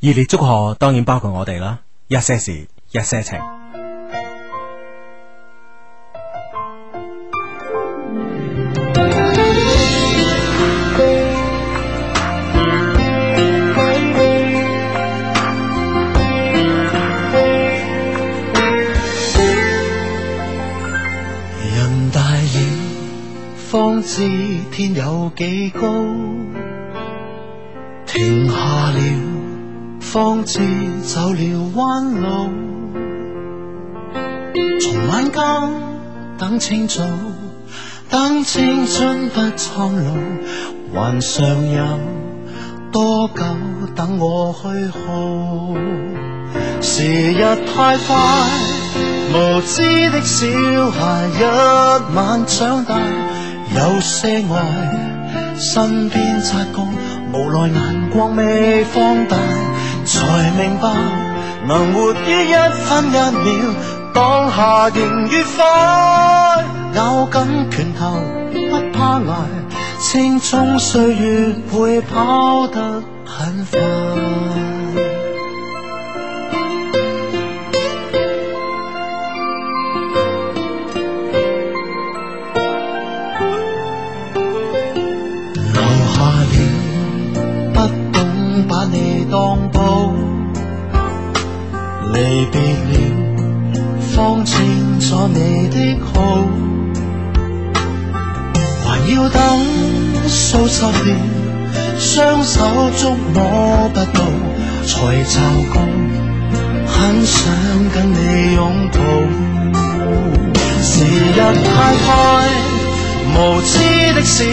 熱烈祝賀當然包括我哋啦，一些事，一些 情。哦人大了，方知天有幾高；停下了，方知走了彎路。從晚間等清早，等青春不蒼老，還尚有多久等我去耗？時日太快。無知的小孩一晚長大，有些愛身邊擦過，無奈眼光未放大，才明白能活於一分一秒，當下仍愉快。咬緊拳頭，不怕捱，青蔥歲月會跑得很快。留下了，不懂把你當寶。離別了，方知咗你的好。還要等數十年，雙手觸摸不到，才驟覺很想跟你擁抱。時日太快。無知的小孩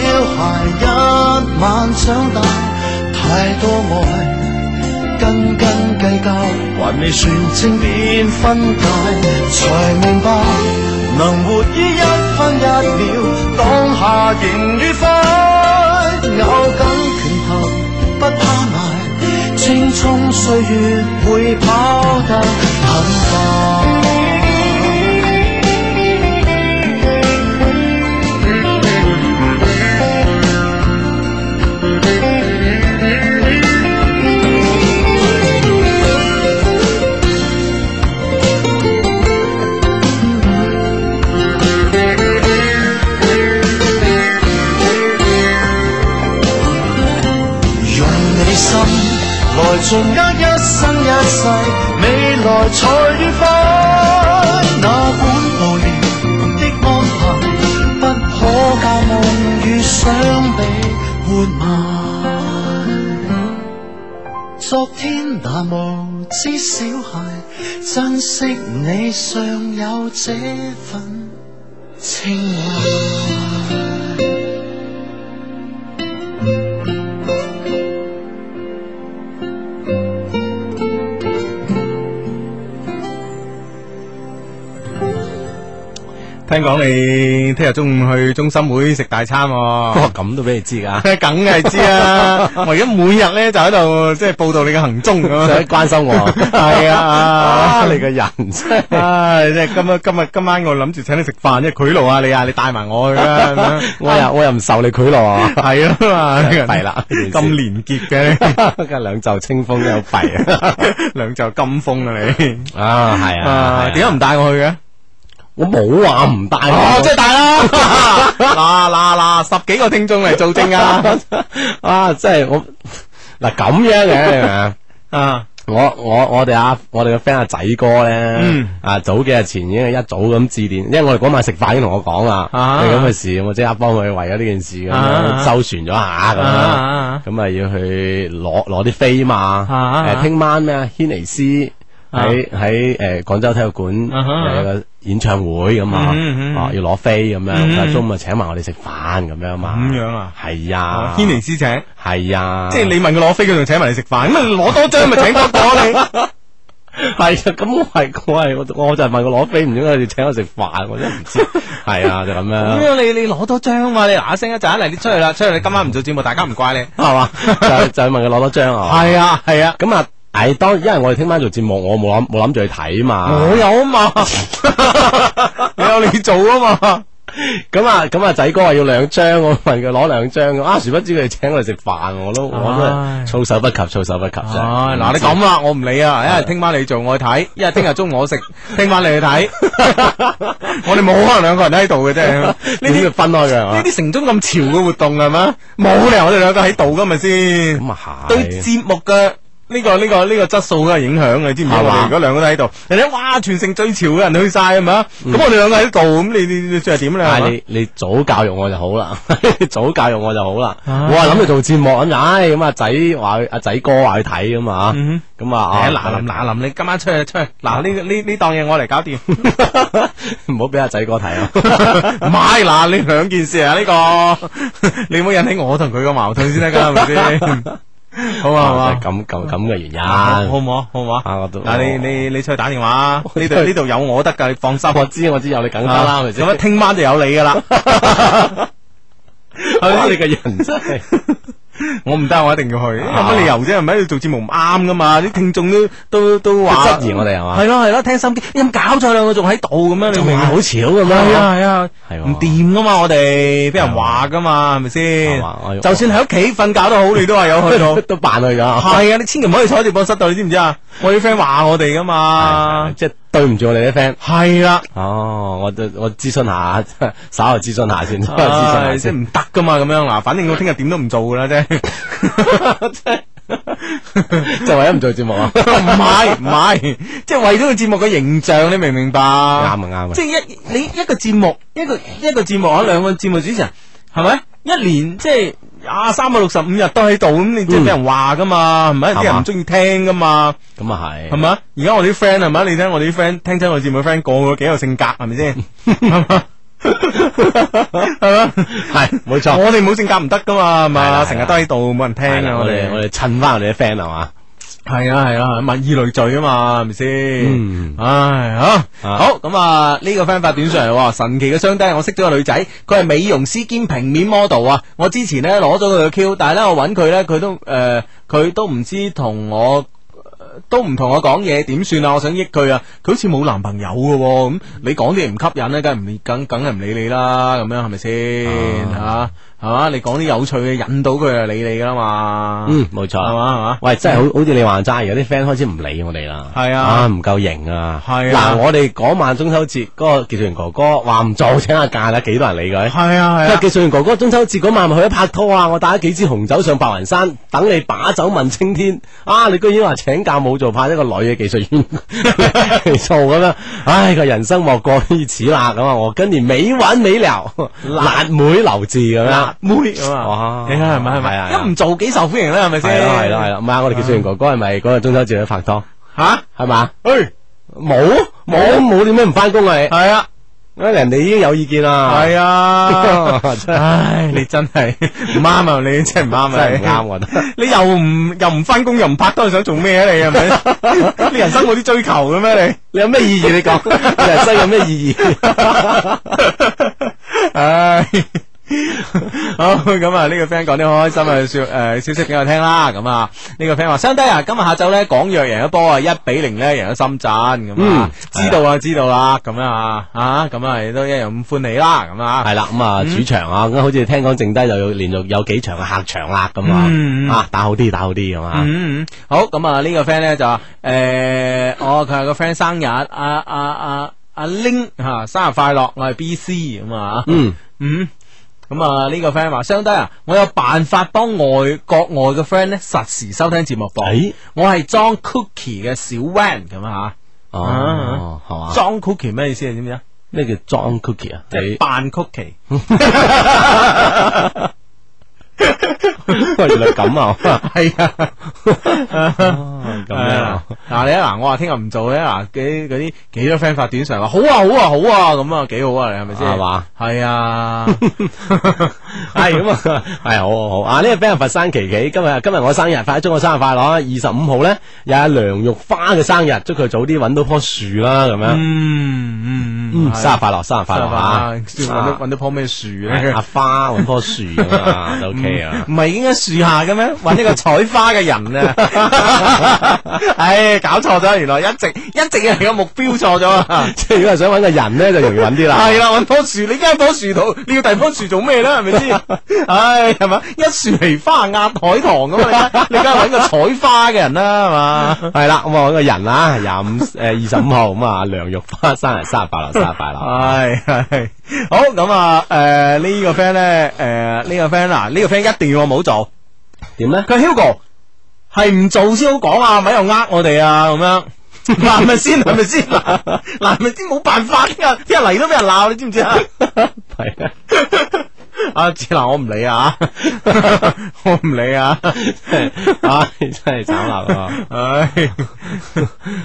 一晚長大，太多愛斤斤計較，還未算清便分界，才明白能活於一分一秒，當下仍愉快。咬緊拳頭，不怕捱，青蔥歲月會跑得很快。用你心來盡握一生一世，未來才愉快。哪管無聊的安排，不可教夢與想比活埋。昨天那無知小孩，珍惜你尚有這份情懷。聽講你聽日中午去中心會食大餐、 喎，咁都俾你知噶，梗係知啦。我而家每日咧就喺度即係報道你嘅 行蹤咁想樣。關心我，係 啊啊，你個人真係唉，即係今日今日今晚我諗住請你食飯，即係賄賂啊你啊，你帶埋我去啦咁 樣。我又我又唔受你賄賂啊！ 係啊嘛，呢個人 弊啦呢件事咁廉潔嘅嘅 兩袖清風有弊啊！你， 兩袖金風啊你。 啊，係啊，點解唔帶我去嘅？我冇話唔帶哦，我，即係 帶啦！嗱嗱嗱，十幾個聽眾嚟做證 啊！啊，即係我 嗱咁樣嘅，你明唔明啊？啊，我我我哋啊，我哋嘅 friend 阿仔哥咧，嗯啊早幾日前已經係一早咁致電，因為我哋嗰晚食飯已經同我講啦，啊係咁嘅事，我即刻幫佢為咗呢件事咁啊樣周旋咗下啊咁樣，啊咁啊要去攞攞啲飛嘛，啊誒聽晚咩啊軒尼詩啊喺喺誒廣州體育館啊哈有個演唱會咁啊嗯嗯嗯，哦要攞飛咁樣，嗯嗯但係中午啊請埋我哋食飯咁樣嘛，咁樣啊係啊啊，軒尼詩請，係啊，即係你問佢攞飛，佢仲請埋你食飯，咁 啊攞多張咪請多個你。系啊，咁我系我系我我就係問佢攞飛，唔應該你請我食飯，我真係唔 知。係啊，就咁 咁樣，樣你你攞多張嘛，你嗱嗱聲一陣嚟，你出去啦，出去你今晚唔做節目，大家唔怪你。係嘛？就就問佢攞多張 啊。係啊係啊，咁啊，唉，當因為我哋聽晚做節目，我冇哦諗冇諗住去睇嘛。我有啊嘛，你有你做啊嘛，咁啊，咁啊，仔哥話要兩張，我問佢攞兩張咁啊，殊不知佢哋請我哋食飯，我都我都唉係措手不及，措手不及啫。唉，嗱你咁啦，我唔理啊，一係聽晚你做我去 睇，一係聽日中午我食，聽晚你去睇， 我哋冇可能兩個人喺度嘅啫， 呢呢啲啲要分開嘅係呢嘛，啲城中咁潮嘅活動係嘛，冇理由我哋兩個喺度噶咪先，咁啊對係。節目嘅。呢、個呢、個呢、個質素都有影響嘅，知唔知？係我嘛哋如果兩個都喺度，人哋哇全城最潮嘅人去晒係咪啊？咁我哋兩個喺度，咁你你你最係點咧？係但嘛係你你早教育我就好啦， 早教育我就好啦。啊我係諗住做節目，咁唉咁阿仔話阿仔哥話去睇咁啊，嗯咁啊嗱嗱嗱嗱，你今晚出去出去，嗱呢呢呢檔嘢我嚟搞掂。唔好俾阿仔哥睇啊！ 唔係嗱，你兩件事啊，呢、個 你唔好引起我同佢個矛盾先得㗎，係咪先？ 好啊，就係 咁咁咁嘅原因。好嘛，好唔好？好唔好啊我都嗱，你你你出去打電話 啊，呢度呢度有我得㗎，你放心。我知我知有你梗得啦，係 咪先？咁啊，聽晚就有你㗎啦。哇你個人 真係我唔得，我一定要去。有啊乜理由啫？係咪要做節目唔啱噶嘛？啲聽眾都都都話質疑我哋係嘛係咯係咯，聽心機，有冇搞錯兩個仲喺度咁樣，你明好唔巧咁明？係樣。啊係啊，係喎唔掂噶嘛？我哋俾哦人話噶嘛，係咪係嘛我先？要就算喺屋企瞓覺都好，你都話有去 到。都扮佢噶，係啊，你千祈唔可以坐喺直播室度，你知唔知啊？我啲 friend 話我哋噶嘛係。啊即係對唔住我哋啲 friend。係啦，哦，我都我諮詢下， 稍後諮詢下先，稍後諮詢唉下即係先。唔得噶嘛，咁樣嗱，反正我聽日點都唔做噶啦，啫。 就為咗唔做節 目啊，啱唔係唔係，即係為咗個節目嘅形象，你明唔明白？啊啱即係啊，一你一個節目，一個一個節目啊，兩個節目主持人係咪？一年即係啊三百六十五日都喺度，咁你即係俾人話噶嘛，係咪？嘛啲人唔中意聽噶嘛，咁啊係啊係。咪？而家我哋啲 friend 係咪？你睇我哋啲 friend 聽親我節目嘅 friend 個個幾有性格，係咪先？係 嘛？係嘛？系冇错，我哋冇性格唔得噶嘛，係係啦嘛？係啦成日都喺度冇人係聽啦啊！我我哋哋我哋襯翻我哋啲 friend 係嘛，系啊系啊，物以類聚啊嘛，係咪嗯先？唉，啊啊好咁啊！呢個 friend 發短信嚟喎，神奇嘅雙低，我識咗個女仔，佢係美容師兼平面 model 啊！我之前呢攞咗佢嘅 Q，但係呢，我揾佢呢，佢都诶，佢、都唔知同我。呃都唔同我講嘢點算啊！我想益佢啊，佢好似冇男朋友嘅喎、咁你講啲嘢唔吸引咧，啊梗係唔理梗梗係唔理你啦，咁樣係咪先嚇？係嘛？你講啲有趣嘅引到佢就理你㗎啦嘛，嗯冇錯係嘛係嘛？喂，真係好好似你話齋，而家啲 friend 開始唔理我哋啦，係啊唔夠型啊，係啊嗱，我哋嗰晚中秋節嗰個技術員哥哥話唔做請下假啦，幾多人理佢？係啊係佢話技術員 哥哥中秋節嗰晚咪去咗拍拖啊！我帶咗幾支紅酒上白雲山，等你把酒問青天啊！你居然話請假冇做，派一個女嘅技術員嚟做咁樣，唉，個人生莫過於此啦咁啊！我跟住美揾美聊，辣妹留字咁樣。妹咁哇啊！你睇係咪係係咪？啊一唔做幾受歡迎啦，係咪系先？啦系啦系啦，唔係我哋技術員哥哥係咪嗰個中秋節去拍拖？吓，係嘛？誒，冇冇冇點解唔翻工啊？你係啊，人哋已經有意見啦，係啊 真，係唉，你真係唔啱啊！ 你真係唔啱啊！真係唔啱我覺得。你又唔又唔翻工又唔拍拖，你想做咩啊？你係咪？ 你人生冇啲追求嘅咩？你你有咩意義？你講 人生有咩意義？嗯 唉。好咁啊！呢個 friend 講啲好開心嘅消誒消息俾我聽啦。咁啊，呢個 friend 話：相低啊，今日下晝咧，廣藥贏咗波啊，一比零咧贏咗深圳咁啊嗯。知道啊，知道啦。咁樣啊，啊咁啊，亦都一樣咁歡喜啦。咁啊，系啦，咁啊主場啊，咁好似聽講剩低就有連續有幾場嘅客場啦，咁嗯啊，啊打好啲，打好啲咁啊，嗯，嗯嗯好咁啊！呢個 friend 咧就話誒，我佢係個 friend 生日，阿阿阿阿 Ling 嚇生日快樂，我係 B C 咁啊。嗯，嗯，咁啊呢個 friend 話，相低啊，我有辦法幫外國外嘅 friend 咧實時收聽節目播。咦我係裝 cookie 嘅小 van 咁啊哦，係吓，嘛，裝 cookie 咩意思啊？知唔知啊？咩叫裝 cookie 啊？即係你扮 cookie。哎原來咁啊，系啊，哦咁樣啊嗱你啊嗱，我話聽日唔做咧，嗱幾嗰啲幾多 friend 發短信話好啊好啊好啊咁啊幾好啊，你係咪先？係嘛？係啊， 係咁啊，係好好好啊！呢個俾人佛山琪琪，今日今日我生日，快祝我生日快樂啊！二十五號咧有阿梁玉花嘅生日，祝佢早啲揾到棵樹啦，咁樣，嗯嗯，啊嗯，生日快樂，生日快樂啊！揾到揾到棵咩樹咧阿？花揾棵樹咁 啊就，OK 啊！ 唔係應該樹下嘅咩？揾一個採花嘅人啊！唉，搞錯咗，原來一直一直以嚟嘅目標錯咗啊！ 即係如果係想揾個人咧，就容易揾啲啦。系啦，搵棵樹，你而家喺棵樹度，你要第二棵樹做咩咧？係咪 先？唉，係嘛，一樹梨花壓海棠咁啊！ 你而家你梗係搵個採花嘅人啦，係嘛？係啦，咁啊揾個人啦，廿五诶二十五號咁啊，梁玉花生日生日快樂，生日快樂。系系好咁啊！诶、呢、個 friend 咧，诶、呢、個 friend 嗱，呢、個 friend 一定要我冇做。點咧？佢 Hugo 係唔做先好講啊，咪又呃我哋啊咁 樣。嗱，係咪先？係咪先？嗱，嗱，係咪先？冇辦法噶，一嚟都俾人鬧，你知唔知啊？係啊，阿志嗱，我唔理 啊， 我唔理啊，唉，真係慘啦咁啊！唉，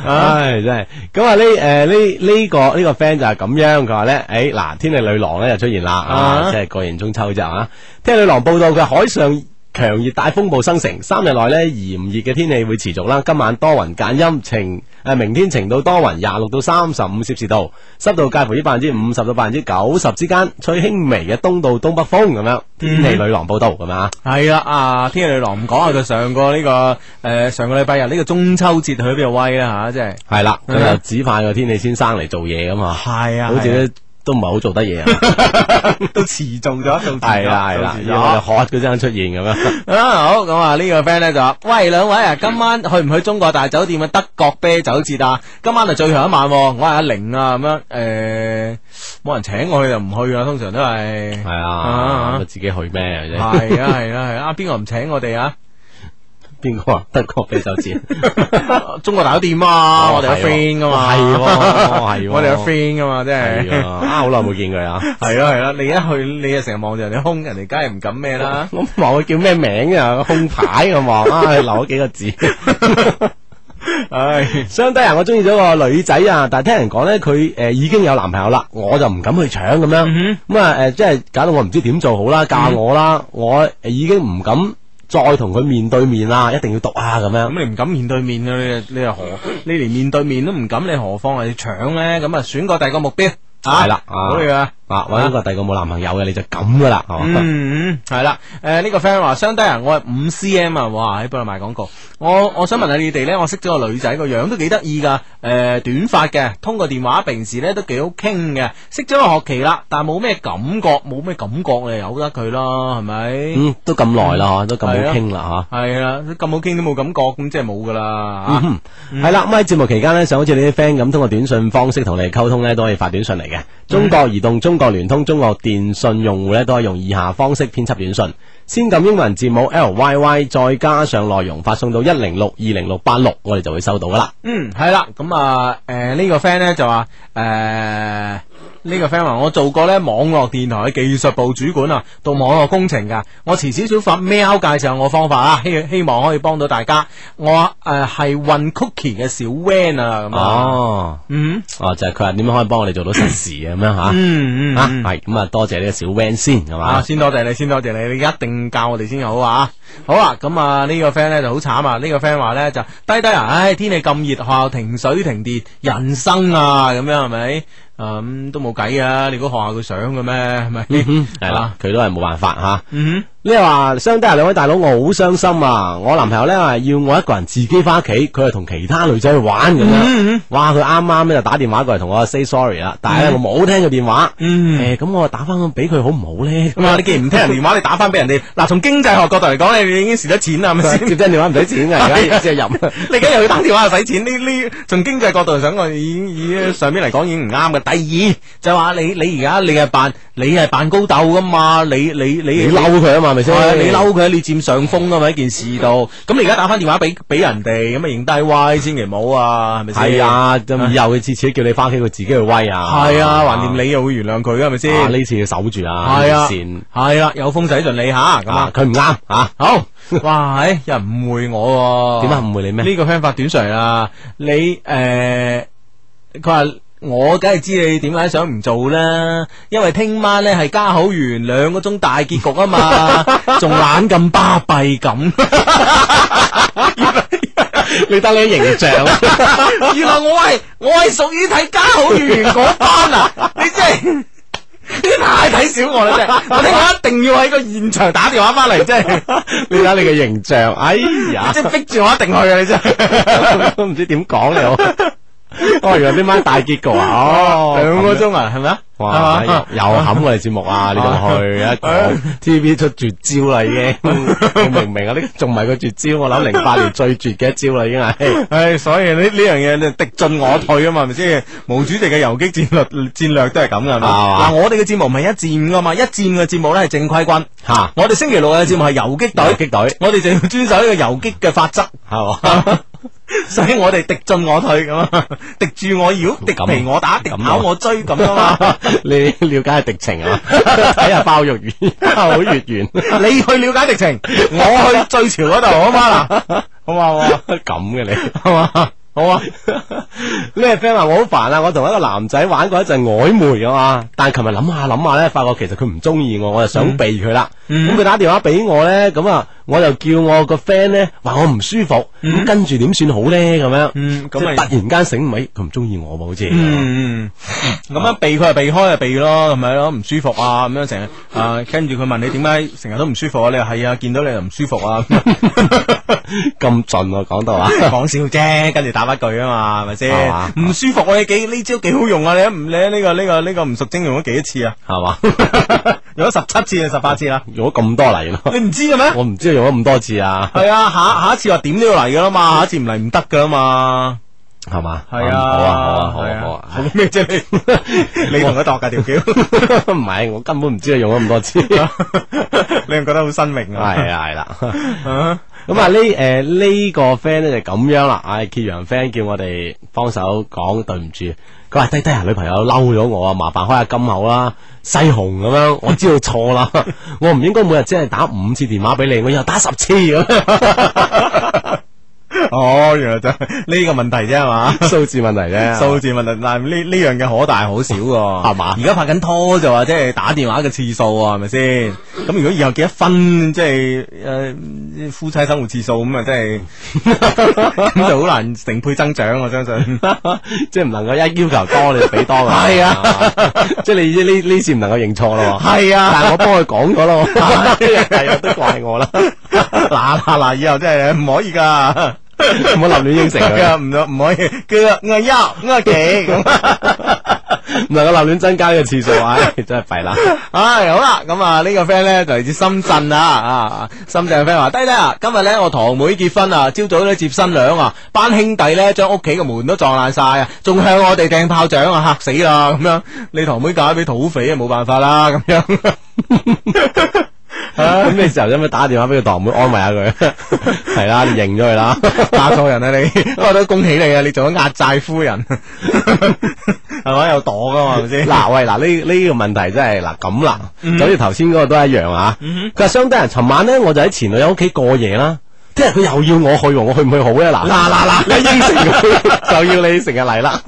唉，真係咁啊！呢诶呢呢個呢個 friend 就係咁樣，佢話咧，诶嗱，天氣女郎咧就出現啦， 啊啊，即係過完中秋之後啊，天氣女郎報道佢海上。強熱大風暴生成，三日內呢，炎熱嘅天氣會持續啦。今晚多雲間陰晴，誒、明天晴到多雲，廿六到三十五攝氏度，濕度介乎於百分之五十到百分之九十之間，吹輕微嘅東到東北風咁樣。天氣女郎報道咁樣啊。係啦，啊，天氣女郎唔講下佢上個呢個诶上個禮拜日呢個中秋節去邊度威啦吓，真係系啦，咁嗯就指派個天氣先生嚟做嘢噶嘛， 係啊好似咧都唔係好做得嘢啊， 都遲早咗，係啦係啊啦，要我哋喝嗰陣出現 咁樣，啊好咁啊！呢個 friend 咧就話：，喂兩位啊，今晚去唔去中國大酒店嘅德國啤酒節啊？今晚係最後一晚喎，我係阿玲啊咁樣。诶、冇人請我去就唔去啦，通常都係。係啊啊，自己去咩係啫？啊係啊係啊！邊個唔請我哋啊？邊個啊？德國啤酒 節，中國大酒店啊，哦我哋有係喎 friend 噶嘛，係喎哦 係喎我哋有 friend 噶嘛，真係係。啊，啊好耐冇見佢啊，係咯係咯，你一去你就成日望住人哋胸，人哋梗係唔敢咩啦。我啊望佢叫咩名啊？空牌咁望啊，留咗幾個字。唉，相低啊人，我中意咗個女仔啊，但係聽人講咧，佢诶已經有男朋友啦，我就唔敢去搶咁嗯樣。咁啊诶，誒即係搞到我唔知點做好啦，教我啦，我誒已經唔敢再同佢面對面啦，一定要讀啊咁樣。咁你唔敢面對面啊？你你又何？你連面對面都唔敢，你何況係搶咧？咁啊，選個第二個目標啊係啦啊好嘢啊！啊，揾個第二個冇男朋友嘅你就咁噶啦，哦係嘛？嗯，系啦，诶呢個 friend 話相低人，我係五 cm 啊，哇喺幫佢賣廣告。我我想問下你哋呢，我識咗個女仔，個樣都幾得意噶，诶、短髮嘅，通過電話，平時呢都幾好傾嘅，識咗個學期啦，但冇咩感覺，冇咩感覺你由得佢啦，係咪？嗯，都咁耐啦，嗬，都咁好傾啦，哦係啊，咁好傾都冇感覺，咁即係冇噶啦。吓。嗯哼，係啦。咁喺節目期間呢，想好似你啲 friend 咁，通過短信方式同你哋溝通呢，都可以發短信嚟嗯嘅。中國移動、中國聯通、中國電信用戶呢，都可以用以下方式編輯短信：先撳英文字母 L Y Y，再加上內容，發送到一零六二零六八六，我哋就會收到噶啦。嗯，系啦，咁啊，诶、呢、個个 friend 咧就話，诶、呢、個 friend 話我做過咧網絡電台嘅技術部主管啊，做網絡工程噶。我遲少少發 mail 介紹我方法啊，希希望可以幫到大家。啊我诶係運 cookie 嘅小 van 啊，咁啊，哦，嗯哦，就係佢話點樣可以幫我哋做到實時咁樣吓。嗯嗯啊，嗯係咁啊，多謝呢個小 van 先，係啊，嘛？先多謝你，先多謝你，你一定教我哋先好啊！好啦，咁啊呢個 friend 咧就好慘啊！呢、個 friend 話咧就低低啊，唉，天氣咁熱，學校停水停電，人生啊，咁樣係咪？啊咁、都冇計啊！你估學校佢想嘅咩？係咪？係啦，佢都係冇辦法吓。啊嗯你話相低啊，兩位大佬，我好傷心啊！我男朋友咧話要我一個人自己翻屋企，佢係同其他女仔去玩咁嗯樣。哇！佢啱啱咧就打電話過嚟同我 say sorry 啦，但係咧我冇聽佢電話。嗯誒咁我打翻咁俾佢好唔好咧？哼，咁啊，你既然唔聽人電話，你打翻俾人哋。嗱，從經濟學角度嚟講，你已經蝕咗錢啦，係咪先？接聽電話唔使錢㗎， 而家即係入。你而家又要打電話又使錢，呢呢從經濟角度上，我已經已經上面嚟講已經唔啱嘅。第二就係話你你而家你係扮你係扮高斗噶嘛，你你你你嬲佢啊嘛，係咪係啊先？你嬲佢，你佔上風啊嘛！喺件事度，咁你而家打翻電話俾俾人哋，咁啊認低威，千祈唔好啊，係咪先？係，啊！咁以後佢次次都叫你翻屋企，佢自己去威啊。係啊，橫掂你又會原諒佢，係咪啊先？呢次要守住啊，係啊線，係啦，有風使盡你吓，咁啊啊，佢唔啱啊，好， 哇，唉有人誤會我喎，點啊誤會你咩？呢個 friend 發短信啊，你诶，佢、話我梗係知你點解想唔做啦，因為聽晚咧係家好完兩個鐘大結局啊 嘛，仲懶咁巴閉 咁。你得你形象。原來我係我係屬於睇家好月圓嗰班啊！你真係啲太睇小我 啦，真係。我聽我一定要喺個現場打電話翻嚟， 真係。 你睇你嘅形象，哎呀即，係逼住我一定去啊！你真係。 都唔知點講 你好。哦，原來呢晚大結局啊！哦，兩個咁樣鐘啊，係咪啊？係哇，又嘛哦冚我哋節目啊！你仲去一講 TVB 出絕招啦，已 經你明唔明啊？呢仲唔係個絕招？我諗零八年最絕嘅一招啦，已經 係。唉，所以呢呢樣嘢你敵進我退啊嘛，係咪先？毛主席嘅游擊戰略戰略都係咁噶，係咪？啊嗱，我哋嘅節目唔係一戰噶嘛，一戰嘅節目咧係正規軍，嚇我哋星期六嘅節目係游擊游隊，擊隊我哋就要遵守呢個游擊嘅法則，係嘛？ 所以我哋敵進我退咁 啊，敵住我繞，敵咁疲我打，敵咁跑啊我追咁 啊嘛。你了解下敵情 啊？睇下包玉丸，好月圓你去了解敵情，我去最潮嗰度，好嘛 嗱，好嘛好嘛，咁嘅你。好嘛好啊。呢個 friend 話我好煩啊！我同一個男仔玩過一陣曖昧啊嘛，但係琴日諗下諗下咧，發覺其實佢唔中意我，我就想避佢啦。嗯咁佢、打電話俾我咧，咁啊，我就叫我個 friend 咧話我唔舒服，咁、跟住點算好咧？咁樣，嗯咁即咪係突然間醒唔起，佢唔中意我喎，好似。嗯，咁樣避佢就避開就避咯，咁咪咯，唔舒服啊，咁樣成日啊，跟住佢問你點解成日都唔舒服啊？你話係啊，見到你就唔舒服啊， 咁盡啊，講到啊，講笑啫，跟住打翻句啊嘛，係咪係先嘛？唔舒服我哋幾呢招幾好用啊！你唔你呢個呢個呢個吳淑晶用咗幾多次啊？係嘛？用咗十七次定啊十八次啦？用咗咁多嚟咯，你唔知嘅咩？我唔知用咗咁多次啊，係啊，下下一次話點都要嚟噶啦嘛，下一次唔嚟唔得噶啦嘛。係嘛？係啊，好啊，好啊，好係啊，好啊。好咩啫？ 你你同佢度噶條橋，唔係，我根本唔知佢用咗咁多 次。係你又覺得好新穎啊？啊，係啦。啊咁啊呢誒呢個 friend 咧就咁樣啦，唉揭陽 friend 叫我哋幫手講對唔住，佢話低低啊女朋友嬲咗我啊，麻煩開下金口啦，西紅咁 樣，我知道錯啦，我唔應該每日只係打五次電話俾你，我以後打十次咁，哦，原來就係呢個問題啫，係嘛？數字問題啫，數字問題，但係呢呢樣嘢可大可小喎，啊 係嘛而家拍緊拖就話即係打電話嘅次數啊，係咪先？咁如果以後結咗婚，即係誒夫妻生活次數咁啊，真係 咁就好難成倍增長，我相信。即係唔能夠一要求多你就俾多啊，係啊， 即係你呢呢次唔能夠認錯咯，係啊但係我幫佢講咗咯， 係啊，都怪我啦， 嗱嗱嗱，以後真係唔可以噶。唔好立亂應 承佢。唔得唔可以，佢我一我幾咁。唔能夠立亂增加呢個次數啊！唉真係弊啦。唉，好啦，咁啊呢個 friend 咧就嚟自深圳啊，啊深圳嘅 friend 話：低低啊，今日咧我堂妹結婚啊，朝早咧接新娘啊，班兄弟咧將屋企嘅門都撞爛晒啊，仲向我哋掟炮仗啊，嚇死啦咁樣。你堂妹嫁咗俾土匪啊，冇辦法啦咁樣。 咁你時候有冇打電話俾佢堂妹安慰 下佢？係啦，你認咗佢啦。嫁錯人 啊你，不過都恭喜你啊，你做咗壓寨夫人，係咪有朵噶嘛？係咪先？嗱，喂，嗱呢呢個問題真係嗱咁啦，嗯就好似頭先嗰個都一樣啊。佢話相低人，尋晚咧我就喺前女友屋企過夜啦。聽日佢又要我去喎，我去唔去好咧？嗱嗱嗱嗱，你應承 佢就要你成日嚟啦。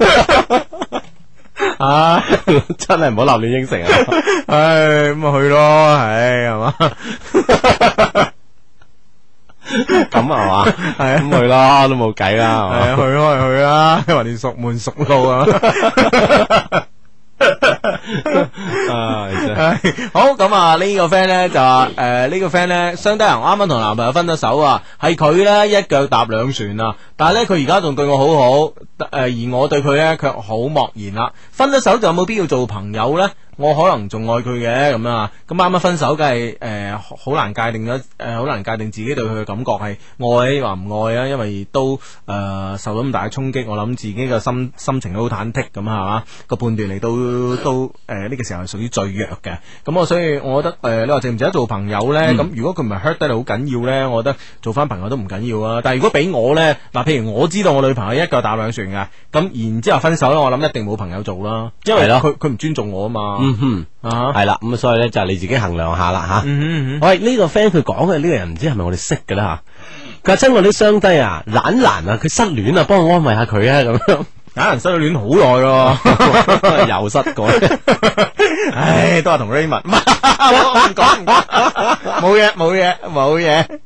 啊！ 真係唔好立亂應承啊！唉，咁咪去咯，唉，係嘛？咁啊係嘛？ 係啊咁去啦，都冇計啦，係嘛係啊，去開去啦，橫掂熟門熟路啊！啊唉啊真係 唉好咁啊，呢個 friend 咧就話誒呢個 friend 咧，相低人啱啱同男朋友分咗手啊，係佢咧一腳踏兩船啊，但係咧佢而家仲對我好好，呃誒而我對佢咧卻好漠然啦。分咗手就有冇必要做朋友咧？我可能仲愛佢嘅咁啊，咁啱啱分手，梗係誒好難界定咗，誒好難界定自己對佢嘅感覺係愛話唔愛啊，因為都誒、呃受到咁大嘅衝擊，我諗自己嘅心心情都好忐忑咁係嘛，個判斷嚟都都誒呢、個時候係屬於最弱嘅，咁我啊所以我覺得誒、呃你話值唔值得做朋友咧？咁、如果佢唔係 hurt 得你好緊要咧，我覺得做翻朋友都唔緊要啊。但係如果俾我咧，嗱譬如我知道我女朋友一腳打兩船嘅，咁然之後分手咧，我諗一定冇朋友做啦，因為係咯佢佢唔尊重我啊嘛。嗯哼。啊哈系啦，咁所以咧就你自己衡量下啦吓。嗯嗯喂，呢、個 friend 佢講嘅呢個人唔知係咪我哋識嘅啦吓。佢話親我啲雙低啊，懶難啊，佢失戀啊，幫我安慰下佢啊，咁樣嗯，打人失咗戀好耐 咯， 又失過。唉， 都係同 Raymond，唔係我唔講唔講，冇嘢冇嘢冇嘢。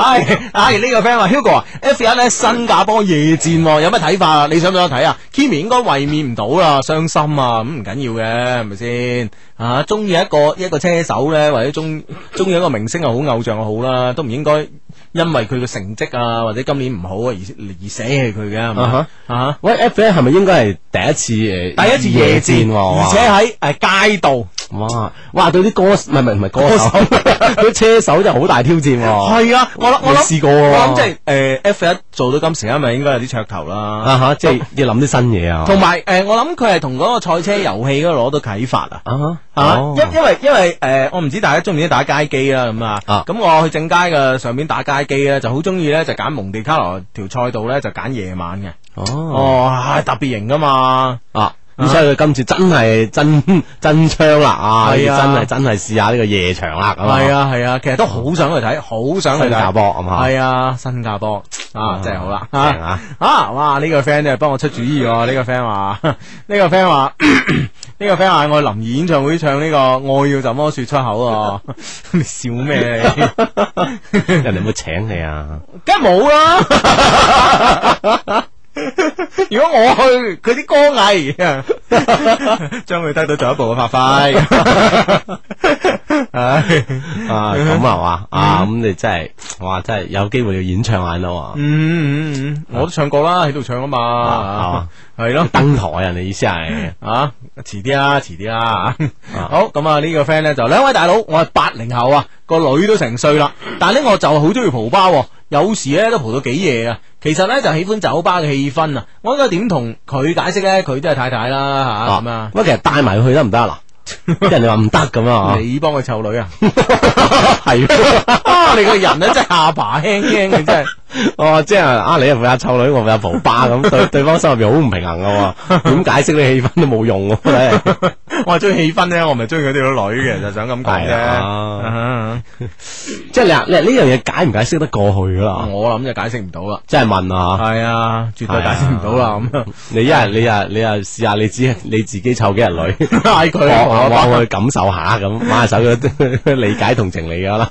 唉唉，呢個 friend 話 Hugo 啊，F 一咧新加坡夜戰喎，有乜睇法啊？你想唔想睇啊？Kimi 應該衛冕唔到啦，傷心啊，咁唔緊要嘅，係咪先？啊，中意一個一個車手咧，或者中中意一個明星又好，偶像又好啦，都唔應該因為佢嘅成績啊，或者今年唔好啊而而捨棄佢嘅，係咪啊啊？ 喂，F 咧係咪應該係第一次诶？第一次夜戰，哇而且喺誒街道。哇哇對啲歌唔係唔係唔係歌手，啲車手真係好大挑戰喎。係啊，我諗我未諗試過喎我諗即係誒 F 一做到今時今日應該有啲噱頭啦。啊吓，即係要諗啲新嘢啊。同埋誒，我諗佢係同嗰個賽車遊戲嗰度攞到啟發啊！啊啊，哦因因為因為誒、呃我唔知大家中唔中意打街機啦咁啊啊，咁我去正街嘅上邊打街機咧，就好中意咧就揀蒙地卡羅條賽道咧就揀夜晚嘅，哦哦，係特別型噶嘛，啊！咁所以佢今次真係真真槍啦啊！係啊真係真係試下呢個夜場啦咁係，啊係啊，其實都好想去睇，好想去睇新加坡係嘛係啊，新加坡啊，真係好啦嗯正啊！啊！哇！呢、個 friend 真係幫我出主意喎、呢、個 friend 話， 呢、個 friend 話， 呢個 friend 話我林怡演唱會唱呢、個《愛要怎麼說出口》啊！你 笑咩？你人哋有冇請你 啊？梗係冇啦！ 如果我去，佢啲歌藝 將會得到進一步嘅發揮。 唉，啊咁啊嘛啊嗯咁你真係哇真係有機會要演唱下啊咯喎，嗯嗯嗯，我都唱過啦，喺度唱啊嘛啊，係咯。登台啊！你意思係啊，遲啲啦，遲啲啦。啊 好，咁啊呢個 friend 咧就兩位大佬，我係八零後啊，個女都成歲啦，但係咧我就好中意蒲吧喎，有時咧都蒲到幾夜啊。其實咧就喜歡酒吧嘅氣氛啊，我應該點同佢解釋咧？佢都係太太啦吓咁啊，喂，其實帶埋佢去得唔得啊？ 嗱，啲人哋話唔得咁啊，你幫佢湊女 啊？ 係喎 啊，你個人咧真係下巴輕輕嘅真係。哦，即係啊，你係負責湊女，我負責蒲 巴咁，對對方心入邊好唔平衡噶喎，點解釋你氣氛都冇用喎，真係我係中意氣氛咧，我唔係中意佢條女嘅，就想咁講係啫。啊啊即係你話你話呢樣嘢解唔解釋得過去㗎啦？我諗就解釋唔到啦。即係問啊，係哦啊，絕對解釋唔到啦咁樣。你一係你啊你啊試下你自己你自己湊幾日女，嗌佢啊幫蒲吧幫佢感受下咁，挽下手佢 理解同情你噶啦。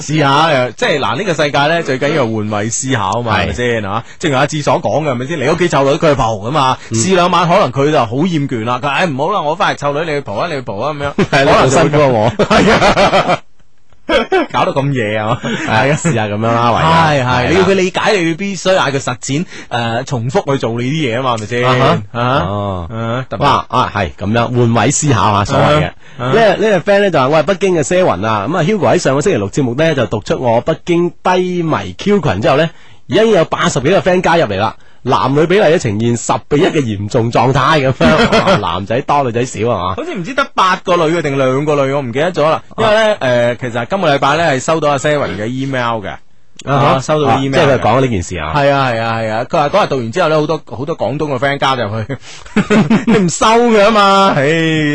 試下誒，即係嗱呢個世界咧最緊要係換位思考嘛，係係咪先嚇？正如阿志所講嘅，係咪先？你屋企湊女，佢去蒲噶嘛，試兩晚可能佢就好厭倦啦。佢唉唔好啦，我翻嚟湊女，你去蒲啊，你去蒲啊咁樣，係可你好能辛苦啊我， 係啊，搞到咁夜啊！係啊，試下咁樣啦，唯係啊有係，你係要啦佢理解，你要必須嗌佢實踐誒，重複去做你啲嘢啊嘛，係咪先？啊啊哈哦啊特別哇啊，係咁樣換位思考下所謂嘅。啊呢呢個 friend 咧就話我係北京嘅 Seven 啊，咁啊 Hugo 喺上個星期六節目咧就讀出我北京低迷 Q 群之後咧，已經有八十幾個 friend 加入嚟啦。男女比例咧呈現十比一嘅嚴重狀態咁 樣，哇男仔多女仔少啊嘛，好似唔知得八個女嘅定兩個女，我唔記得咗啦。因為咧，誒、其實今個禮拜咧係收到阿 Seven 嘅 email 嘅，啊收到啊 email，即係佢嘅講呢件事啊。係啊係啊係啊，佢話嗰日讀完之後咧，好多好多廣東嘅 friend 加入去， 你唔收嘅嘛？唉，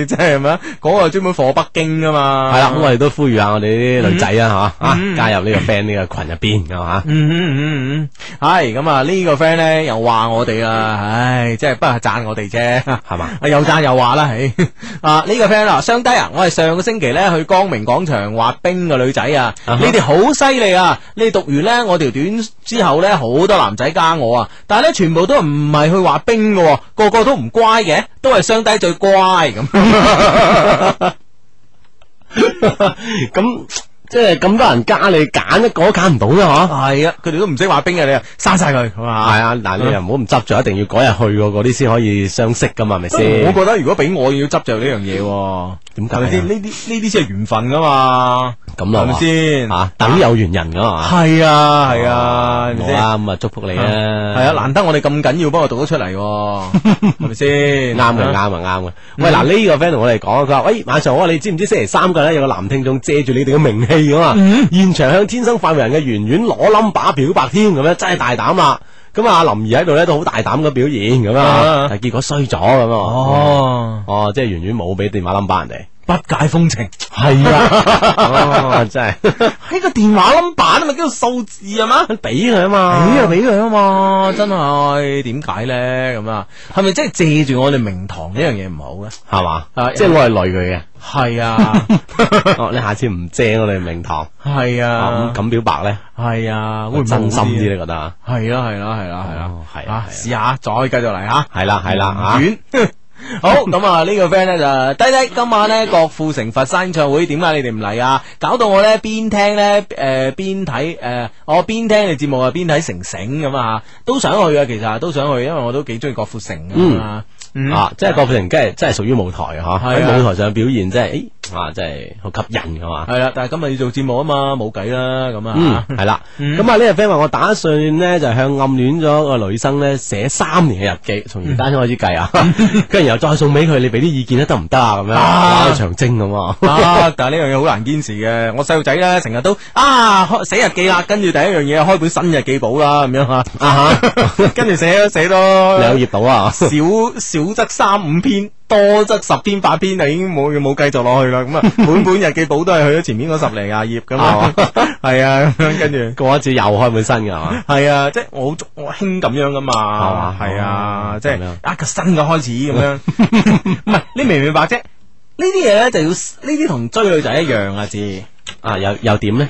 真係咩？嗰、個專門火北京噶嘛？係啦，咁我哋都呼籲下我哋啲女仔啊，吓啊加入呢個 friend 呢個群入邊，係 嘛？嗯嗯嗯嗯，係咁啊！呢個 friend 咧又話我哋啦，唉，即係不過讚我哋啫，係嘛？又讚又話啦，唉， 啊呢個 friend 啊，相低啊，我係上個星期咧去光明廣場滑冰嘅女仔啊，Uh-huh 啊哈你哋好犀利啊！你哋讀完咧我條短之後咧，好多男仔加我啊，但係咧全部都唔係去滑冰嘅喎，個個都唔乖嘅，都係相低最乖咁。咁即係咁多人加你，揀一個都揀唔到啦，吓。係啊， 佢哋都唔識滑冰嘅，你啊刪晒佢，係嘛？系啊，嗱你又唔好咁執着，一定要嗰日去過嗰啲先可以相識噶嘛，係咪我先？覺得如果俾我要執着呢樣嘢喎，點解係啊咪先？呢啲呢啲先係緣分噶嘛，咁咯係咪先？啊，等有緣人噶嘛，係啊係啊，係咪好先？啦，咁啊祝福你啊，係啊，難得我哋咁緊要幫我讀得出嚟喎，係咪先？啱嘅，啱啊嘅，啱嗯嘅。喂，嗱呢個 friend 同我哋講，佢話：，喂，晚上我話你知唔知星期三嘅咧有個男聽眾遮住你哋嘅名氣噶嘛？嗯現場向天生快活人嘅圓圓攞冧把表白添，咁樣啊真係大膽啦！咁啊，林怡喺度咧都好大膽咁表現咁啊啊，但係結果衰咗咁啊。哦，哦，即係圓圓冇俾電話冧巴人哋。不解風情。系啊，真系喺個電話 number 都咪叫做數字係嘛？俾佢啊嘛，俾啊俾佢啊嘛，真係點解咧咁啊？係咪真係借住我哋名堂呢樣嘢唔好咧？系嘛啊，即系我系累佢係 啊， 嘅，哦，你下次唔借我哋名堂，係咁啊，咁表白咧，係啊，會唔會真心好啲你？覺得啊？係啦，係啦，係啦，係啦哦，係啊啊嗯係啊試下再繼續嚟吓。係啦啊係啦吓，遠。 好咁啊！呢個 friend 咧就低低，今晚咧郭富城佛山演唱會點解你哋唔嚟啊？搞到我咧邊聽咧誒邊睇誒，我邊聽你節目啊邊睇成成咁啊，都想去啊！其實都想去，因為我都幾中意郭富城㗎嘛嗯啊，即係郭富城，真係真係屬於舞台嘅係吓，啊喺舞台上表現真係，诶啊，真係好吸引嘅嘛。係啦，但係今日要做節 目啊嘛，冇計啦咁嗯啊，係啦。嗯咁啊，呢個 friend 話我打算呢，就向暗戀咗個女生呢寫三年嘅日記，從而家開始計啊， 跟住然後再送俾佢，你俾啲意見咧得唔得啊？咁樣啊哇長征咁啊，啊！但係呢樣嘢好難堅持嘅。我細路仔咧成日都啊開寫日記啦，跟住第一樣嘢開本新日記簿啦咁樣啊， 跟住寫寫多兩頁到啊。少少則三五篇，多則十篇八篇就已經冇冇繼續落去啦。咁啊，本本日記簿都係去咗前面嗰十零廿頁咁啊， 係啊，咁樣跟住。過一次又開本新嘅係嘛？係啊，即係我好中我興咁樣噶嘛嘛，係啊，哦即係咁樣啊個新嘅開始咁樣， 唔係你明唔明白啫？呢啲嘢咧就要呢啲同追女仔一樣啊，字。啊，又又點呢？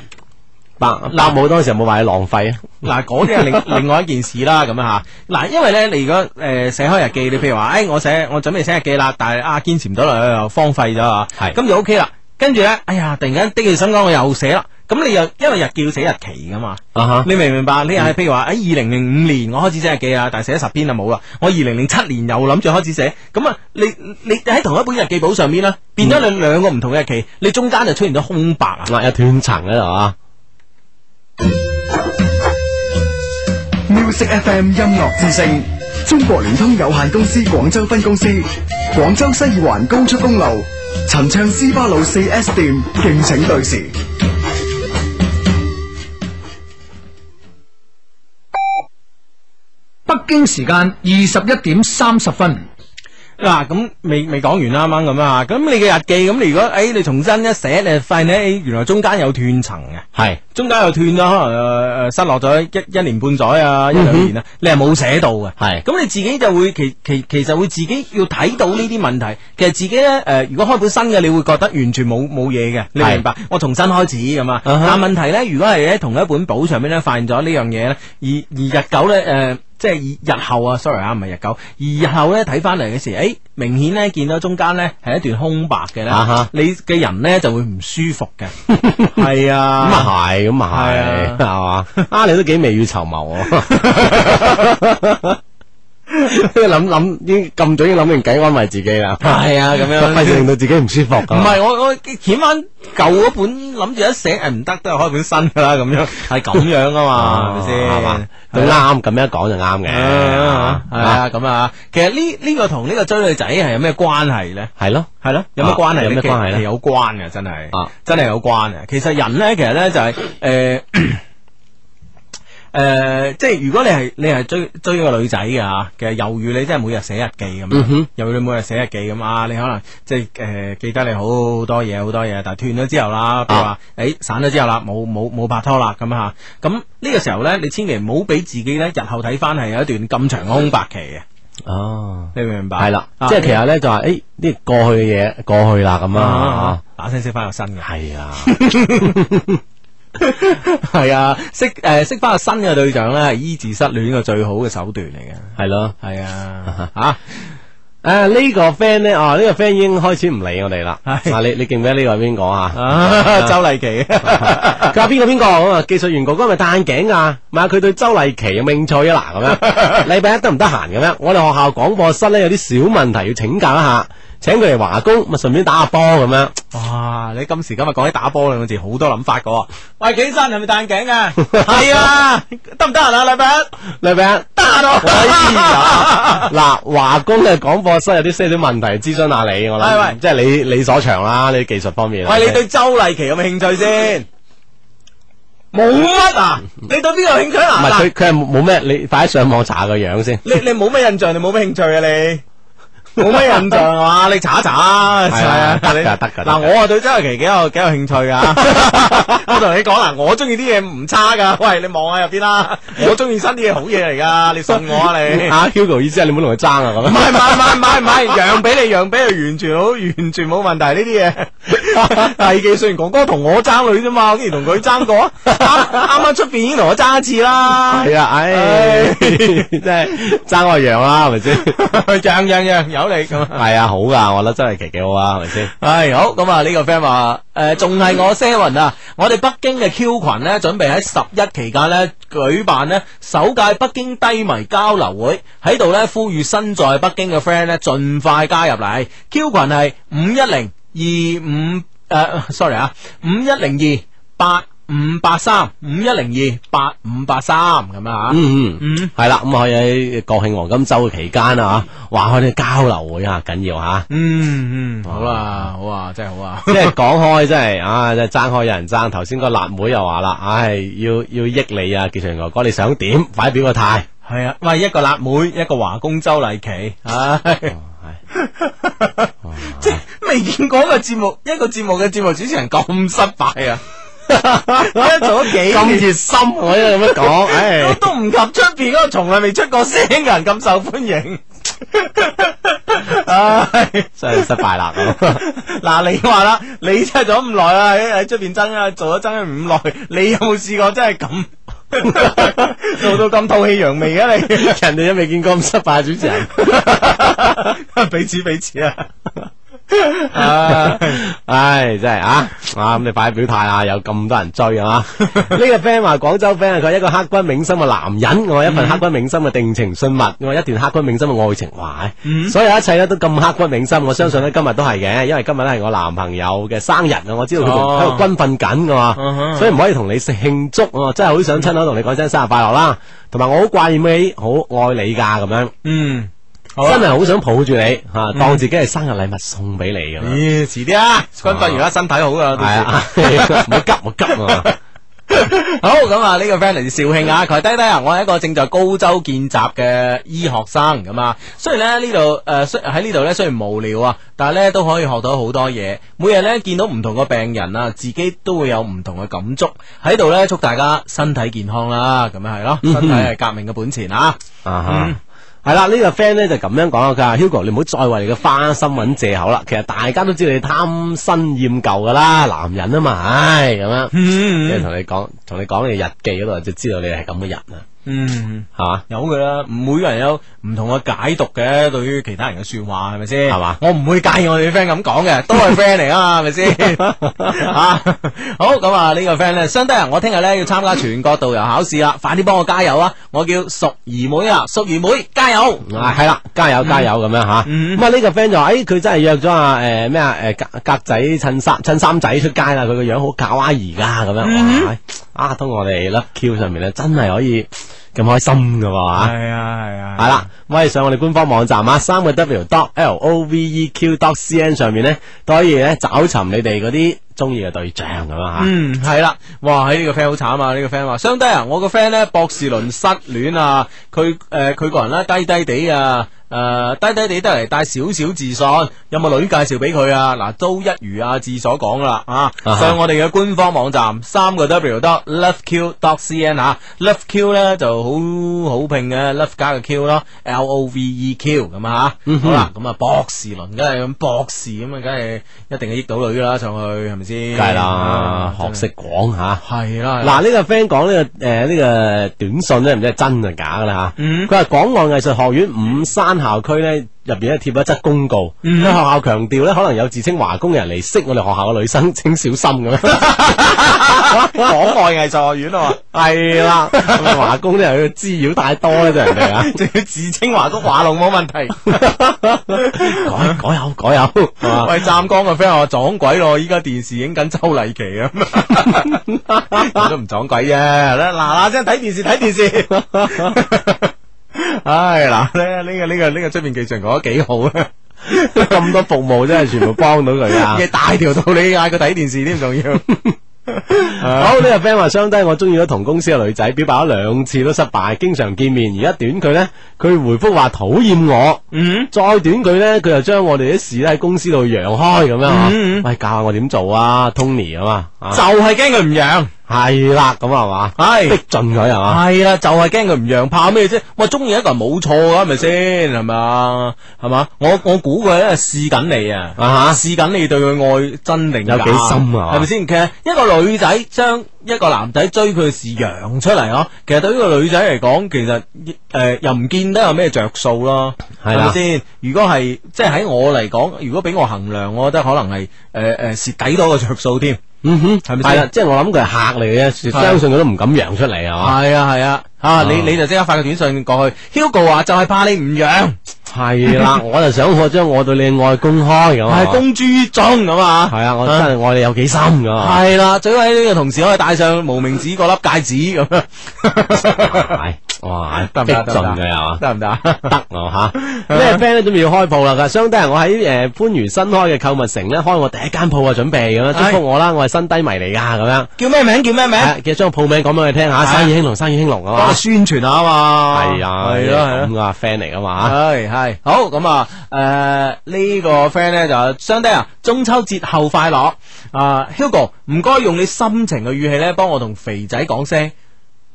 白立舞當時有冇話你浪費啊？嗱，嗰啲係另另外一件事啦，咁啊吓。嗱，因為咧，你如果誒寫開日記，你譬如話，誒、我寫我準備寫日記啦，但係啊堅持唔到啦，又荒廢咗啊，係咁就 OK 啦。跟住咧，哎呀，突然間的起心肝，我又寫啦。咁你又因為日記要寫日期噶嘛？啊哈嗯你明唔明白？你係譬如話哎喺二零零五年我開始寫日記啊，但係寫咗十篇就冇啦。我二零零七年又諗住開始寫，咁啊，你你喺同一本日記簿上面啦，變咗嗯你兩個唔同嘅日期，你中間就出現咗空白啊。嗱，有斷層喺度啊。 Music FM 音樂之聲，中國聯通有限公司廣州分公司，廣州西二環高速公路陳昌斯巴路四 S 店，敬請對時。北京時間二十一點三十分。嗱，咁未未講完啦，啱啱咁啊，咁你嘅日記，咁你如果誒、哎你重新一寫，你就發現咧、哎原來中間有斷層嘅，係中間又斷咗，可能誒誒失落咗一一年半載啊，一兩年啊，你係冇寫到嘅，係咁你自己就會其其其實會自己要睇到呢啲問題，其實自己咧誒、呃如果開本新嘅，你會覺得完全冇冇嘢嘅，你係明白？我重新開始咁啊，啊哈但問題咧，如果係喺同一本簿上面咧發現咗呢樣嘢咧，而而日久咧誒。呃即係而日後啊，sorry 啊，唔係日久，而日後咧睇翻嚟嘅時，誒、明顯咧見到中間咧係一段空白嘅咧啊哈你嘅人咧就會唔舒服 嘅，係咁啊，啊係，咁啊係，係係嘛？啊，你都幾未雨綢繆 喎。諗諗已經咁早已經諗定計安慰自己啦，係啊，咁 樣費事令到自己唔舒服㗎。唔係我我掀翻舊嗰本，諗住一寫誒唔得，都係開本新噶啦，咁 樣係咁樣啊嘛，係咪先？哦係嘛？都啱，咁樣講就啱嘅。啊係啊，啊，咁啊，其實呢呢個同呢個追女仔係有咩關係咧？係咯，係咯，有咩啊關係呢？有咩其實關係呢係有關嘅，真係，啊真係有關嘅。其實人咧，其實咧就係、 誒。誒、呃即係如果你係你係追追一個女仔嘅嚇，其實猶如你真係每日寫日記咁嗯樣哼，猶如你每日寫日記咁啊，你可能即係誒、呃記得你好多嘢好多嘢，但係斷咗之後啊啦，譬如話誒散咗之後啦，冇冇冇拍拖啦咁嚇，咁呢個時候咧，你千祈唔好俾自己咧日後睇翻係有一段咁長嘅空白期嘅，哦，你明唔明白？係啦，啊即係其實咧就話，誒呢過去嘅嘢過去啦，咁啊啊，，嗱聲識翻個新嘅，係啊，係啊，識誒識翻個新嘅對象咧，係醫治失戀嘅最好嘅手段嚟嘅，係咯。係 啊， 嚇。啊呢個 friend 咧，啊呢個 friend 已經開始唔理我哋啦。啊係你你記唔記得呢個係邊個啊？啊，周麗淇， 佢話邊個邊個咁啊？技術員哥哥係咪戴眼鏡啊？咪佢對周麗淇有冇興趣啊嗱 咁樣。禮拜一得唔得閒咁樣？我哋學校廣播室咧有啲小問題要請教一下，請佢嚟華工，咪順便打下波咁樣。哇！你今時今日講起打波兩個字，好多諗法噶。喂，幾山係咪戴眼鏡 啊？係啊，得唔得閒啊？禮拜一禮拜一得閒咯。哎呀啊嗱，華工嘅廣播室有啲些少問題諮詢下你，我係喂諗即係你你所長啦，你技術方面。啊喂，你對周麗淇有冇興趣先？冇乜啊！你對邊個有興趣唔啊？係嗱佢佢係冇咩？你快啲上網查個樣先。 你你冇咩印象，你冇咩興趣啊？你冇咩印象係嘛？ 你查一查啊，係啊得㗎得㗎嗱，我啊對周慧琪幾有幾有興趣 噶。我同你講啦，我中意啲嘢唔差噶。喂，你望下入邊啦，我中意新啲嘢好嘢嚟噶，你信我啊你。阿 Hugo 意思係你唔好同佢爭啊咁唔樣。係唔係唔係唔係唔係，讓俾你讓俾你，完全好，完全冇問題呢啲嘢。係嘅，雖然哥哥同我爭女啫嘛，我竟然同佢爭過，啱啱啱出邊已經同我爭一次啦。係啊，唉唉， 真係爭我樣啦，係咪先？樣樣樣有你咁啊。係啊，好噶，我覺得真係奇幾好啊，係咪先？唉，好咁啊！呢個 friend 話誒，仲係我 Seven 啊！我哋北京嘅 Q 群呢，準備喺十一期間呢舉辦呢首屆北京低迷交流會，喺度呢呼籲身在北京嘅 friend 呢，盡快加入嚟。Q 群係五一零二五誒，sorry 啊，五一零二八五八三，五一零二八五八三咁啊！嗯嗯。嗯係啦，咁可以喺國慶黃金周期間啊，哇！我哋交流會啊，緊要吓，嗯嗯，好啊好啊，真係好 啊！即係講開真係啊，真係爭開有人爭。頭先個辣妹又話啦，唉，要要益你啊，技術員哥哥，你想點？快表個態。係啊，喂，一個辣妹，一個華工周麗琪，唉。 即係未見過一個節目，一個節目嘅節目主持人咁失敗啊！我一 做咗幾年咁熱心，我依家咁樣講，唉都，都唔及出邊嗰個從來未出過聲嘅人咁受歡 迎。唉，真係失敗啦咁。嗱，你話啦，你真係做咗咁耐啦，喺喺出邊爭啊，做咗爭咗咁耐，你有冇試過真係咁 做到咁吐氣揚眉啊你？ 人哋都未見過咁失敗嘅主持人。彼此彼此啊！ 唉唉，真係啊，啊咁你快表態啊！有咁多人追啊！ 呢個 friend 話廣州 friend 佢一個刻骨銘心嘅男人，我有一份刻骨銘心嘅定情信物，我有一段刻骨銘心嘅愛情，哇！所有一切咧都咁刻骨銘心，我相信咧今日都係嘅，因為今日咧係我男朋友嘅生日啊！我知道佢仲哦喺度軍訓緊噶嘛，所以唔可以同你慶祝，我真係好想親口同你講聲生日快樂啦！同埋我好掛念你，好愛你噶咁樣，嗯，好啊真係好想抱住你吓，當自己係生日禮物送俾你咁樣。咦，遲啲啊，軍訓完啦，身體好噶啦，系到時啊，唔好急，唔好急啊！好咁啊！呢個 friend 嚟自肇慶啊，佢話低低啊，我係一個正在高州見習嘅醫學生咁啊。雖然咧呢度誒，雖喺呢度咧雖然無聊啊，但係咧都可以學到好多嘢。每日咧見到唔同嘅病人啊，自己都會有唔同嘅感觸。喺度咧祝大家身體健康啦，咁樣係咯，身體係革命嘅本錢啊！啊哈，係啦，呢個 friend 咧就咁樣講啦，佢話 Hugo 你唔好再為你嘅花心揾藉口啦。其實大家都知道你貪新厭舊噶啦，男人啊嘛，唉咁樣，嗯即係同你講，同你講你日記嗰度就知道你係咁嘅人啊，嗯，係嘛？有佢啦，每個人有唔同嘅解讀嘅，對於其他人嘅說話係咪先？係嘛我唔會介意我哋啲 friend 咁講嘅，都係 friend 嚟啊嘛，係咪先？啊，好咁啊，呢個 friend 咧，相低人，我聽日咧要參加全國導遊考試啦，快啲幫我加油啊！我叫淑儀妹啊，淑儀妹加油！啊，係啦，加油加油咁樣吓，咁啊呢個 friend 就話，誒佢真係約咗啊誒咩啊誒格格仔襯衫襯衫仔出街啦，佢個樣好卡哇伊噶咁樣，哇啊通過我哋 Love Q 上面咧啊真係可以咁開心噶喎嚇係啊，係啊係啦，可以上我哋官方網站啊，三個 W dot L O V E Q dot C N 上面咧，都可以咧找尋你哋嗰啲中意嘅對象咁樣吓。嗯，系啦，哇！喺呢個 friend 好慘啊！呢、個 friend 話，相低啊，我個 friend 咧博士論失戀啊，佢誒佢個人咧低低地啊，誒、低低地得嚟帶少少自信，有冇女介紹俾佢啊？嗱，都一如阿志所講啦，啊，啊哈上我哋嘅官方網站三個 W dot loveq dot cn 啊，love q 咧就好好拼嘅，love 加個 q 咯，L O V E Q 咁啊，好啦，咁啊博士論梗係咁博士咁啊，梗係一定係益到女噶啦，上去係咪先？梗係啦，學識廣吓。系啦，嗱，呢個 friend 講呢個誒呢個短信咧，唔知係真定假噶啦嚇。嗯佢話港岸藝術學院五山校區咧入邊咧貼咗一則公告，嗯喺學校強調咧，可能有自稱華工嘅人嚟識我哋學校嘅女生，請小心咁樣。港外藝術學院啊嘛，係啦，咁啊華工啲人佢滋擾太多咧，對人哋啊。 仲要自稱華工華龍冇問題。 改改口 改口，係嘛喂，湛江嘅 friend 話撞鬼咯，依家電視影緊周麗琪咁， 我都唔撞鬼嘅，嗱嗱聲睇電視睇電視。唉，嗱咧呢個呢個呢個出面技術講得幾好啊！咁多服務真係全部幫到佢啊！嘅大條道理嗌佢睇電視添，仲要。好呢、個 friend 話相低，我中意咗同公司嘅女仔，表白咗兩次都失敗，經常見面。而家短佢呢，佢回覆話討厭我，嗯，再短佢呢，佢又將我哋啲事咧喺公司度揚開咁樣啊。嗯嗯喂，教下我點做啊，Tony 啊嘛，就係驚佢唔讓，係啦，咁係嘛，逼係。盡佢係嘛，系啦，就係驚佢唔讓，怕咩啫？喂，中意一個人冇錯啊噶，係咪先？係嘛，係嘛？我我估佢咧試緊你啊，啊試緊你對佢愛真定假有幾深啊係咪先？其實一個女仔將一個男仔追佢嘅事揚出嚟咯，其實對於個女仔嚟講，其實诶、呃又唔見得有咩着數咯，係係啦咪先？如果係即係喺我嚟講，如果俾我衡量，我覺得可能係诶诶蚀底多個着數添。嗯哼，係咪係先啦，即係我諗佢係客嚟嘅係啫，相信佢都唔敢揚出嚟係嘛。系啊系啊，啊你你就即刻發個短信過去，Hugo 話就係怕你唔讓，系啦，我就想我將我對你嘅愛公開咁啊，係公諸中咁系啊。啊，我真係愛你有幾深咁啊，係啦，最好喺呢個同事可以戴上無名指嗰粒戒 指咁樣， 係哇，得唔逼得？得唔盡得佢係嘛。得唔得？得 啊吓，咩 friend 咧準備要開鋪啦？佢話相低人，我喺诶番禺新開嘅購物城咧開我第一間鋪啊，準備咁樣祝福我啦，我係新低迷嚟噶咁樣。叫咩名？叫咩名？啊係記得將鋪名講俾佢聽吓，啊生意興隆，生意興隆啊幫嘛我。宣傳下啊嘛。係啊，係咯，係咯咁。啊 friend 嚟噶嘛。系系好咁啊！诶、呢、個个 friend 咧就相低啊，中秋節後快樂啊，Hugo 唔該用你心情嘅語氣咧，幫我同肥仔講聲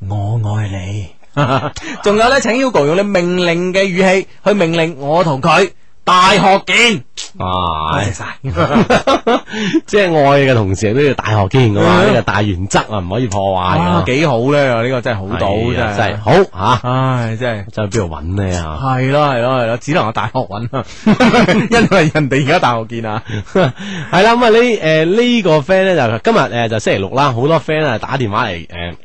我愛你。 仲有咧，請 Hugo 用你命令嘅語氣去命令我同佢大學見。啊，謝晒即係愛嘅同時都要大學見噶嘛，嗯呢個大原則啊，唔可以破壞啊，噶。幾好咧！呢、個真係好到係啊真真係係，好吓，唉，真係。真係邊度揾你啊？係咯係咯係咯，只能我大學揾啦， 因為人哋而家大學見啊。 系啦，咁啊呢诶呢個 friend 咧就今日诶就星期六啦，好多 friend 啊打電話嚟诶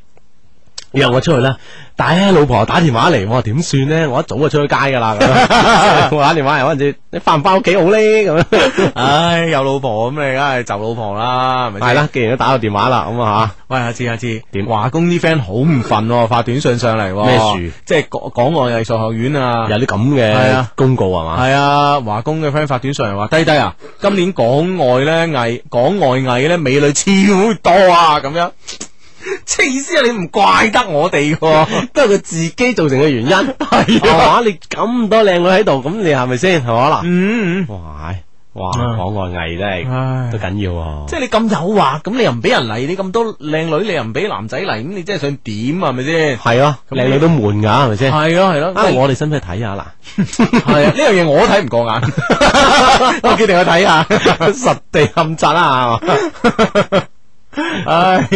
約我出去啦，但係咧老婆打電話嚟，我話點算咧？我一早就出去街噶啦，咁 樣我打電話嚟嗰阵时，你翻唔翻屋企好咧？ 咁樣唉，有老婆咁你梗係就老婆啦，係咪先係啦，既然都打到電話啦，咁啊喂，阿志阿志，點華工啲 friend 好唔忿喎，發短信上嚟喎，咩事即係港港外藝 術學院啊吓，有啲咁係嘅啊公告係嘛？係啊，華工嘅 friend 發短信嚟話，低低啊，今年港外咧藝，港外藝咧美女超多啊，咁樣。 即係意思啊！你唔怪得我 哋喎，都係佢 自己造成嘅原因，係嘛？你咁多靚女喺度，咁你係咪先係嘛嗱？嗯，哇哇，嗯講外藝真係唉都，緊要喎。即係你咁誘惑，咁你又唔俾人嚟，你咁多靚女，你又唔俾男仔嚟，咁你真係想點啊？係咪先？係啊，咁靚女都悶㗎，係咪先？係咯係咯，啊！我哋使唔使睇下 嗱？系啊，呢樣嘢我睇唔過眼，我決定去睇啊 下，實地咁窒啦，係嘛唉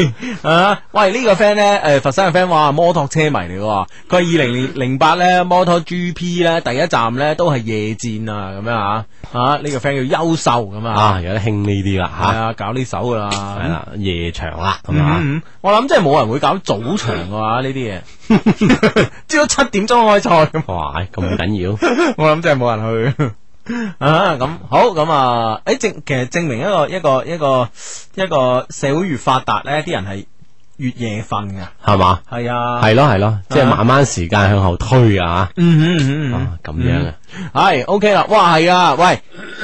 啊！喂，呢、個 friend 咧，诶，佛山嘅 friend 話摩托車迷嚟嘅喎，佢係二零零八咧摩托 GP 咧第一站咧都係夜戰啊，咁樣啊，吓、呢、個 friend 叫優秀咁啊，啊，有得興呢啲啦係吓，啊，搞呢首噶啦，係啦，夜場啦咁嗯。啊，嗯我諗真係冇人會搞早場嘅話呢啲嘢， 朝早七點鐘開賽咁。哇，咁緊要，我谂真系冇人去啊！咁好咁啊！诶，證其實證明一個一個一個一個社會越發達咧，啲人係越夜瞓噶。係嘛？係啊，係咯係咯，即係慢慢時間向後推啊，嗯嗯嗯嗯啊咁樣啊，係 OK 啦。哇，係啊！喂，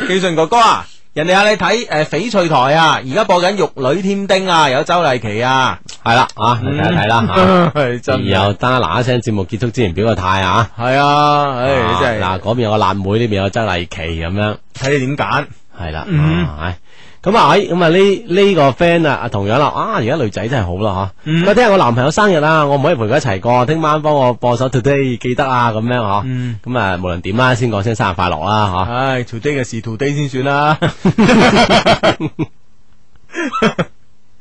紀順哥哥啊！人哋嗌你睇誒翡翠台啊，而家播緊《玉女添丁》啊，有周麗淇啊，係啦啊，你睇一睇啦 係吓，嗯真然後得嗱一聲節目結束之前表個態啊，係啊，唉，啊真係嗱嗰邊有個辣妹，呢邊有周麗淇咁樣。睇你點揀。系啦，嗯啊咁啊，哎，咁啊呢呢個 friend 啊，同樣啦，啊而家女仔真係好啦吓，嗯咁啊聽日我男朋友生日啦，我唔可以陪佢一齊過，聽晚幫我播首 Today 記得啊，咁樣嗬，嗯啊咁啊無論點啦，先講聲生日快樂啦啊唉，today 嘅事 today 先算啦。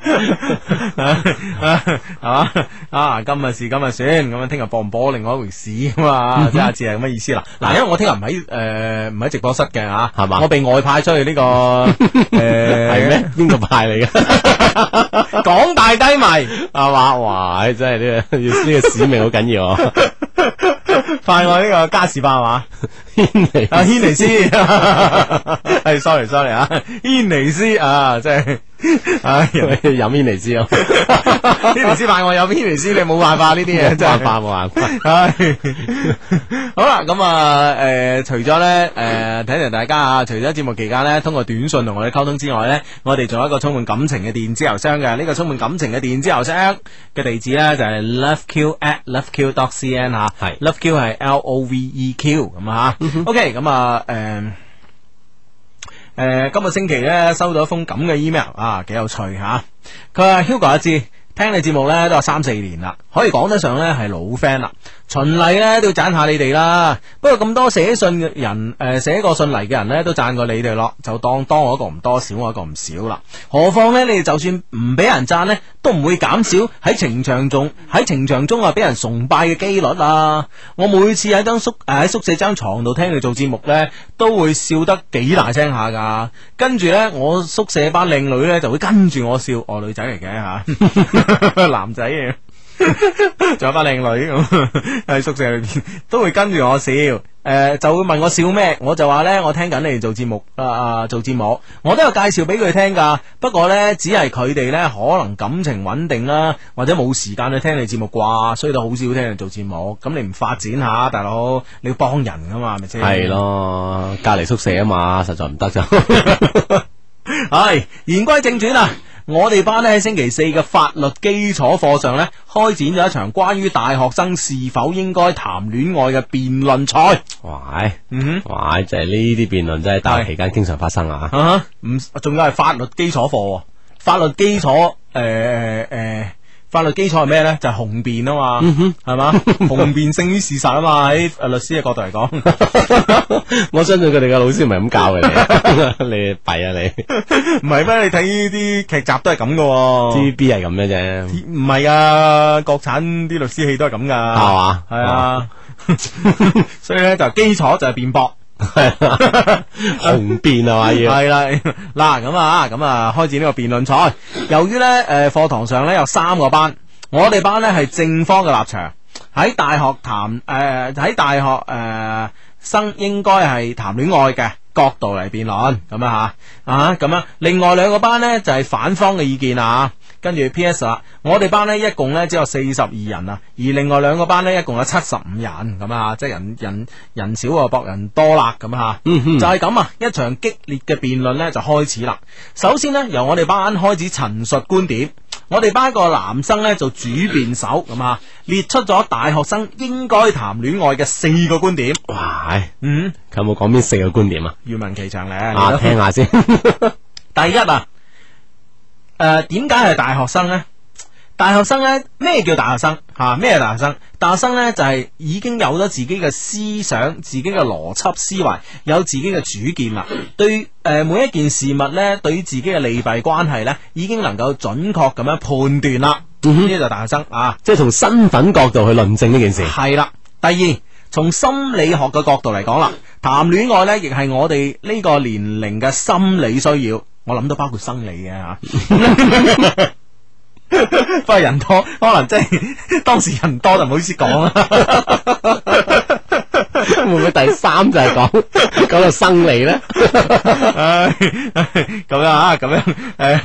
系嘛啊！今日事今日算，咁樣聽日播唔播另外一回事啊嗯嘛，即係下次係咁嘅意思啦。嗱，因為我聽日唔喺呃诶唔喺直播室嘅吓，啊係嘛我被外派出去呢 個呃吓，诶係咩？邊個派嚟 嘅？港大低迷係嘛？哇！哎真係呢個呢個使命好緊要啊！ 快我呢個加士霸嘛， 阿軒尼斯係 sorry sorry 啊，軒尼斯啊，即係唉， 人哋飲煙嚟知啊，呢條先犯我有邊條先，你冇辦法呢啲 嘢真係。冇辦法冇辦法。唉，好啦，咁啊，诶、除咗咧，诶、睇嚟大家啊，除咗節目期間咧，通過短信同我哋溝通之外咧，我哋仲有一個充滿感情嘅電子郵箱嘅，呢、個充滿感情嘅電子郵箱嘅地址咧就係 loveq at loveq dot cn 吓，係 loveq 係 L O V E Q 咁啊吓，OK，咁啊，诶、诶、今個星期咧收到一封咁嘅 email 啊，幾有趣吓。佢話 Hugo 阿志，聽你節目咧都有三四年啦，可以講得上咧係老 friend 啦。循例咧都要讚下你哋啦。不過咁多寫信嘅人，诶、寫過信嚟嘅人咧都讚過你哋咯，就當多我一個唔多，少我一個唔少啦。何況咧，你哋就算唔俾人讚咧，都唔會減少喺情場中喺情場中啊俾人崇拜嘅機率啊！我每次喺張宿诶喺宿舍張床度聽你做節目咧，都會笑得幾大聲下噶。跟住咧，我宿舍班靚女咧就會跟住我笑，我女仔嚟嘅吓， 男仔嘅。仲有班靓女咁喺宿舍里边都会跟住我笑，诶、就会问我笑咩，我就话呢，我听紧你哋做节目啊、啊做节目，我都有介绍俾佢听噶，不过呢，只系佢哋呢可能感情稳定啦，或者冇时间去听你节目啩，所以都好少听你做节目，咁你唔发展下，大佬你要帮人噶嘛，系咪先？係咯，隔離宿舍啊嘛，實在唔得就。嗯系言归正传啊！我哋班呢喺星期四嘅法律基礎課上呢，開展咗一場關於大學生是否應該談戀愛嘅辯論賽。 哇！嗯哇！就係呢啲辯論真係大學期間經常發生啊！哼，啊哈唔仲有係法律基礎課喎，法律基礎诶诶，法律基礎係咩呢？就係雄辯啊嘛，係 嘛、雄辯勝於事實啊嘛，喺呃律師嘅角度 嚟講。 我相信佢哋嘅老師唔係咁教嘅， 你你弊啊唔係你咩？你睇啲劇集都係咁噶。 ！TVB 係咁嘅啫， 唔係噶，國產啲律師戲都係咁噶，係嘛係啊， 所以咧就基礎就係辯駁，紅辯啊嘛要，係啦， 嗱咁啊，咁啊開展呢個辯論賽。由於咧誒課堂上咧有三個班，我哋班咧係正方嘅立場，喺大學談誒喺大學誒、呃生應該係談戀愛嘅。角度嚟辯論咁啊吓啊咁啊，另外兩個班呢，就係、反方嘅意見啊，跟住 P.S. 啦，我哋班呢，一共呢只有四十二人啊，而另外兩個班呢，一共有七十五人咁啊，即係人人人少啊，博人多啦咁啊，就係咁啊，一場激烈嘅辯論呢，就開始啦。首先呢，由我哋班開始陳述觀點。我哋班一個男生呢，做主辯手咁啊，列出咗大學生應該談戀愛嘅四個觀點。哇！嗯，佢有冇講邊四個觀點啊？願聞其詳咧。啊，聽下先， 第一啊，诶、点解係大學生呢？大學生呢，咩叫大學生吓？咩、係大學生？大學生呢，就係已經有咗自己嘅思想、自己嘅邏輯思維，有自己嘅主見啦。對诶、誒呃每一件事物呢，對於自己嘅利弊關係呢，已經能夠準確咁樣判斷啦。嗯呢就係大學生啊。即係從身份角度去論證呢件事。系啦，第二，從心理學嘅角度嚟講啦，談戀愛呢亦係我哋呢個年齡嘅心理需要，我諗都包括生理嘅吓。不過人多， 可能真係當時人多就唔好意思講啦。啊會唔會第三就係 講講到生理咧？唉咁樣啊，咁樣诶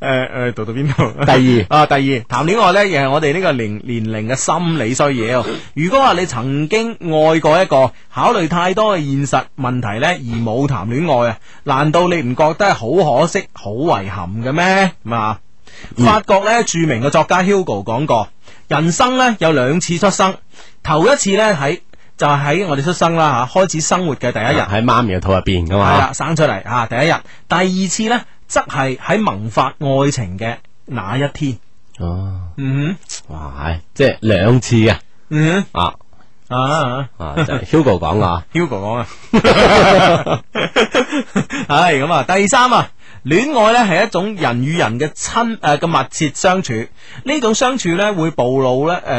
诶诶，讀到邊度？第二啊，第二談戀愛呢，亦係我哋呢個年年齡嘅心理需要。如果話你曾經愛過一個，考慮太多嘅現實問題呢，而冇談戀愛啊，難道你唔覺得係好可惜、好遺憾嘅咩？咁啊，嗯法國呢著名嘅作家 Hugo 講過，人生呢有兩次出生，頭一次呢喺就係喺我哋出生啦吓，開始生活嘅第一日。哎喺媽咪嘅肚入邊噶系嘛啦，？生出嚟啊！第一日，第二次呢，則係喺萌發愛情嘅那一天。哦，嗯哇！即係兩次嘅嗯啊啊啊，就係 Hugo 講噶。 ，Hugo 講啊，係咁啊。第三啊，戀愛呢係一種人與人嘅親诶嘅密切相處，呢種相處呢會暴露呢诶、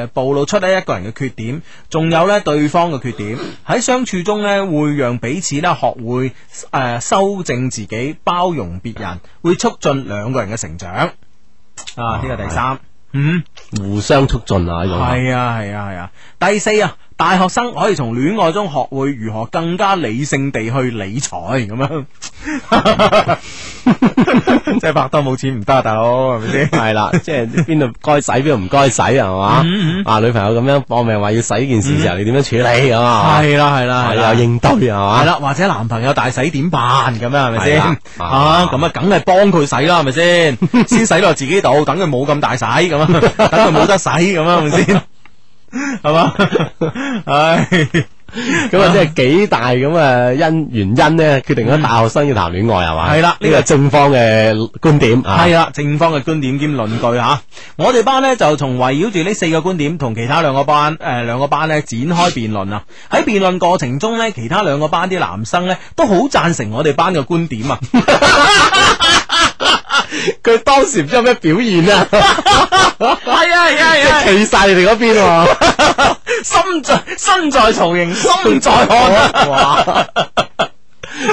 呃暴露出呢一個人嘅缺點，仲有呢對方嘅缺點。喺相處中呢，會讓彼此呢學會诶、呃修正自己，包容別人，會促進兩個人嘅成長。啊，呢個第三，嗯。互相促進啊，用啊系啊系啊系啊。第四啊，大學生可以從戀愛中學會如何更加理性地去理財咁樣。 即系拍拖冇钱唔得啊，大佬系咪先？系啦，即系边度该使边度唔该使系嘛？嗯啊，女朋友咁样搏命话要使呢件事嘅时候，你点样处理咁啊？系啦，系啦，系系啦，啦，应对系嘛系？啦，或者男朋友大洗點辦咁啊啊？係咪係先啦？啊，咁啊，梗係幫佢洗啦，係咪先？ 先洗落自己度，等佢冇咁大洗咁啊， 等佢冇得洗咁啊，係咪先？係嘛？ 唉，咁啊，即系几大咁嘅因原因咧，决定咗大学生要談戀愛係嘛？係啦呢呢個個正方嘅觀點啊，係啦，正方嘅觀點兼論據吓。我哋班呢，就從圍繞住呢四個觀點，同其他兩個班诶两、個班呢展開辯論啊。喺辯論過程中呢，其他兩個班啲男生呢，都好贊成我哋班嘅觀 點啊。佢當時唔知有咩表 現啊，係啊係啊係啊！企晒你哋嗰邊喎，心在身在曹營心在漢啊！哇！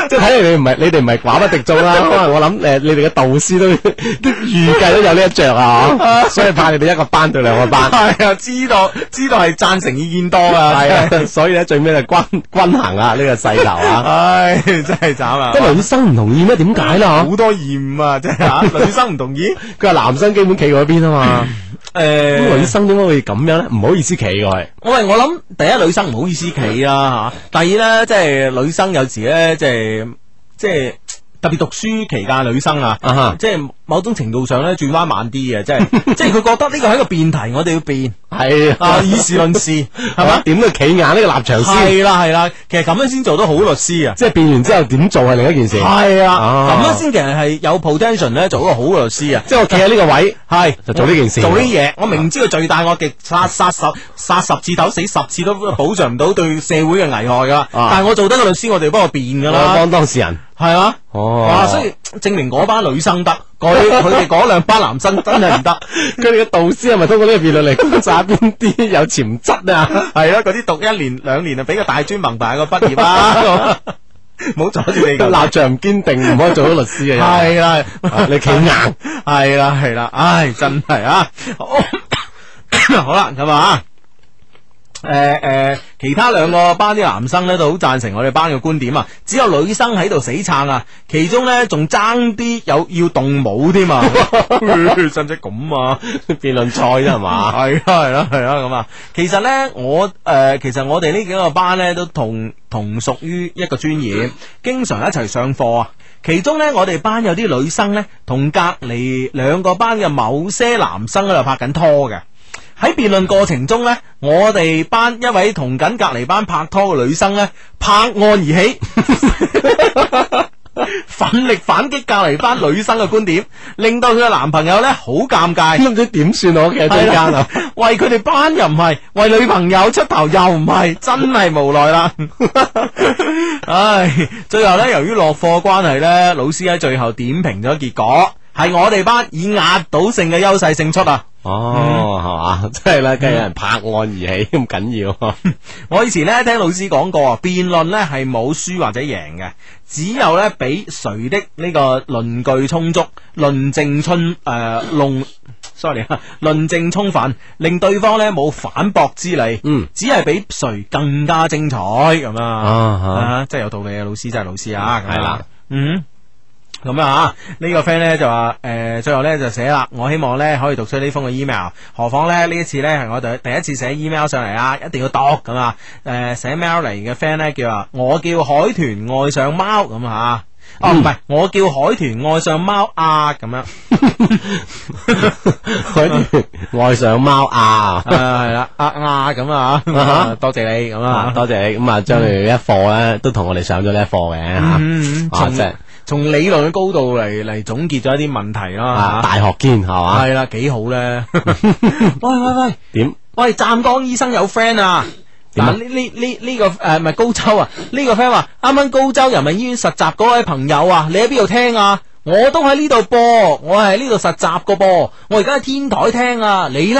即係睇嚟你唔係你哋唔係寡不敵眾啦，可能我諗誒你哋嘅導師都 都預計都有呢一着 啊，所以派你哋一個班對兩個班。系啊，知道知道系赞成意见多啊，系啊，所以咧最尾就 均均衡啦呢個勢頭 啊。唉，真系惨啊咁！女生唔同意咩？點解啦？好多厭啊，真系 啊！女生唔同意，佢話男生基本企嗰邊 啊嘛。咁诶女生點解會咁樣咧？唔好意思企佢，喂，我諗第一女生唔好意思企啦吓，第二咧即係女生有時咧即係即係特別讀書期間女生啊啊哈，即係某種程度上咧轉彎慢啲嘅，即 係即係佢覺得呢個係一個辯題，我哋要辯係 啊，以事論事係係嘛？嘛？點都企硬呢個立場先，係啊啦係啦，其實咁樣先做到好律師啊！ 即係變完之後點做係另一件事。系啊啊，咁樣先其實係有 potential 咧，做一個好嘅律師啊。即係我企喺呢個位，係就做呢件事做呢啊嘢。我明知佢罪大惡極，殺殺十殺十次頭，死十次都補償唔到對社會嘅危害噶。啊但係我做得個律師，我哋幫我辯噶我啦，幫當事人。係啊。哦哇！所以證明嗰班女生得， 佢佢哋嗰兩班男生真係唔得。佢哋嘅導師係咪通過呢個辯論嚟 觀察邊啲有潛質啊？係啊，嗰啲讀一年兩年啊，俾個大專文憑個畢業 啦。唔好阻住你咁。啊立場唔堅定，唔可以做到律師嘅人。係啦，啊你企硬。 系啦系啦，唉，真系啊！ 好好啦，咁啊。诶诶、誒其他兩個班啲男生咧都好贊成我哋班嘅觀點啊，只有女生喺度死撐啊，其中咧仲爭啲有要動武添啊， 使唔使咁 啊？辯論賽啫係嘛？系啦系啦系啦咁啊！其實呢，我诶、呃其實我哋呢幾個班呢，都同同屬於一個專業，經常一齊上課啊。其中呢，我哋班有啲女生呢，同隔離兩個班嘅某些男生喺度拍緊拖嘅。喺辯論過程中呢，我哋班一位同緊隔離班拍拖嘅女生呢，拍案而起。奮力反擊隔離班女生嘅觀點，令到佢嘅男朋友呢好尷 尬。都唔知點算我企喺中間啊！ 为佢哋班又唔系，为女朋友出头又唔系，真系无奈啦。唉，最后呢，由于落课关系呢，老师喺最后点评咗结果，系我哋班以压倒性嘅优势胜出啊！哦，係嘛？真係嗯啦，梗係有人拍案而起咁緊要啊。我以前呢，听老师讲过，辩论呢系冇输或者赢嘅，只有呢比谁的呢个论据充足、论证充诶论。sorry 啊，论证充分，令对方呢冇反驳之理。嗯，只系比谁更加精彩咁 啊啊！啊啊，真系有道理啊！老師真係老師啊，咁啊係啦，嗯。咁啊，呢、個 friend 咧就話，誒、最後咧就寫啦，我希望咧可以讀出呢封嘅 email，何況咧呢一次咧係我第第一次寫 email 上嚟啊，一定要讀咁啊，誒、寫 mail 嚟嘅 friend 咧叫啊，我叫海豚愛上貓咁啊，哦嗯唔係，我叫海豚愛上貓啊咁樣。佢愛上貓啊啊！系啦，啊啊咁啊，啊多謝你咁啊啊，多謝你咁啊，將你呢一課咧都同我哋上咗呢一課嘅吓，嗯，啊從真係從理論嘅高度嚟嚟總結咗一啲問題啊啦，大學堅係嘛？係啦，幾好咧！ 喂喂喂點 喂，湛江醫生有 friend 啊！點啊嗱呢呢呢呢個誒唔係高州啊，呢個 friend 話啱啱高州人民醫院實習嗰位朋友啊，你喺邊度聽啊？我都喺呢度播，我係喺呢度實習個噃，我而家喺天台聽啊，你呢？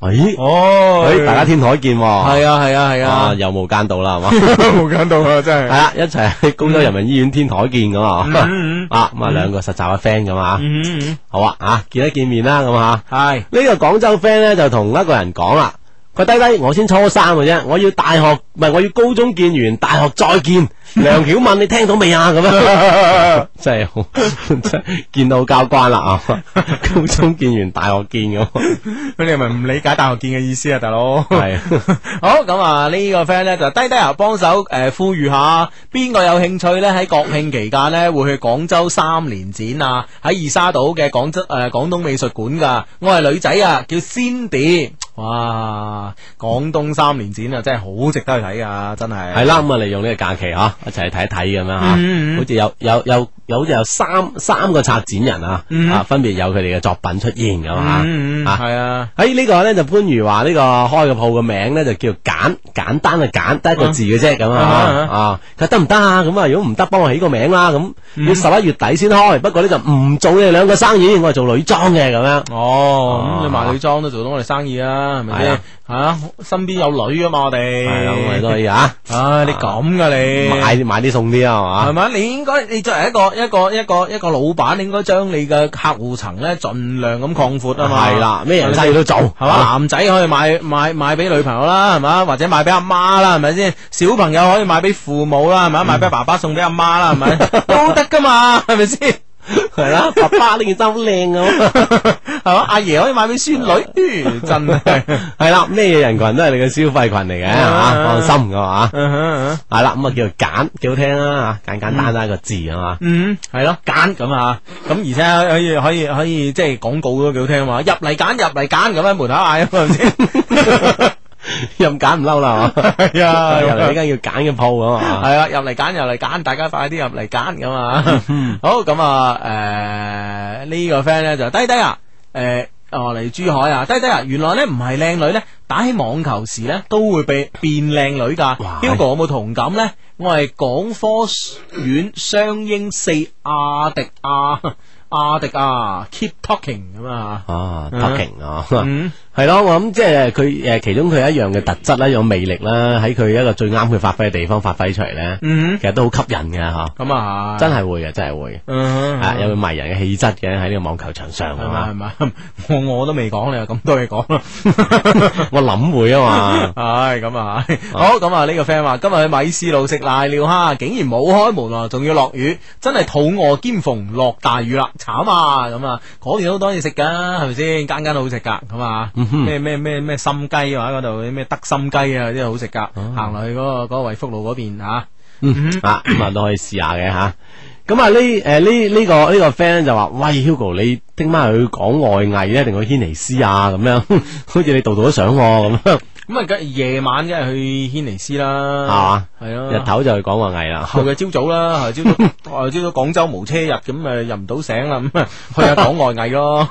咦？哦誒哎大家天台見喎，係啊係啊係啊啊，有無間道啦係嘛？冇揀到啊真係。啦，一齊喺高州人民醫院天台見咁啊嗯嗯！ 啊咁啊，兩個實習嘅 friend 咁啊，嗯，好啊啊，見一見面啦咁啊！係呢個廣州 friend 咧就同一個人講啦，佢低低，我先初三嘅啫，我要大學唔係我要高中見完，大學再 見。梁曉敏，你聽到未啊？咁樣 真係好，真係見到好交關啦啊！ 高中見完，大學見咁，佢哋咪唔理解大學見嘅意思啊，大佬。 係好咁啊，呢個 friend 咧就低低啊，幫手诶呼籲下，邊個有興趣咧喺國慶期間咧會去廣州三年展啊，喺二沙島嘅廣州诶广东美術館噶。我係女仔啊，叫 Cindy。哇，啊廣東三年展啊，真係好值得去睇噶，真係。係啦，咁啊利用呢個假期啊，一齊去睇一睇咁樣啊，嗯嗯嗯好似有有有有好似有三三個策展人啊，嗯啊分別有佢哋嘅作品出現咁啊，嗯，嗯嗯啊係啊，喺呢個咧就番禺話呢個開個鋪嘅名咧就叫簡，簡單嘅簡，得一個字嘅啫咁啊啊啊！佢得唔得啊？咁啊，如果唔得，幫我起個名啦。咁嗯要十一月底先開，不過咧就唔做你哋兩個生意，我係做女裝嘅咁樣。哦，啊咁你賣女裝都做到我哋生意啊，係咪係先啊？吓，身邊有女啊嘛，我哋。係啦，我哋都可以啊，唉，你咁噶你？買買啲送啲啊，系係嘛？咪？你應該你作為一個一個一個一個老闆，你應該將你嘅客戶層咧盡量咁擴闊啊嘛。係啦，咩人生意都做，啊係係嘛？嘛？男仔可以買買買俾女朋友啦，係嘛？或者買俾阿媽啦，係咪先？小朋友可以買俾父母啦，係咪？買俾爸爸送俾阿媽啦，係 咪？都得噶嘛，係咪先？係 啦，爸爸呢件衫好靚啊！係嘛？阿爺可以買俾孫女，真係。係啦，咩人群都係你嘅消費群嚟嘅啊嚇，放心㗎嘛。啊嗯哼嗯哼係啦，咁啊叫做簡，幾好聽啦嚇，簡簡單單一個字啊 嘛。嗯，系咯，揀咁啊，咁而且可以可以可以即係廣告都幾好聽啊嘛，入嚟揀入嚟揀咁喺門口嗌啊嘛，係咪先？任揀唔嬲啦，系 啊入嚟呢間要揀嘅鋪啊系 嘛，啦，入嚟揀入嚟揀，大家快啲入嚟揀咁啊！ 好咁啊，诶呢個 friend 咧就低低啊，诶哦嚟珠海啊，低低啊，原來咧唔係靚女咧，打起網球時咧都會被變靚女噶。哇 Hugo 有冇同感咧？我係港科院雙英四亞迪 亞亞迪亞 Keep Talking 咁啊！啊嗯，talking 啊，嗯係咯，我諗即係佢诶，其中佢有一樣嘅特質啦，一種魅力啦，喺佢一個最啱佢發揮嘅地方發揮出嚟咧，嗯，其實都好吸引嘅吓，咁啊真係會嘅，真係會嘅，嗯啊，有佢迷人嘅氣質嘅喺呢個網球場上係啊嘛係嘛，嘛， 我我都未講你又咁多嘢講 啦。。我諗會啊嘛唉，咁啊，好咁啊，呢個 friend 話今日去米斯路食瀨尿蝦，竟然冇開門啊，仲要落雨，真係肚餓兼逢落大雨啦，慘啊！咁啊，嗰邊都多嘢食噶，係咪先？間間都好食噶，咁啊，嗯咩咩咩咩心雞啊，嗰度咩德心雞啊，啲好食噶，哦行落去嗰個嗰個惠福路嗰邊啊。嗯啊，咁啊都可以試下嘅吓。咁啊呢誒呢呢個呢個 friend 就話：喂，Hugo，你聽晚去講外藝咧，定去軒尼斯啊？咁樣， 好似你度度都想我咁樣，咁啊，梗夜晚梗係去軒尼斯啦，係嘛？係咯，啊日頭就去講外藝啦。 后日朝早啦，後日朝早後日朝早廣州無車日，咁诶入唔到醒啦，咁啊去 下港外藝咯。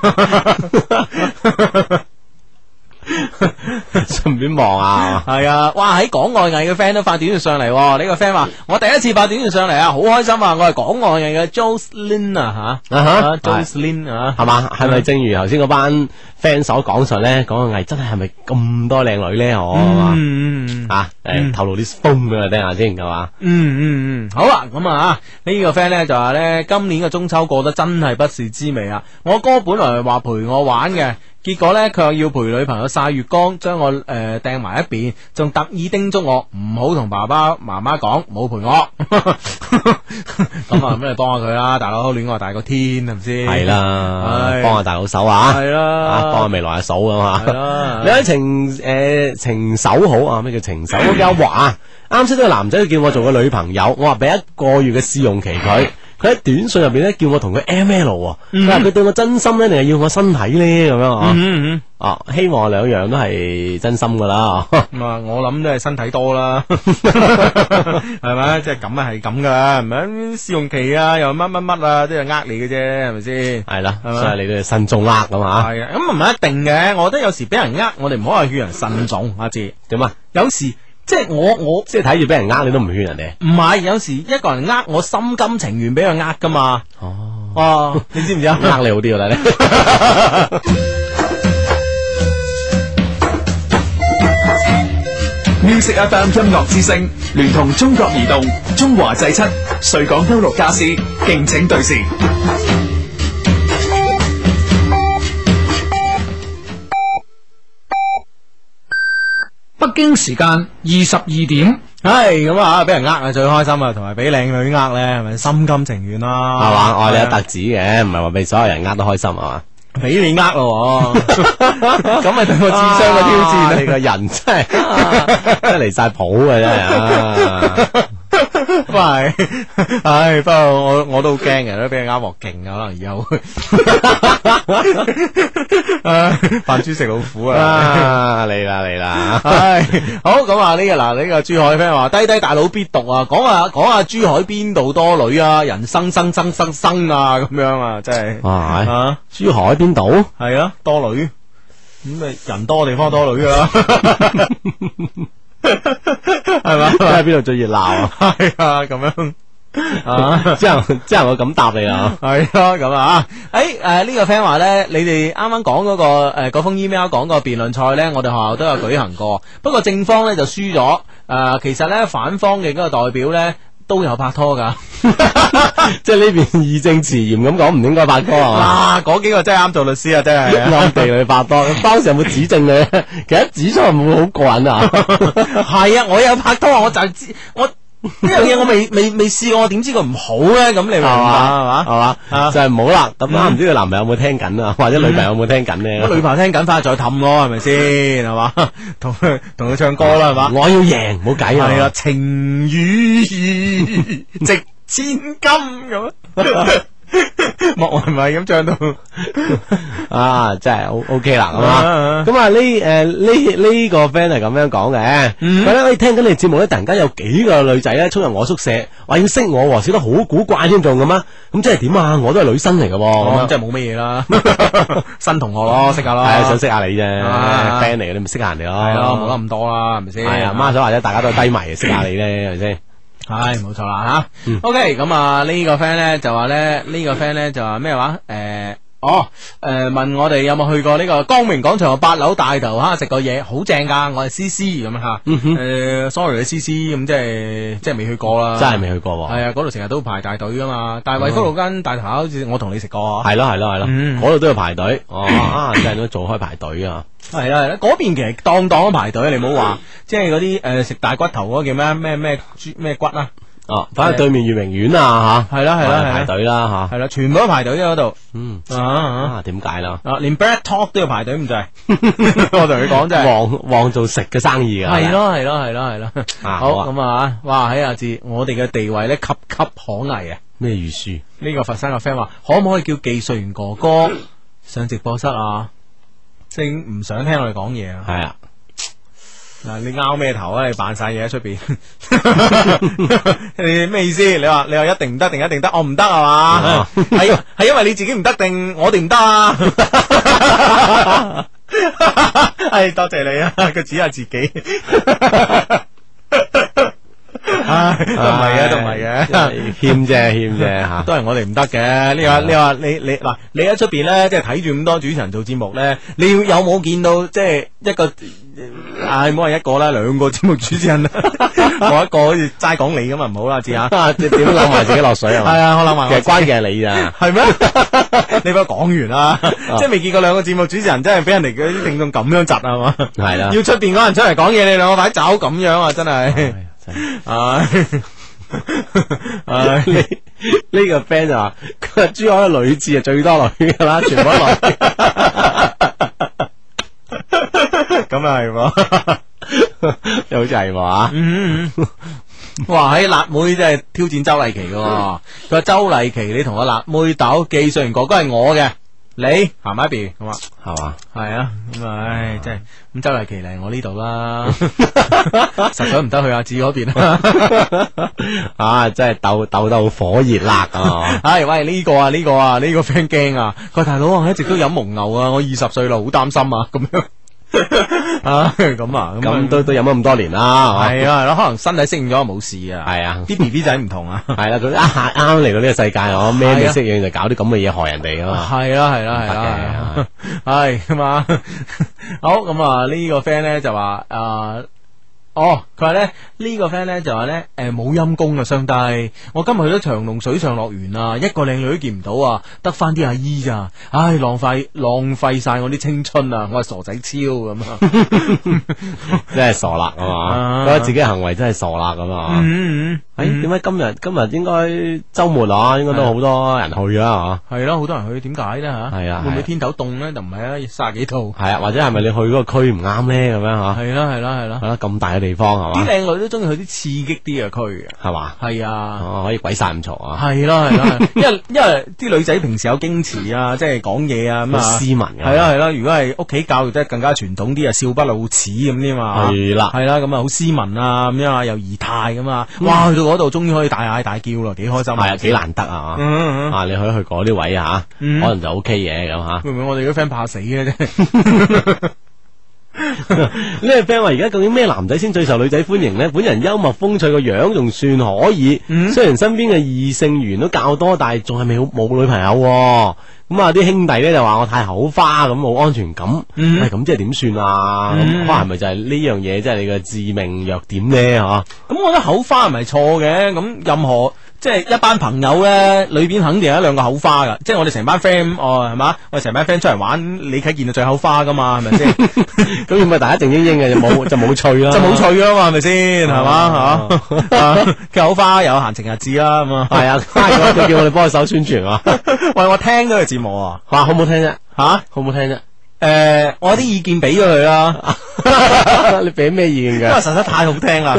順便望 啊，系啊，哇！喺港外藝嘅 friend 都發短信上嚟喎，呢個 friend 話：我第一次發短信上嚟啊，好開心啊！我係港外藝嘅 Jocelyn 啊吓，啊哈啊 Jocelyn 啊，係嘛？係咪正如頭先嗰班 friend 所講述咧，講外藝真係係咪咁多靚女咧？我係嘛嗯啊誒透露啲風俾我聽下先，係嘛？ 嗯嗯嗯，好啦，咁啊，呢、個 friend 咧就話咧，今年嘅中秋過得真係不是滋味啊！我哥本來話陪我玩嘅，結果咧佢又要陪女朋友晒月光，將我誒掟埋一邊，仲特意叮囑我唔好同爸爸媽媽講冇陪我。咁啊，咁你幫下佢啦，大佬戀愛大過天係咪先？係，啦唉，幫下大佬手啊，係啊，幫下啦，未來阿嫂咁啊係。啦你，喺情诶、情手好啊？咩叫情手好？有話啊啱先呢個男仔佢叫我做個女朋友，我話俾一個月嘅試用期嗯佢。佢喺短信入边咧叫我同佢 M L 喎，佢話佢對我真心咧，定係要我身體咧咁樣啊？嗯嗯啊，希望兩樣都係真心 噶啦。嗯，咁啊，我諗都係身體多啦，係咪？即係咁啊，係咁噶啦，係咪？試用期啊，又乜乜乜啊，都係呃你嘅啫，係咪先？係啦，係嘛所以你都要慎重啦咁 啊？係啊，咁唔一定嘅，我覺得有時俾人呃，我哋唔可以勸人慎重，阿志。點啊？有時即係我我即係睇住俾人呃，你都唔勸人哋。唔係，啊有時一個人呃我心甘情願俾佢呃噶嘛。哦，哦，你知唔知啊？呃你好啲噶啦，你 Music FM 音樂之聲聯同中國移動、中華製漆、瑞港優樂家私敬請對視。京时间二十二点。唉，咁啊，俾人呃啊最開心啊，同埋俾靚女呃咧，係咪心甘情願啦？係嘛？我哋係有啊特指嘅，唔係話俾所有人呃得開心係嘛？俾你呃 咯喎，咁咪對我智商嘅挑戰啊你個人真係 真係離晒譜嘅真係啊！喂，唉，不過我我都好驚嘅，都俾人呃鑊勁啊，可能以後會。 唉扮豬食老虎 啊！啊，嚟啦嚟啦！唉，好咁啊！呢、個嗱，呢、個珠海 friend 話低低大佬必讀啊！講下講下珠海邊度多女啊，人生生生生生啊，咁樣啊，真係哇！啊，珠海邊度？係啊，多女咁咪人多地方多女噶 啦，係嘛？即係邊度最熱鬧啊？ 係啊，咁樣啊。之後之後我咁答你啦。系咯，咁啊，诶、诶，呢、個个 friend 话咧，你哋啱啱講嗰個诶嗰、封 email 講個辯論賽咧，我哋學校都有舉行過，不過正方咧就輸咗。诶、其實咧反方嘅嗰個代表咧都有拍拖㗎。即係呢邊義正詞嚴咁講，唔應該拍拖係嘛？ 哇，嗰幾個真係啱做律師啊，真係。暗地裏拍拖，當時有冇指證你？啊其實指出會唔會好過癮啊？係啊，我有拍拖，我就知我呢樣嘢我未未未试过，我點知佢唔好咧？咁你明唔明白係係嘛？嘛，係啊嘛，就係唔好啦。咁啊，唔知佢男朋友有冇聽緊啊，或者女朋友有冇聽緊我呢？女朋友聽緊，翻去再氹我係咪先？係嘛？同佢同佢唱歌啦，係嘛？我要贏，冇計啊！系啊，情与义值千金咁。 莫云咪咁唱到， 啊，真係 O O K 啦，係啊嘛？咁啊呢誒呢呢個 friend 係咁樣講嘅，嗯佢咧我聽緊你節目咧，突然間有幾個女仔咧衝入我宿舍，話要識我喎，笑得好古怪添仲咁啊！咁即係點啊？我都係女生嚟嘅喎，咁啊咁樣真系冇乜嘢啦。新同學咯，識下咯，係啊，想識下你啫啊，friend 嚟嘅，你咪識下人哋咯，係咯，冇得咁多啦，係咪先？係啊，媽所或者大家都係低迷嘅，識下你 咧，係咪先？唉，冇錯啦吓。OK，咁啊呢個 friend 咧就話咧，呢個 friend 咧就話咩話？誒。哦，誒、問我哋有冇去過呢個光明廣場八樓大頭蝦食過嘢，好正㗎！我係 C C 咁嚇，誒、sorry 你 C C 咁即係即係嗯未去過啦，真係未去過喎，系啊，嗰度成日都排大隊噶嘛，但係惠福路間大頭蝦好似我同你食過啊，係咯係咯係咯，嗯嗰度都要排隊， 哦啊，真係都做開排隊啊！係啦係啦，嗰邊其實當當排隊，你唔好話，即係嗰啲诶食大骨頭嗰個叫咩咩咩豬咩骨啊啦，哦，反正對面圓明園啊嚇，係啦係啦係啦排隊啦嚇，係啦，全部都排隊喺嗰度，嗯啊啊啊點解啦？啊，连 Bread Talk 都要排隊唔制，我同你講真係。旺旺做食嘅生意噶，係，咯係咯係咯係咯，啊好好啊咁 啊！哇，喺阿志，我哋嘅地位咧岌岌可危啊！咩預書？呢個佛山嘅 friend 話，可唔可以叫技術員哥哥上直播室啊？即係唔想聽我哋講嘢啊！係啊，嗱，你拗咩頭啊？你扮晒嘢喺出邊， 你咩意思？你話你話一定唔得，定一定得？我哦唔得係嘛 啊？係係因為你自己唔得定我哋唔得 啊？係多謝你啊！佢指下自 己。唉，都唔係啊嘅，都唔係嘅。欠啫 欠啫嚇。都係我哋唔得嘅。你啊話你話你你嗱，你喺出邊咧，即係睇住咁多主持人做節目咧，你要有冇見到即係一個？唉，唔好話一個啦，兩個節目主持人 啦，我一個好似齋講你咁啊，唔好啦，知下。啊， 即係點攬埋自己落水係係嘛？啊，我諗埋 其我實關鍵係你咋，係咩？你俾我講完啦，即係未見過兩個節目主持人真係俾人哋嗰啲聽眾咁樣窒啊嘛。係啦要出邊嗰人出嚟講嘢，你兩個快走咁樣啊，真係。真係唉，唉。呢呢個 friend 就話：佢話珠海嘅女字係最多女 㗎啦，全部都女。咁啊係喎，又好似係啊嘛？嗯，哇！喺辣妹真係挑戰周麗琪嘅喎，佢話周麗琪你同我辣妹鬥，技術員哥哥係我嘅，你行埋一邊咁啊，係嘛？係啊，咁啊，唉，真係咁周麗琪嚟我呢度啦，實在唔得去阿志嗰 邊啦。啊，真係鬥鬥得好火熱辣啊！唉，喂，呢、個啊，呢、個啊，呢、個 friend 驚啊！佢話大佬啊，我一直都飲蒙牛啊，我二十歲啦，好擔心啊， 咁樣啊，咁啊，咁咁啊都都飲咗咁多年啦，係嘛係啊，係咯，可能身體適應咗冇事啊，係啊。啲 B B 仔唔同啊。係啦，佢一下啱嚟到呢個世界，我咩係都啊適應，就搞啲咁嘅嘢害人哋啊嘛。系啦系啦系啦，系咁啊！好咁啊，呢個 friend 咧就話啊。哦，佢話咧呢個 friend 咧就話咧，诶冇陰公啊，上帝！我今日去咗長隆水上樂園啊，一個靚女都見唔到啊，得翻啲阿姨咋，唉，浪費浪費晒我啲青春啊！我係傻仔超咁啊！真系傻啦，系嘛？啊覺得自己行為真係傻啦，咁啊！嗯嗯，诶，點解今日今日應該周末啊？應該都好多人去啊，係咯，好多人去，點解咧吓？係啊會唔係會啊天頭凍咧？就唔係啊，卅幾度系。嘛？係啊，或者係咪你去嗰個區唔啱咧？咁樣吓，係啦係啦係啦係，啦，咁大嘅地方係啲嘛？靚女都中意去啲刺激啲嘅區嘅。係嘛？係啊。哦，可以鬼殺咁嘈啊！系咯系咯， 因为因为啲女仔平時有矜持啊，即係講嘢啊咁好啊，斯文㗎係啦係啦，如果係屋企教育得更加傳統啲啊，少不露齒咁添嘛，係啦係啦，咁啊好斯文啊咁樣啊，又儀態咁啊，哇，去到嗰度終於可以大嗌大叫啦，幾開心係啊，幾難得啊！嗯嗯嗯啊，你可以去嗰啲位啊，可嗯能就 O K 嘅咁啊吓。會唔會我哋啲 friend 怕死嘅啫？呢個 friend 話：而家究竟咩男仔先最受女仔歡迎呢？本人幽默風趣個樣仲算可以，雖然身邊嘅異性緣都較多，但係仲係未好冇女朋友喎。咁啊，啲兄弟呢就話我太口花，咁冇安全感。嗯喂，咁即係點算啊？咁可能咪就係呢樣嘢，即係你嘅致命弱點呢？吓，咁我覺得口花唔係錯嘅，咁任何即係一班朋友咧，裏邊肯定有一兩個口花噶，即係我哋成班 friend 哦，係嘛？我哋成班 friend 出嚟玩，李啟健就最口花噶嘛，係咪先？咁要咪大家靜英英嘅，就 冇就冇趣啦，就冇。趣啦嘛，係咪先？係嘛嚇啊？有花有閒情日誌啦咁啊！ 係啊，佢叫我哋幫手宣傳 啊，喂，我聽咗個節目啊話好唔好聽啫？嚇，好唔好聽啫？誒，我有啲意見俾咗佢啦， 你俾咩意見因為 㗎？實在太好聽啦。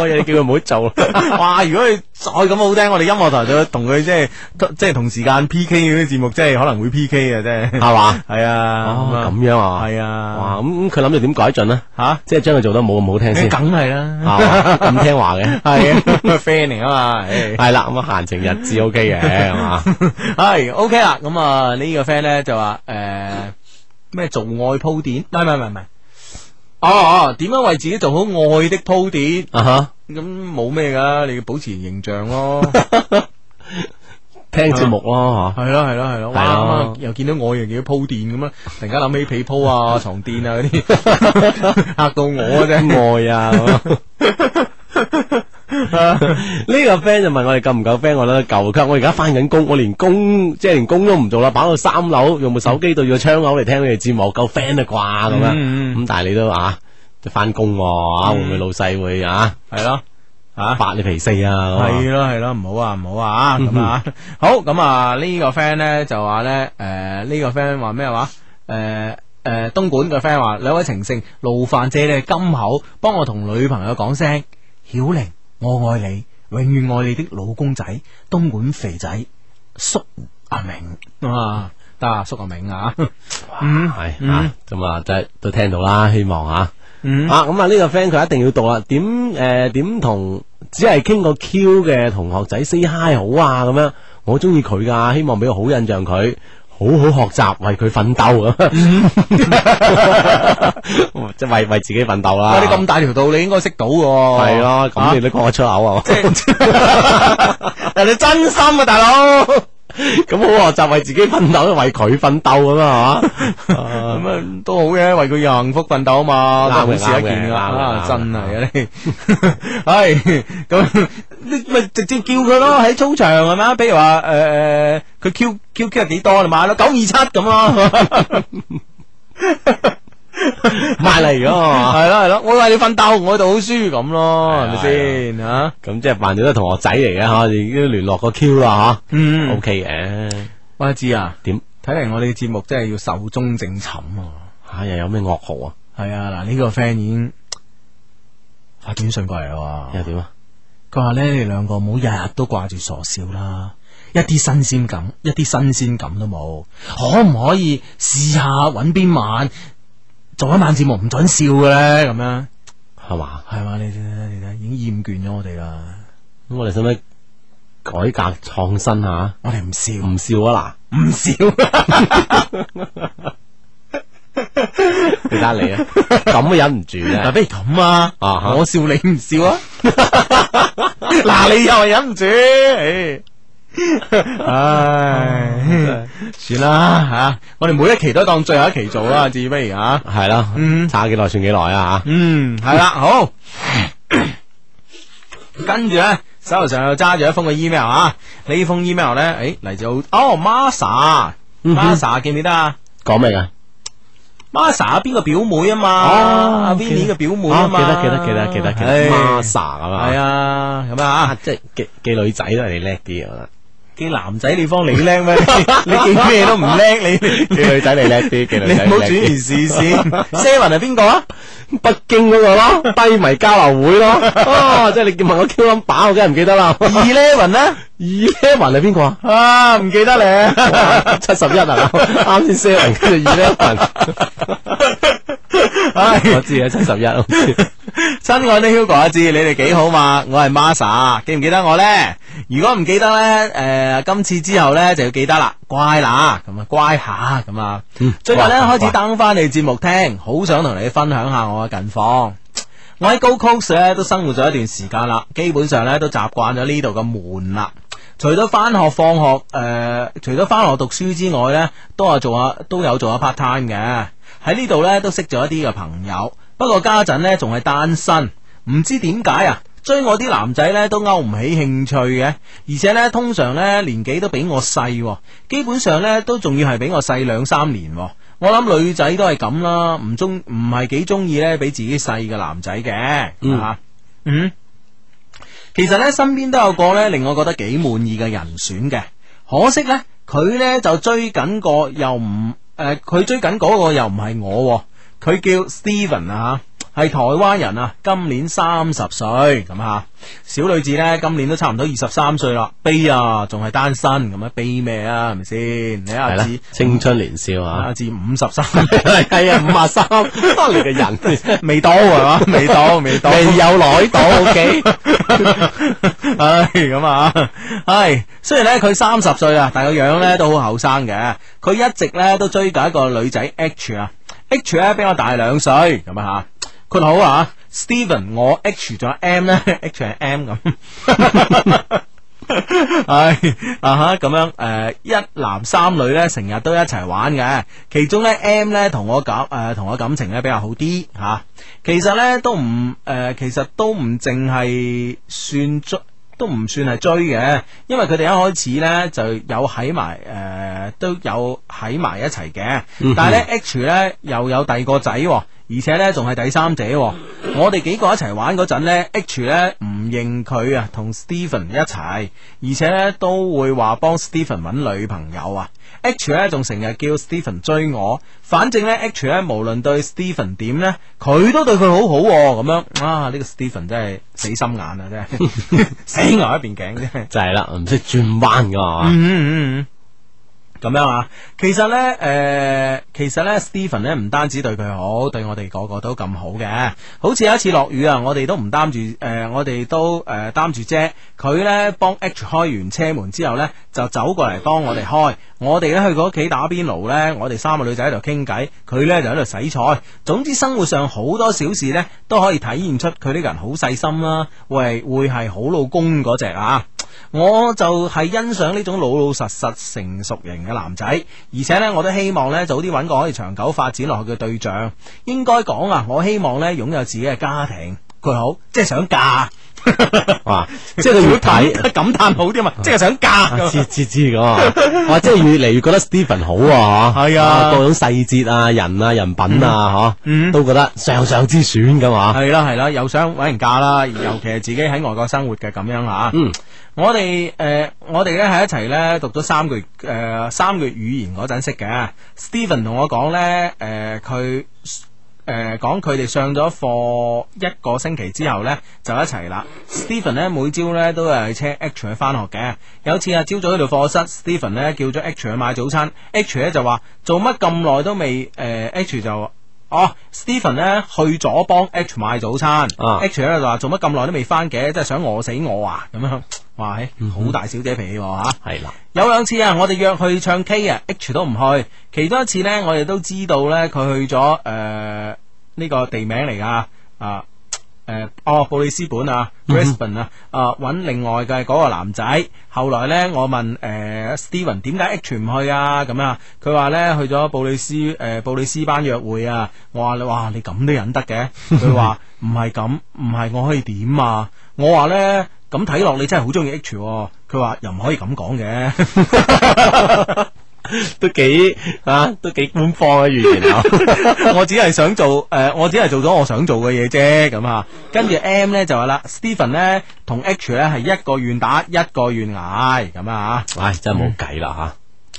我又叫佢唔好做 啦。哇！如果佢再咁好聽，我哋音樂台就同佢即係即係同時間 P K 嗰啲節目，即係可能會 P K 啊，真係 係嘛？係啊，哦，咁樣啊，係啊哇，咁咁佢諗住點改進咧？吓，即係將佢做得冇咁好 聽先，梗係啦，啊咁聽話嘅，係啊 friend 嚟啊嘛，唉係啦，咁啊閒情日誌 OK 嘅，係嘛？系 OK 啦，咁啊呢個 friend 咧就話诶咩做愛鋪墊，唔係唔係唔係唔係，哦哦點樣為自己做好愛的鋪墊？啊哈，咁冇咩噶，你要保持形象咯， 聽節目咯，係咯係咯係咯，係哇！啊咯啱啱又見到我又見到鋪墊咁啊，突然間諗起被鋪啊、床墊啊嗰啲， 嚇到我啊嚇，真係。愛 啊咁啊。呢個 friend 就問我哋夠唔夠 friend，我覺得夠。佢話我而家翻緊工，我連工即係連工都唔做啦，跑到三樓用部手機對住個窗口嚟聽你哋節目，夠 friend 啦啩咁樣。嗯嗯咁但係你都啊，都翻工喎，啊會唔會老細會啊係咯，啊發你脾氣啊？咁啊系咯系咯，唔好啊唔好啊咁啊，好咁啊呢個 friend 咧就話咧，诶呢個 friend 話咩話诶。诶，東莞嘅 friend 話：兩位情聖，勞煩借你嘅金口，幫我同女朋友講聲，曉玲，我愛你，永遠愛你的老公仔，東莞肥仔叔阿明啊，得啊，叔阿明啊， 嗯系啊，咁啊，真係都聽到啦，希望啊，嗯啊，咁啊，呢個 friend 佢一定要讀啦，點诶点同只係傾過 Q 嘅同學仔 say hi 好啊，咁樣，我中意佢噶，希望俾個好印象佢。好好學習，為佢奮鬥啊嗯咁，即係 為為自己奮鬥啦。喂，你咁哦大條道理應該識到喎，係咯，咁你都講得出口啊？ 人哋真心啊，大佬。咁好學習，為自己奮鬥，為佢奮鬥咁 啊，係嘛？咁啊 都好嘅，為佢幸福奮鬥啊嘛，啱嘅都好事一件啱嘅噶，啊啱嘅真係啊你， 係咁你咪直接叫佢咯，喺操場係嘛？比如話誒誒，佢 Q Q Q 係幾多你買咯，九二七咁 咯，賣嚟噶嘛？係咯係咯，我為你奮鬥，我喺度好輸咁咯，係咪啊先嚇？咁即係扮咗都係同學仔嚟嘅吓，已經聯絡個 Q 啦吓嗯， ，OK 嘅。我知啊，點睇嚟我哋嘅節目真係要壽終正寢啊！吓又有咩噩耗啊？係啊，嗱呢個 friend 已經發短信過嚟啦喎。又點啊？佢話咧，你兩個唔好日日都掛住傻笑啦，一啲新鮮感，一啲新鮮感都冇。可唔可以試下揾邊晚做一晚節目唔准笑嘅咧？咁樣係嘛？係嘛？你睇你睇，已經厭倦咗我哋啦。咁我哋使唔使改革創新下？我哋唔笑，唔笑啊唔笑，嗱，你得你啊，咁都忍唔 住嗱，咧。不如咁啊，啊哈 我笑你唔笑啊？嗱，你又係忍唔住，唉唉，算啦吓、我哋每一期都當最後一期做啦，至於啊不如吓，系啦，嗯差幾耐算幾耐啊吓。嗯，係啦，好， 跟住咧。手頭上又揸住一封嘅 email 啊，呢封 email 咧，诶嚟自澳哦 Masa，Masa 記唔記得啊講咩噶？ ？Masa 邊個表妹啊嘛，哦阿 Vinny 嘅表妹啊嘛，啊記得記得記得記得唉 m a s a 咁啊，系，啊，咁啊，即係記記女仔都係你叻 啲，我覺得。記男仔你方你叻 咩？你你記咩都唔叻，你你記女仔你叻啲，記 你女仔唔你好叻轉移啲。視線。Seven 係邊個 啊？北京嗰個咯，低迷交流 會咯，啊，即係你問我 Q number，我梗係唔記得啦。 Eleven 咧？二 Eleven 係邊個啊？啊，唔記得咧。 七十一啊，啱先 seven 跟住 eleven，我知啊，七十一， 親愛的 Hugo 阿志，你哋幾好嘛？我係 Masa，記唔記得我呢？如果唔記得呢，诶、今次之後呢，就要記得啦，乖啦，咁啊，乖下咁啊。最近呢，嗯乖開始 down 翻你節目聽，好想同你分享下我嘅近況。我喺高 coast 咧都生活咗一段時間啦，基本上咧都習慣咗呢度嘅悶啦。除咗翻學放學，誒、除咗翻學讀書之外呢，都有做下都有做下 part time 嘅。喺呢度呢，都識咗一啲嘅朋友，不過家陣呢，仲係單身，唔知點解啊！追我啲男仔呢，都勾唔起興趣嘅，而且呢，通常呢，年紀都比我細喎，基本上呢，都仲要係比我細兩三年喎。我諗女仔都係咁啦，唔中唔係幾中意呢，比自己細嘅男仔嘅，嗯啊嗯。其實呢，身邊都有個呢令我覺得幾滿意嘅人選嘅，可惜呢，佢呢就追緊個又唔誒，佢、追緊嗰個又唔係我喎，佢叫 Steven 啊，係台灣人啊，今年三十歲咁啊，小女子呢，今年都差唔多二十三歲啦，悲啊，仲係單身咁啊，悲咩啊，係咪先？你係阿啦志，青春年少啊阿，志五十三，係啊，五啊 三，當年嘅人未到係嘛？未到， 未到，未有來 到，OK，唉，咁啊，唉，雖然咧佢三十歲啊，但個樣咧都好後生嘅。佢一直咧都追緊一個女仔 H 啊，H 咧比我大兩歲咁啊吓。佢好啊，Steven，我 H 仲有 M 咧 ，H 係 M 咁。唉啊哈咁樣誒、呃一男三女咧成日都一齊玩嘅，其中咧 M 咧同我感誒同、我感情咧比較好啲嚇、其實咧都唔誒、呃其實都唔淨係算追。都唔算係追嘅，因為佢哋一開始呢就有喺埋誒，都有喺埋一齊嘅。但係呢 H 呢又有第二個仔喎、而且呢仲係第三者喎、我哋幾個一齊玩嗰陣呢 h 呢唔認佢啊，同 Stephen 一齊，而且呢都會話幫 Stephen 揾女朋友啊。H 呢仲成日叫 Stephen 追我，反正呢 H 呢無論對 Stephen 點呢，佢都對佢好好、喎。咁樣啊！呢、個 Stephen 真係死心眼啊，真係 死牛一邊頸真係。就係啦，唔識轉彎噶嗯嘛。嗯嗯嗯咁樣啊，其實呢，誒、其實呢 s t e p h e n 呢唔單止對佢好，對我哋個個都咁好嘅。好似有一次落雨啊，我哋都唔擔住，誒、我哋都誒擔住遮。佢呢幫 H 開完車門之後呢，就走過嚟幫我哋開。我哋呢去佢屋企打邊爐呢，我哋三個女仔喺度傾偈，佢呢就喺度洗菜。總之生活上好多小事呢，都可以體現出佢呢個人好細心啦，會係會係好老公嗰只啊。我就係欣賞呢種老老實實成熟型嘅男仔，而且呢，我都希望呢，早啲揾個可以長久發展落去嘅對象。應該講啊，我希望呢，擁有自己嘅家庭。佢好，即係想嫁， 哇！即 係佢越睇，感嘆好啲嘛，即係想嫁。啊 知知知咁啊！哇！即係越嚟越覺得 Stephen 好啊，嚇係啊各種細節啊、人啊、人品啊，嚇嗯都覺得上上之選咁啊！係啦係啦，又想揾人嫁啦，尤其係自己喺外國生活嘅咁樣啊吓。嗯，我哋誒、呃我哋咧喺一齊咧讀咗三個月誒、呃三個月語言嗰陣識嘅。Steven 同我講咧誒佢誒講佢哋上咗課一個星期之後咧就一齊啦。Steven 咧每朝咧都係車 H 去翻學嘅。有次啊朝早去到課室，Steven 咧叫咗 H 去買早餐，H 咧就話做乜咁耐都未誒、呃 h 就。哦，Stephen 咧去咗幫 H 買早餐、啊 h 咧就話做乜咁耐都未翻嘅，真係想餓死我啊咁樣，哇，嘿好大小姐脾氣喎吓、嗯係啦，有兩次啊，我哋約去唱 K 啊，H 都唔去。其中一次呢，呃我哋都知道呢，佢去咗誒呢個地名嚟噶啊诶、哦，布里斯本啊，Brisbane 啊，啊揾另外嘅嗰個男仔。後來咧，我問诶、呃 Steven 點解 H 唔去啊？咁啊，佢話咧去咗布里斯诶、呃布里斯班約會啊。我話你哇，你咁都忍得 嘅？佢話唔係咁，唔係我可以點啊？我話咧咁睇落你真係好中意 H 喎。佢話又唔可以咁講嘅。 都幾啊，都幾官方嘅語言啊！ 我只係想做誒、呃我只係做咗我想做嘅嘢啫，咁啊。跟住 M 咧就話啦，Stephen 咧同 H 咧係一個願打一個願挨咁啊。嗯唉，真係冇計啦吓。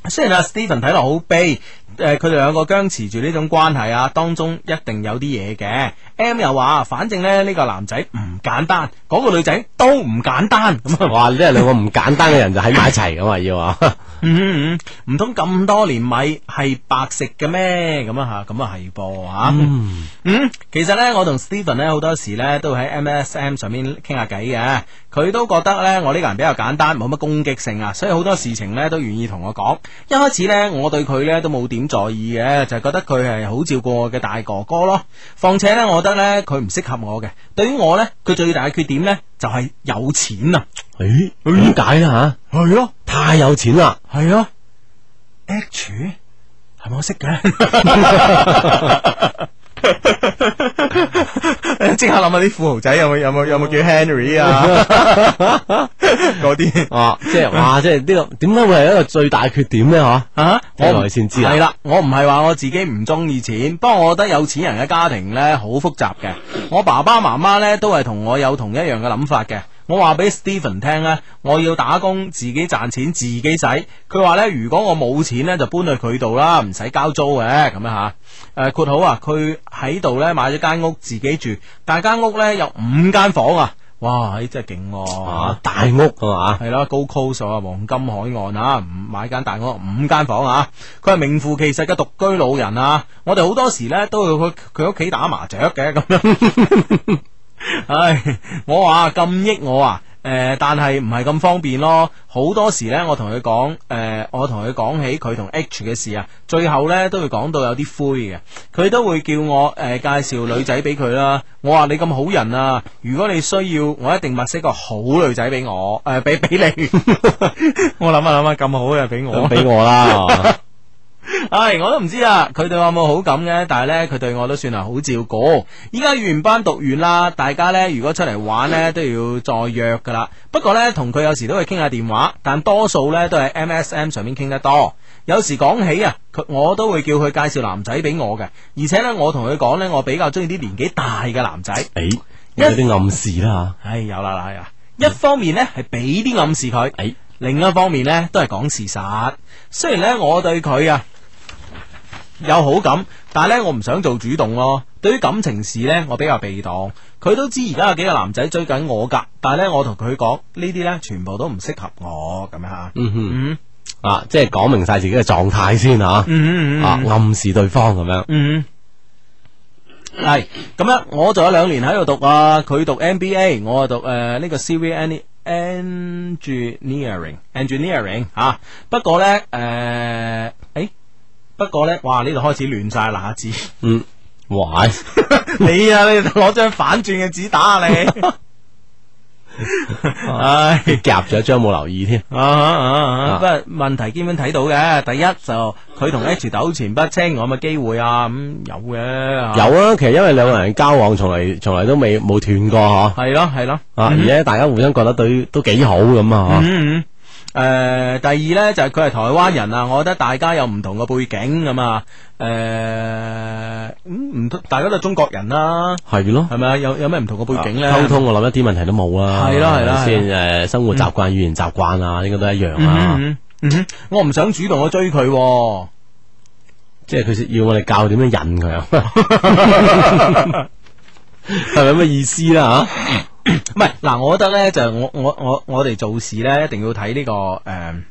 雖然阿 Stephen 睇落好悲，誒佢哋兩個僵持住呢種關係啊，當中一定有啲嘢嘅。M 又話，反正咧呢、呢個男仔唔簡單，嗰、個女仔都唔簡單咁啊。哇！呢兩個唔簡單嘅人就喺埋一齊噶嘛，要 啊，嗯嗯嗯，唔通咁多年米係白食嘅咩？咁啊吓，咁啊係噃吓。嗯其實呢，我同 Steven 咧好多時呢都喺 MSM 上面傾下偈嘅，佢都覺得呢，我呢個人比較簡單，冇乜攻擊性啊，所以好多事情呢都願意同我講。一開始呢，我對佢呢都冇點在意嘅，就係覺得佢係好照顧我嘅大哥哥咯。況且呢，我覺得呢，佢唔適合我嘅。對於我呢，佢最大嘅缺點呢就係有錢啊。咦？點解啦吓？係咯。太有錢啦！系咯，H 系咪我識嘅？ 即刻諗下啲富豪仔有冇有冇有冇叫 Henry 啊？嗰啲哦，即係哇，即係呢個點解會係一個最大缺點咧？吓，啊！我來先知啊系啦，我唔係話我自己唔中意錢，不過我覺得有錢人嘅家庭呢好複雜嘅。我爸爸媽媽呢都係同我有同一樣嘅諗法嘅。我話俾 Steven 聽呢，我要打工，自己賺錢，自己使。佢話呢，如果我冇錢呢，就搬去佢度啦，唔使交租嘅咁樣吓。诶、括好啊，佢喺度呢買咗間屋自己住，但係間屋呢有五間房啊！哇，咦真係勁喎！啊，大屋係嘛？系啦，高 cost 啊，黃金海岸啊，唔買間大屋五間房啊，佢係名副其實嘅獨居老人啊，我哋好多時咧都去佢佢屋企打麻雀嘅咁樣。 唉，我話咁益我啊！誒、但係唔係咁方便咯。好多時呢，我同佢講，誒、我同佢講起佢同 H 嘅事啊，最後呢，都會講到有啲灰嘅。佢都會叫我誒、呃介紹女仔俾佢啦。我話你咁好人啊，如果你需要，我一定物色個好女仔俾我，誒俾俾你。 我諗下諗下，咁好嘅俾我咁， 俾我 啦，唉，我都唔知啊，佢對我有冇好感嘅，但係呢，佢對我都算係好照顧。依家語言班讀完啦，大家呢，如果出嚟玩呢，都要再約噶啦。不過呢，同佢有時都會傾下電話，但多數呢，都係 MSM 上面傾得多。有時講起啊，佢我都會叫佢介紹男仔俾我嘅，而且呢，我同佢講呢，我比較中意啲年紀大嘅男仔。誒，哎有啲暗示啦唉，有啦啦呀！一方面呢，係俾啲暗示佢，哎另一方面呢，都係講事實。雖然呢，我對佢啊有好感，但係呢，我唔想做主動咯。對於感情事呢，我比較被動。佢都知而家有幾個男仔追緊我㗎，但係呢，我同佢講呢啲呢，全部都唔適合我咁樣吓。嗯哼，嗯啊，即係講明晒自己嘅狀態先吓，啊，嗯暗示對方咁樣。嗯，系咁样，我仲有兩年喺度讀啊，佢讀 MBA，我啊讀诶呢、個 civil en- engineering engineering 吓、啊不過呢，诶、誒不過呢，哇呢度開始亂晒啦字，嗯，哇， 哎 你啊你攞張反轉嘅紙打啊你，唉。夾咗一張冇留意添。啊啊啊！啊不過問題基本睇到嘅，第一就佢同 H 糾纏不清，我有冇機會啊？咁、有嘅，啊有啊，其實因為兩個人交往從嚟從嚟都未冇斷過嗬，啊係咯係咯，而且大家互相覺得對都幾好咁啊，嗬嗯嗯。誒、呃第二呢，就係佢係台灣人啊，我覺得大家有唔同嘅背景咁啊，誒、嗯唔通大家都係中國人啦、係咯。係咪啊？有有咩唔同嘅背景呢？啊溝通我諗一啲問題都冇啦，係啦係啦先誒生活習慣、語言習慣啊，應該都一樣嗯哼啊。嗯哼嗯哼我唔想主動去追佢、喎。即係佢要我哋教點樣引佢啊，係咪咁嘅意思啦嚇？唔係嗱，我覺得咧就係我我我我哋做事咧一定要睇呢、個誒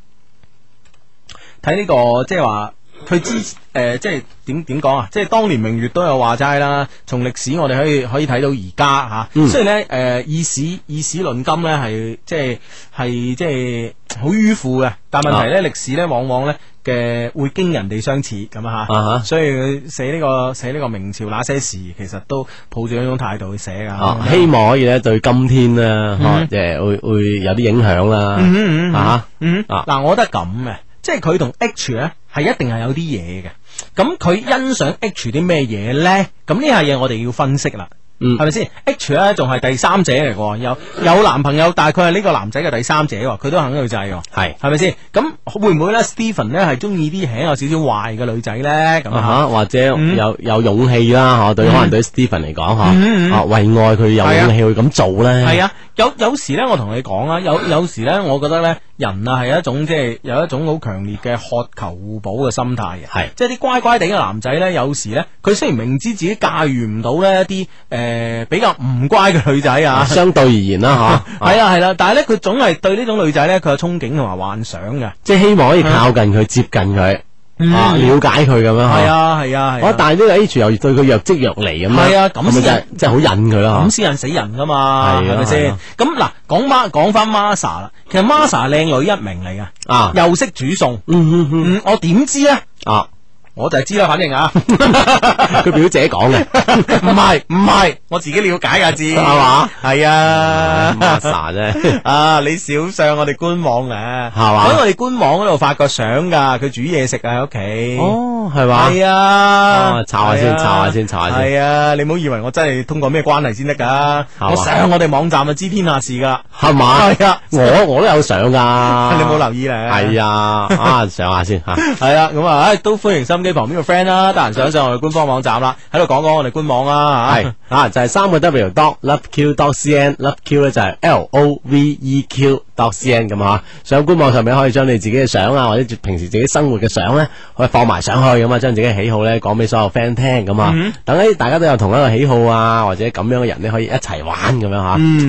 睇呢個即係話佢之诶、即係點點講啊？即係當年明月都有話齋啦。從歷史我哋可以可以睇到而家吓，嗯雖然咧诶、誒以史以史論金咧係即係係即係好迂腐嘅，但問題咧歷史咧往往咧嘅會經人哋相似咁 啊吓，啊哈所以佢寫呢、個寫呢個明朝那些事，其實都抱住一種態度去寫噶。啊，希望可以咧對今天咧，嗬即係會會有啲影響嗯嗯嗯嗯嗯啦，啊，嗯，啊嗱，我覺得咁嘅，即係佢同 H 咧係一定係有啲嘢嘅。咁佢欣賞 H 啲咩嘢咧？咁呢下嘢我哋要分析啦。嗯係咪先？H 咧仲係第三者嚟喎，有有男朋友，但係佢係呢個男仔嘅第三者喎，佢都肯去制喎，係係咪先？咁會唔會咧？Stephen 咧係中意啲係有少少壞嘅女仔咧？咁啊啊，哈，或者有有勇氣啦，嗬，對可能對 Stephen 嚟講，嗯嗯嗯嗯嗬，啊為愛佢有勇氣去咁做咧，係啊，有有時咧，我同你講啊，有有時咧，我覺得咧，人啊係一種即係有一種好強烈嘅渴求互補嘅心態嘅，係即係啲乖乖地嘅男仔咧，有時咧，佢雖然明知自己駕馭唔到呢一啲誒比較唔乖嘅女仔 啊。相對而言啦，啊嗬，係啦啊係啦，但係咧佢總係對呢種女仔咧，佢有憧憬同埋幻想嘅。即係希望可以靠近佢、接近佢，啊，了解佢咁樣，嗯係嗬。啊係啊係我啊，哦但係呢個 H 又對佢若即若離咁樣，係啊咁咪先就係即係好引佢啊啦，咁嗬先人死人噶嘛，係啊係咪係先啊？咁嗱，講媽講翻 Masa 啦，其實 Masa 靚女一名嚟嘅，啊，又識煮餸。嗯嗯嗯，嗯，我點知咧？啊，我就係知啦，反正啊，佢表姐講 嘅，啊唔係唔係，我自己了解噶知，係嘛？係啊。 Masa 啫，啊！你少上我哋官網嘅，係嘛喺我哋官網嗰度發個相噶，佢煮嘢食啊喺屋企。哦，係嘛，係啊，哦查下係啊先查下先查下先係啊，你唔好以為我真係通過咩關係先得㗎，嘛我上我哋網站就知天下事㗎。係嘛，係啊我我都有相噶， 你冇留意咧？係啊，啊上下先吓，系啦，咁啊，唉都歡迎心機旁邊嘅 friend 啦，得閒上一上我哋官方網站啦，喺度講講我哋官網啦，係啊就係三個 W dot loveq dot cn loveq 咧就係 L O V E Q dot cn 咁啊，上官網上面可以將你自己嘅相啊，或者平時自己生活嘅相咧，可以放埋上去咁啊，將自己嘅喜好咧講俾所有 friend 聽咁啊，等啲大家都有同一個喜好啊，或者咁樣嘅人咧可以一齊玩咁樣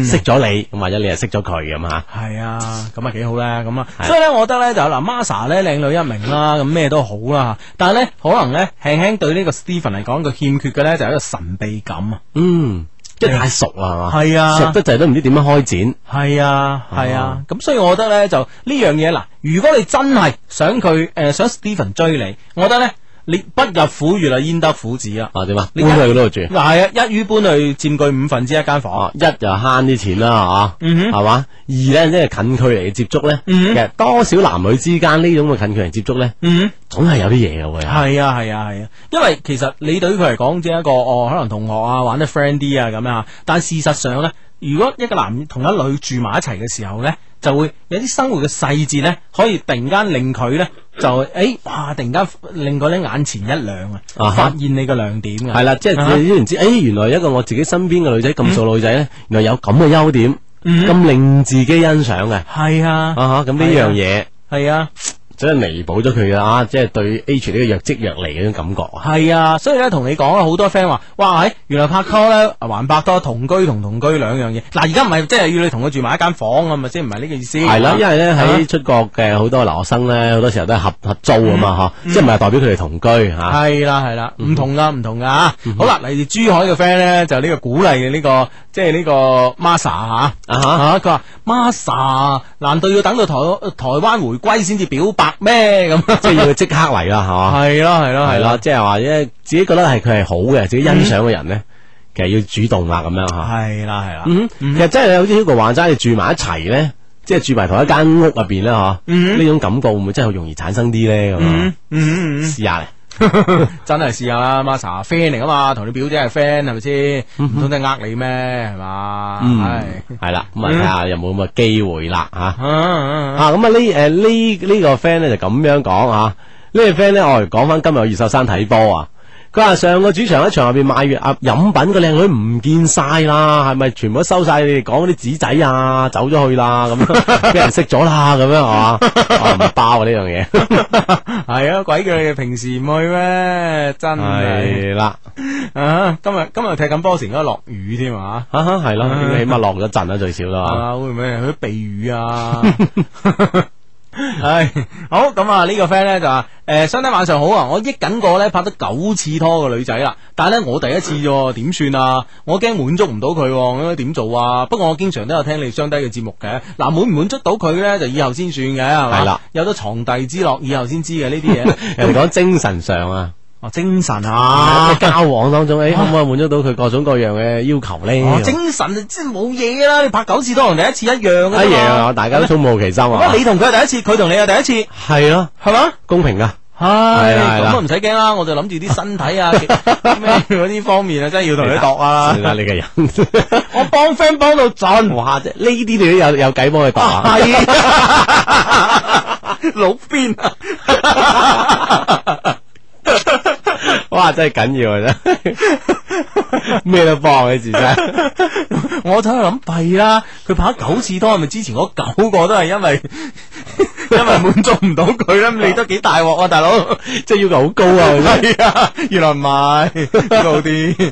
吓，識咗你咁或者你又識咗佢咁啊，係啊，咁啊幾好咧，咁啊，所以咧，我覺得咧就嗱，Masa 咧靚女一名啦，咁咩都好啦，但係咧可能咧輕輕對呢個 Stephen 嚟講，佢欠缺嘅咧就係一個神秘感啊，嗯，即係太熟啦係嘛，係啊熟得滯都唔知點樣開展。係啊，係啊，咁所以我覺得咧就呢樣嘢嗱，如果你真係想佢誒想 Stephen 追你，我覺得咧你不入虎穴啊，焉得虎子啊，啊，點啊？你搬去嗰度住，嗱係啊，一於搬去佔據五分之一間房。啊，一就慳啲錢啦，吓，嗯哼係嘛？二咧，即係近距離嘅接觸咧，嗯哼其實多少男女之間呢種嘅近距離接觸咧，嗯，總係有啲嘢嘅會啊。系啊，系啊，系啊，因為其實你對於佢嚟講，只係一個哦，可能同學啊，玩得 friend 啲啊咁樣啊。但事實上呢，如果一個男同一女住埋一齊嘅時候呢，就會有啲生活嘅細節呢，可以突然間令佢呢，就诶、哇！突然間令佢呢眼前一亮啊，啊哈發現你嘅亮點嘅。係啦，即啊係你然知，誒，原來一個我自己身邊嘅女仔咁素女仔咧，嗯原來有咁嘅優點，咁令自己欣賞嘅，啊係嗯啊，哈，咁呢樣嘢。係啊。真係彌補咗佢嘅啊！即係對 H 呢個若即若離嗰種感覺啊！系啊，所以咧同你講啦，好多 friend 話：，哇，唉原來拍拖咧還拍拖，同居同同居兩樣嘢。嗱，而家唔係即係要你同佢住埋一間房咁咪先唔係呢個意思。係啦，因為咧啊喺出國嘅好多留學生咧，好多時候都係合合租啊嘛，嗯嗬，即係唔係代表佢哋同居啊嚇。系啦系啦，唔同噶唔同噶吓。好啦，嚟自珠海嘅 friend 咧，就呢個鼓勵嘅呢個，即係呢個 Masa 吓啊哈吓，佢話 Masa 難道要等到台台灣回歸先至表白咩咁？即係要佢即刻嚟啦，係嘛？係咯係咯係係啦，咯，即係話咧，自己覺得係佢係好嘅，自己欣賞嘅嗯人咧，其實要主動啦，咁樣吓。係啦係啦，嗯，其實真係好似 Hugo 話齋，你住埋一齊咧，即係住埋同一間屋入啊邊咧，嗬，嗯呢種感覺會唔會真係好容易產生啲咧？咁嗯啊，嗯嗯嗯。試下咧，真係試下啦，Masa friend 嚟噶嘛，同你表姐係 friend 係咪先？唔通真係呃你咩？係嘛？嗯係，係啦，咁啊嗯睇下有冇咁嘅機會啦，吓。啊啊啊啊，咁啊呢誒呢呢個 friend 咧就咁樣講啊，呢、個 friend 咧我嚟講翻今日去越秀山睇波啊。佢話上個主場一場入邊賣藥啊飲品個靚女唔見晒啦，係咪全部都收晒你哋講嗰啲紙仔啊，走咗去啦 咁樣，俾人識咗啦咁樣係嘛？啊唔包啊呢樣嘢，係啊，鬼叫你哋平時唔去咩？真係係啦，啊！今日今日踢緊波時，而家落雨添啊！啊係啦，應啊啊該起碼落咗陣啦最少啦， 啊，會唔會係去避雨啊？唉，好咁啊！呢個 friend 咧就話：诶，相低晚上好啊！我益緊個咧拍得九次拖嘅女仔啦，但係咧我第一次啫喎，點算啊？我驚滿足唔到佢喎，咁應該點做啊？不過我經常都有聽你相低嘅節目嘅，嗱滿唔滿足到佢咧就以後先算嘅，係嘛？係啦，有咗床弟之樂，以後先知嘅呢啲嘢。人哋講精神上啊，哦，精神喺啊！交往當中，誒可唔可以滿足到佢各種各樣嘅要求哦咧？精神就真係冇嘢啦，你拍九次拖同第一次一樣嘅。一樣啊，大 家都充滿好奇心啊乜，你同佢係第一次，佢同你係第一次，係咯，係嘛？公平噶。 唉，係啊啦係啦咁啊都唔使驚啦，我就諗住啲身體 啊，咩嗰啲方面啊，真係要同你度啊算！啦，你嘅人， 我幫 friend 幫到盡，哇！即係呢啲你都有有計幫佢 度啊，老邊啊！哇！真係緊要啊，真係咩都幫啊你自身。我就喺度諗弊啦，佢拍咗九次拖，係咪之前嗰九個都係因 為因為滿足唔到佢咧？咁你都幾大鑊啊，大佬！即係要求好高 啊！係啊，原來唔係高 啲。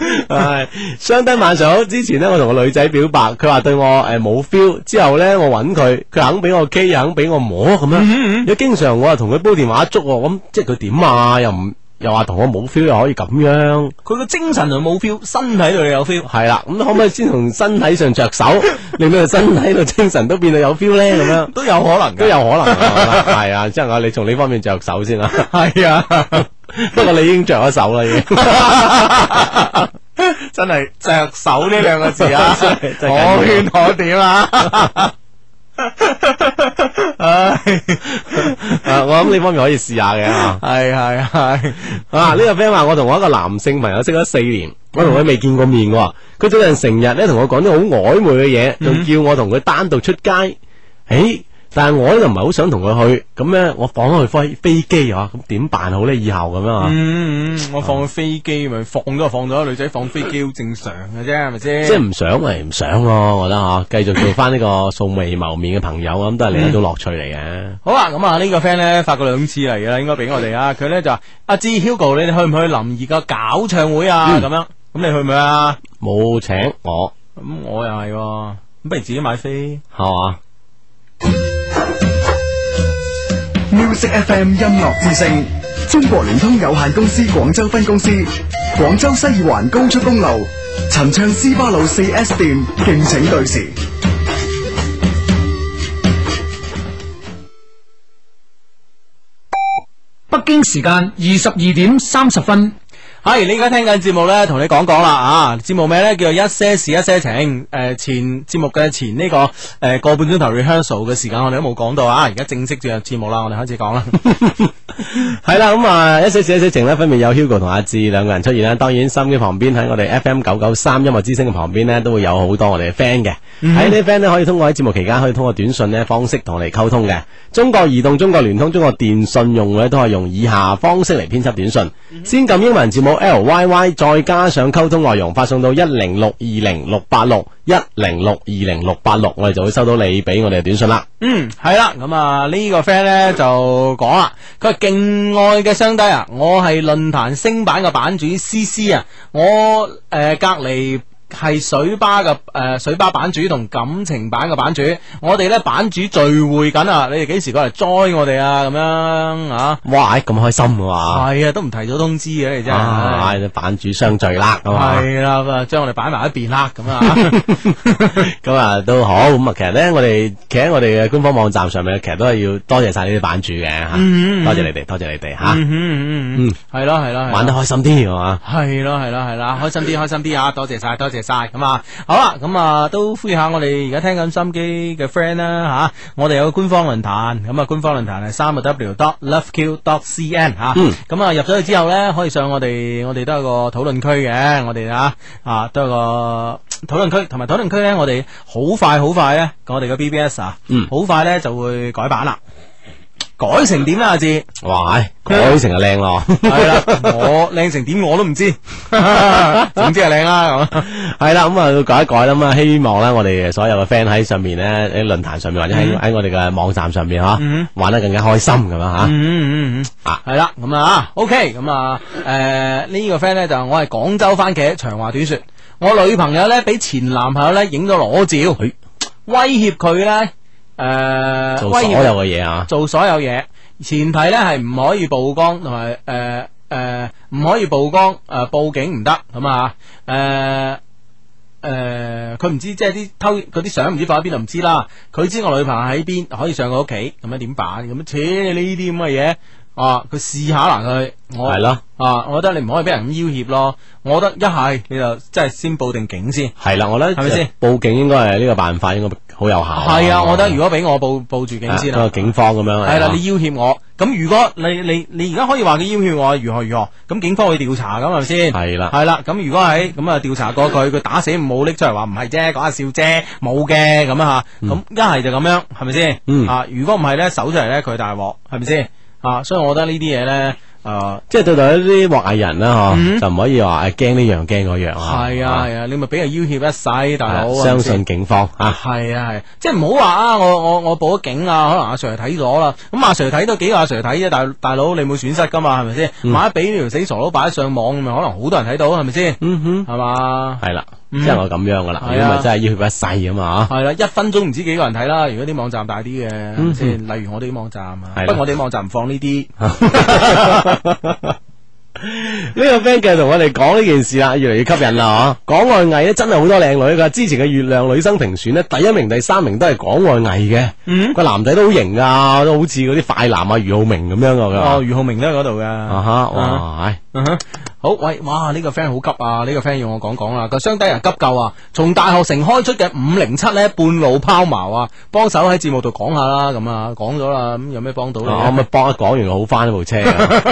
系，相低晚上好。之前呢，我同個女仔表白，佢話對我诶冇 feel。之後呢，我揾佢，佢肯俾我 K，又肯俾我摸咁嗯樣。有經常我又同佢煲電話粥喎，咁即係佢點啊？又唔又話同我冇 feel，又可以咁樣。佢個精神就冇 feel，身體度有 feel。係啦，咁可唔可以先從身體 上着手，令到佢身體到精神都變到有 feel 呢？咁樣都有可能都嘅，有可能啊，我 覺得係啊，即係我你從呢方面着手先啦。系啊， 不過你已經着咗手 啦，已經。真係着手呢兩個字啊，真 係真係緊要可圈可點啊！唉， 啊我諗呢方面可以試下嘅啊。係係係，啊！呢、個 friend 話我同我一個男性朋友識咗四年，我同佢未見過面喎。佢最近成日咧同我講啲好曖昧嘅嘢，仲叫我同佢單獨出街。誒、但係我咧就唔係好想同佢去，咁咧我放咗佢飛飛機啊，咁點辦好咧？以後咁樣啊，嗯，嗯我放個飛機咪放咗就放咗，女仔放飛機好正常嘅啫，係咪先？即係唔想咪唔想咯，我覺得啊，繼續做翻呢個素未謀面嘅朋友啊咁都係另一種樂趣嚟嘅。好啦，咁啊呢個 friend 咧發過兩次嚟嘅啦，應該俾我哋啊。佢咧就話：阿志 Hugo，你哋去唔去林怡嘅搞唱會嗯啊？咁樣，咁你去唔去啊？冇請我咁我又係喎，咁不如自己買飛。係嘛？ Music FM 音樂之聲，中國聯通有限公司廣州分公司，廣州西二環高速公路陳唱斯巴魯四 S 店，敬請對時。北京时间二十二点三十分，系你而家聽緊節目咧，同你講講啦啊！節目名咧叫做一些事一些情。诶、前節目嘅前呢、個个诶、個半鐘頭 rehearsal 嘅時間，我哋都冇講到啊！而家正式進入節目啦，我哋開始講啦。系啦，咁啊，一些事一些情咧，分別有 Hugo 同阿志兩個人出現啦。當然，心機旁邊喺我哋 FM 九九三音樂之聲嘅旁邊呢，都會有好多我哋嘅 friend 嘅。嗯喺呢啲 friend 咧，可以通過喺節目期間，可以通過短信呢方式同我哋溝通嘅。中國移動、中國聯通、中國電信用戶咧，都係用以下方式嚟編輯短信：嗯先撳英文字母 L Y Y，再加上溝通內容，發送到一零六二零六八六一零六二零六八六，我哋就會收到你俾我哋嘅短信啦。嗯，係啦，咁啊呢個 friend 咧就講啦，佢話敬愛嘅雙低啊，我係論壇升版嘅版主 C C 啊，我诶、呃隔離係水吧嘅诶、呃水吧版主同感情版嘅版主，我哋咧版主聚會緊啊！你哋幾時過嚟 join 我哋啊？咁樣啊？哇，哎咁開心嘅嘛！系啊，都唔提早通知嘅，你真啊，係。版主相聚啦，咁啊。係啦，咁啊將我哋擺埋一邊啦， 咁啊，咁啊都好，咁啊其實咧，我哋企喺我哋嘅官方網站上面，其實都係要多謝晒呢啲版主嘅吓，嗯嗯多謝你哋，多謝你哋吓，嗯嗯嗯，係咯係咯，係咯玩得開心啲係嘛，係咯係咯係啦，開心啲開心啲啊！多謝晒多謝晒咁啊！好啦，咁啊都呼籲下我哋而家聽緊心機嘅 friend 啦吓，我哋有個官方論壇，咁啊官方論壇係三個 W dot loveq dot cn 吓，咁啊入咗去之後咧，可以上我哋我哋都有個討論區嘅，我哋啊啊都有個討論區，同埋討論區咧，我哋好快好快咧，我哋嘅 BBS 啊，好快咧就會改版啦，改成點啊啦阿志？哇，唉改成就 靚咯。系啊啦，我靓成点我都唔 知，总之系靓啦咁。 係啦，咁啊要改一改啦咁啊，希望咧我哋所有嘅 friend 喺上面咧，喺論壇上面或者嗯喺喺我哋嘅網站上面吓，玩得更加開心咁樣吓。嗯嗯嗯啊系啦，咁啊，OK，咁啊，诶呢個 friend 咧就係我係廣州番茄，長話短說，哎我女朋友咧俾前男朋友咧影咗裸照，威脅佢咧诶做威所脅有嘅嘢啊，做所有嘢，前提咧係唔可以曝光同埋诶诶唔可以曝光诶、呃、報警唔得咁啊诶。诶，呃佢唔、知即係啲偷嗰啲相唔知放喺邊度唔知啦。佢知我女朋友喺邊，可以上佢屋企，咁啊樣點辦？咁切呢啲咁嘅嘢，啊，佢試下啦佢，我係咯，啊，我覺得你唔可以俾人咁要挟咯。我覺得一係你就即係先報定警先。係啦，我覺得係咪先報警應該係呢個辦法應該好有效。係啊，我覺得如果俾我報報住警先啊啦嗰個。警方咁樣系啦，你要挟我，咁如果你你你而家可以話佢要挟我如何如何，咁警方會調查咁係咪先？係啊啦係啦，咁如果係咁啊調查過佢，佢打死唔冇拎出嚟話唔係啫，講下笑啫，冇嘅咁啊吓，咁一係就咁樣，係咪先？嗯啊，如果唔係咧，搜出嚟咧佢大鑊，係咪先？啊，所以我覺得呢啲啊嘢咧，诶，即係對待一啲畫藝人啦，嗯嗬，就唔可以話誒哎驚呢樣驚嗰樣啊。係啊係啊，你咪俾人要挟一世，大佬，係咪相先信警方啊，系啊系，即系唔好话啊！我我我报咗警啊，可能阿 Sir 睇咗啦。咁阿 Sir 睇都幾個阿 Sir 睇啫，大大佬你冇損失噶嘛，係咪先？嗯萬一俾呢條死傻佬擺上網，咪可能好多人睇到，係咪先？嗯哼，係嘛？係啦，即嗯係我咁樣噶啦，係啊如果唔係真係要血一世啊嘛，係啦，一分鐘唔知幾個人睇啦。如果啲網站大啲嘅，係咪先例如我哋啲網站啊，嗯係啦不過我哋啲網站唔放呢啲。啊 呢個 friend 繼續同我哋講呢件事啦，越嚟越吸引啦嗬！港外藝咧真係好多靚女噶，之前嘅月亮女生評選咧，第一名、第三名都係港外藝嘅，嗯個男仔都好型噶，都好似嗰啲快男啊、俞浩明咁樣噶，佢話哦，俞浩明都喺嗰度噶。啊哈，哇，唉嗯哼，好喂，哇！呢、個 friend 好急啊，呢、個 friend 要我講講啦，個雙低人急救啊，從大學城開出嘅五零七咧半路拋錨啊，幫手喺節目度講下啦，咁啊講咗啦，咁有咩幫到你我呢？咪幫一講完好翻部車啊，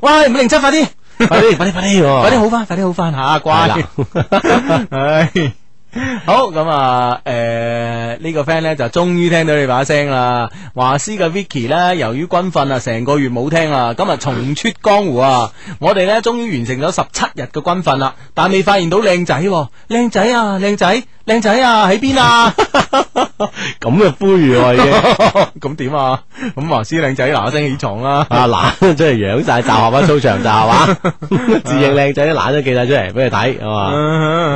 喂，五零七快啲， 快啲，快啲，快啲喎，快啲好翻，快啲好翻吓，乖啊係啦。 唉，好咁啊，诶、呢、個 friend 咧就終於聽到你把聲啦。華師嘅 Vicky 咧，由於軍訓啊，成個月冇聽啦，今日重出江湖啊！我哋咧終於完成咗十七日嘅軍訓啦，但未發現到靚仔、喎。靚仔啊，靚仔，靚仔啊，喺邊 啊？咁嘅呼籲我已 經。咁點啊？咁華師靚仔嗱嗱聲起床啦。啊嗱， 真係養晒集合啊，操場集合 啊，自認靚仔啲懶都記晒出嚟俾佢睇，係嘛？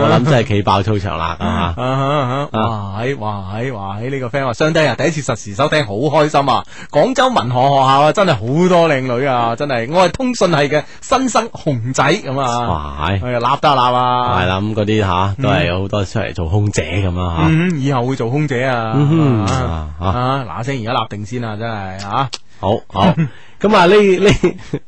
我諗真係企爆操場啦，係嘛？啊哈啊哈！哇喺哇喺哇喺呢個 friend 話，相低啊，第一次實時收聽，好開心啊！廣州民航學校啊，真係好多靚女啊，真係我係通訊系嘅新生紅仔咁啊，哇，係係啊，立得立啊，係啦，咁嗰啲吓都係有好多出嚟做空姐咁啦吓。嗯，以後會做空姐啊，嗯哼啊啊啊嗱聲，而家立定先啊，真係啊，好好，咁啊呢呢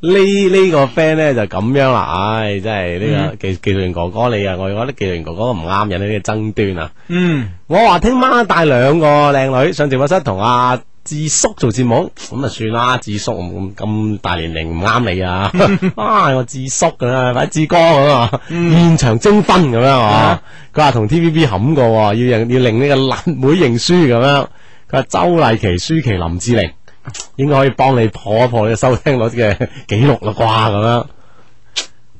呢呢個 friend 咧就咁樣啦，唉，真係呢個技技術員哥哥你啊，我覺得技術員哥哥唔啱人呢個爭端啊。嗯，我話聽晚帶兩個靚女上直播室同阿智叔做節目，咁啊算啦，智叔唔咁咁大年齡唔啱 你啊，啊我智叔咁啊，或者志哥咁啊，嗯現場徵婚咁樣啊，佢話同 TVB 冚過喎，要認要令呢個辣妹認輸咁樣，佢話周麗淇、舒淇、林志玲。應該可以幫你破一破你嘅收聽率嘅 紀錄啦啩咁樣，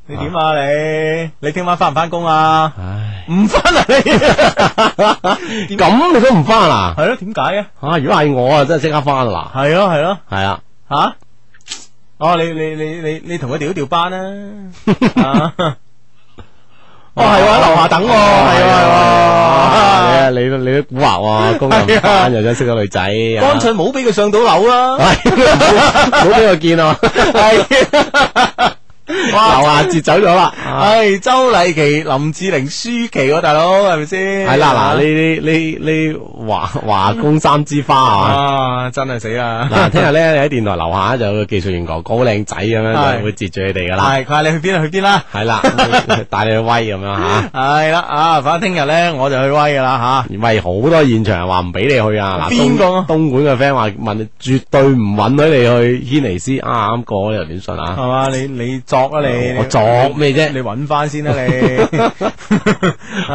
你點啊你？你聽晚翻唔翻工啊？唉，唔翻啊你？點咁你都唔翻啦？係咯？點解啊？啊，如果係我啊，真係即刻翻啦，係咯係咯。係啊。吓、哦，你你你你你同佢調一調班 啦。啊哦，係喎，喺樓下等喎，係啊喎，係啊，你哎都你都蠱惑喎，工人班又想識個女仔，喎，乾乾脆冇俾佢上到樓啦。冇俾我見啊，哇留下截走咗啦。唉，周麗淇、林志玲、舒淇喎，大佬係咪先？係啦，嗱呢呢呢呢華華工三枝花啊！啊，真係死啦！嗱，聽日咧你喺電台樓下就有個技術員哥哥好靚仔咁樣，係就會截住你哋噶啦，係，佢話你去邊啊？去邊啦？係啦， 帶你去威咁樣 吓，係啦，啊，反正聽日咧我就去威噶啦喂好多現場話唔俾你去啊！嗱，邊個東東莞嘅 friend 話問你絕對唔允許你去軒尼斯啊，啱過呢條短信吓，啊，係嘛？你你作啊你？哦我作咩啫？你揾翻先啦你。好，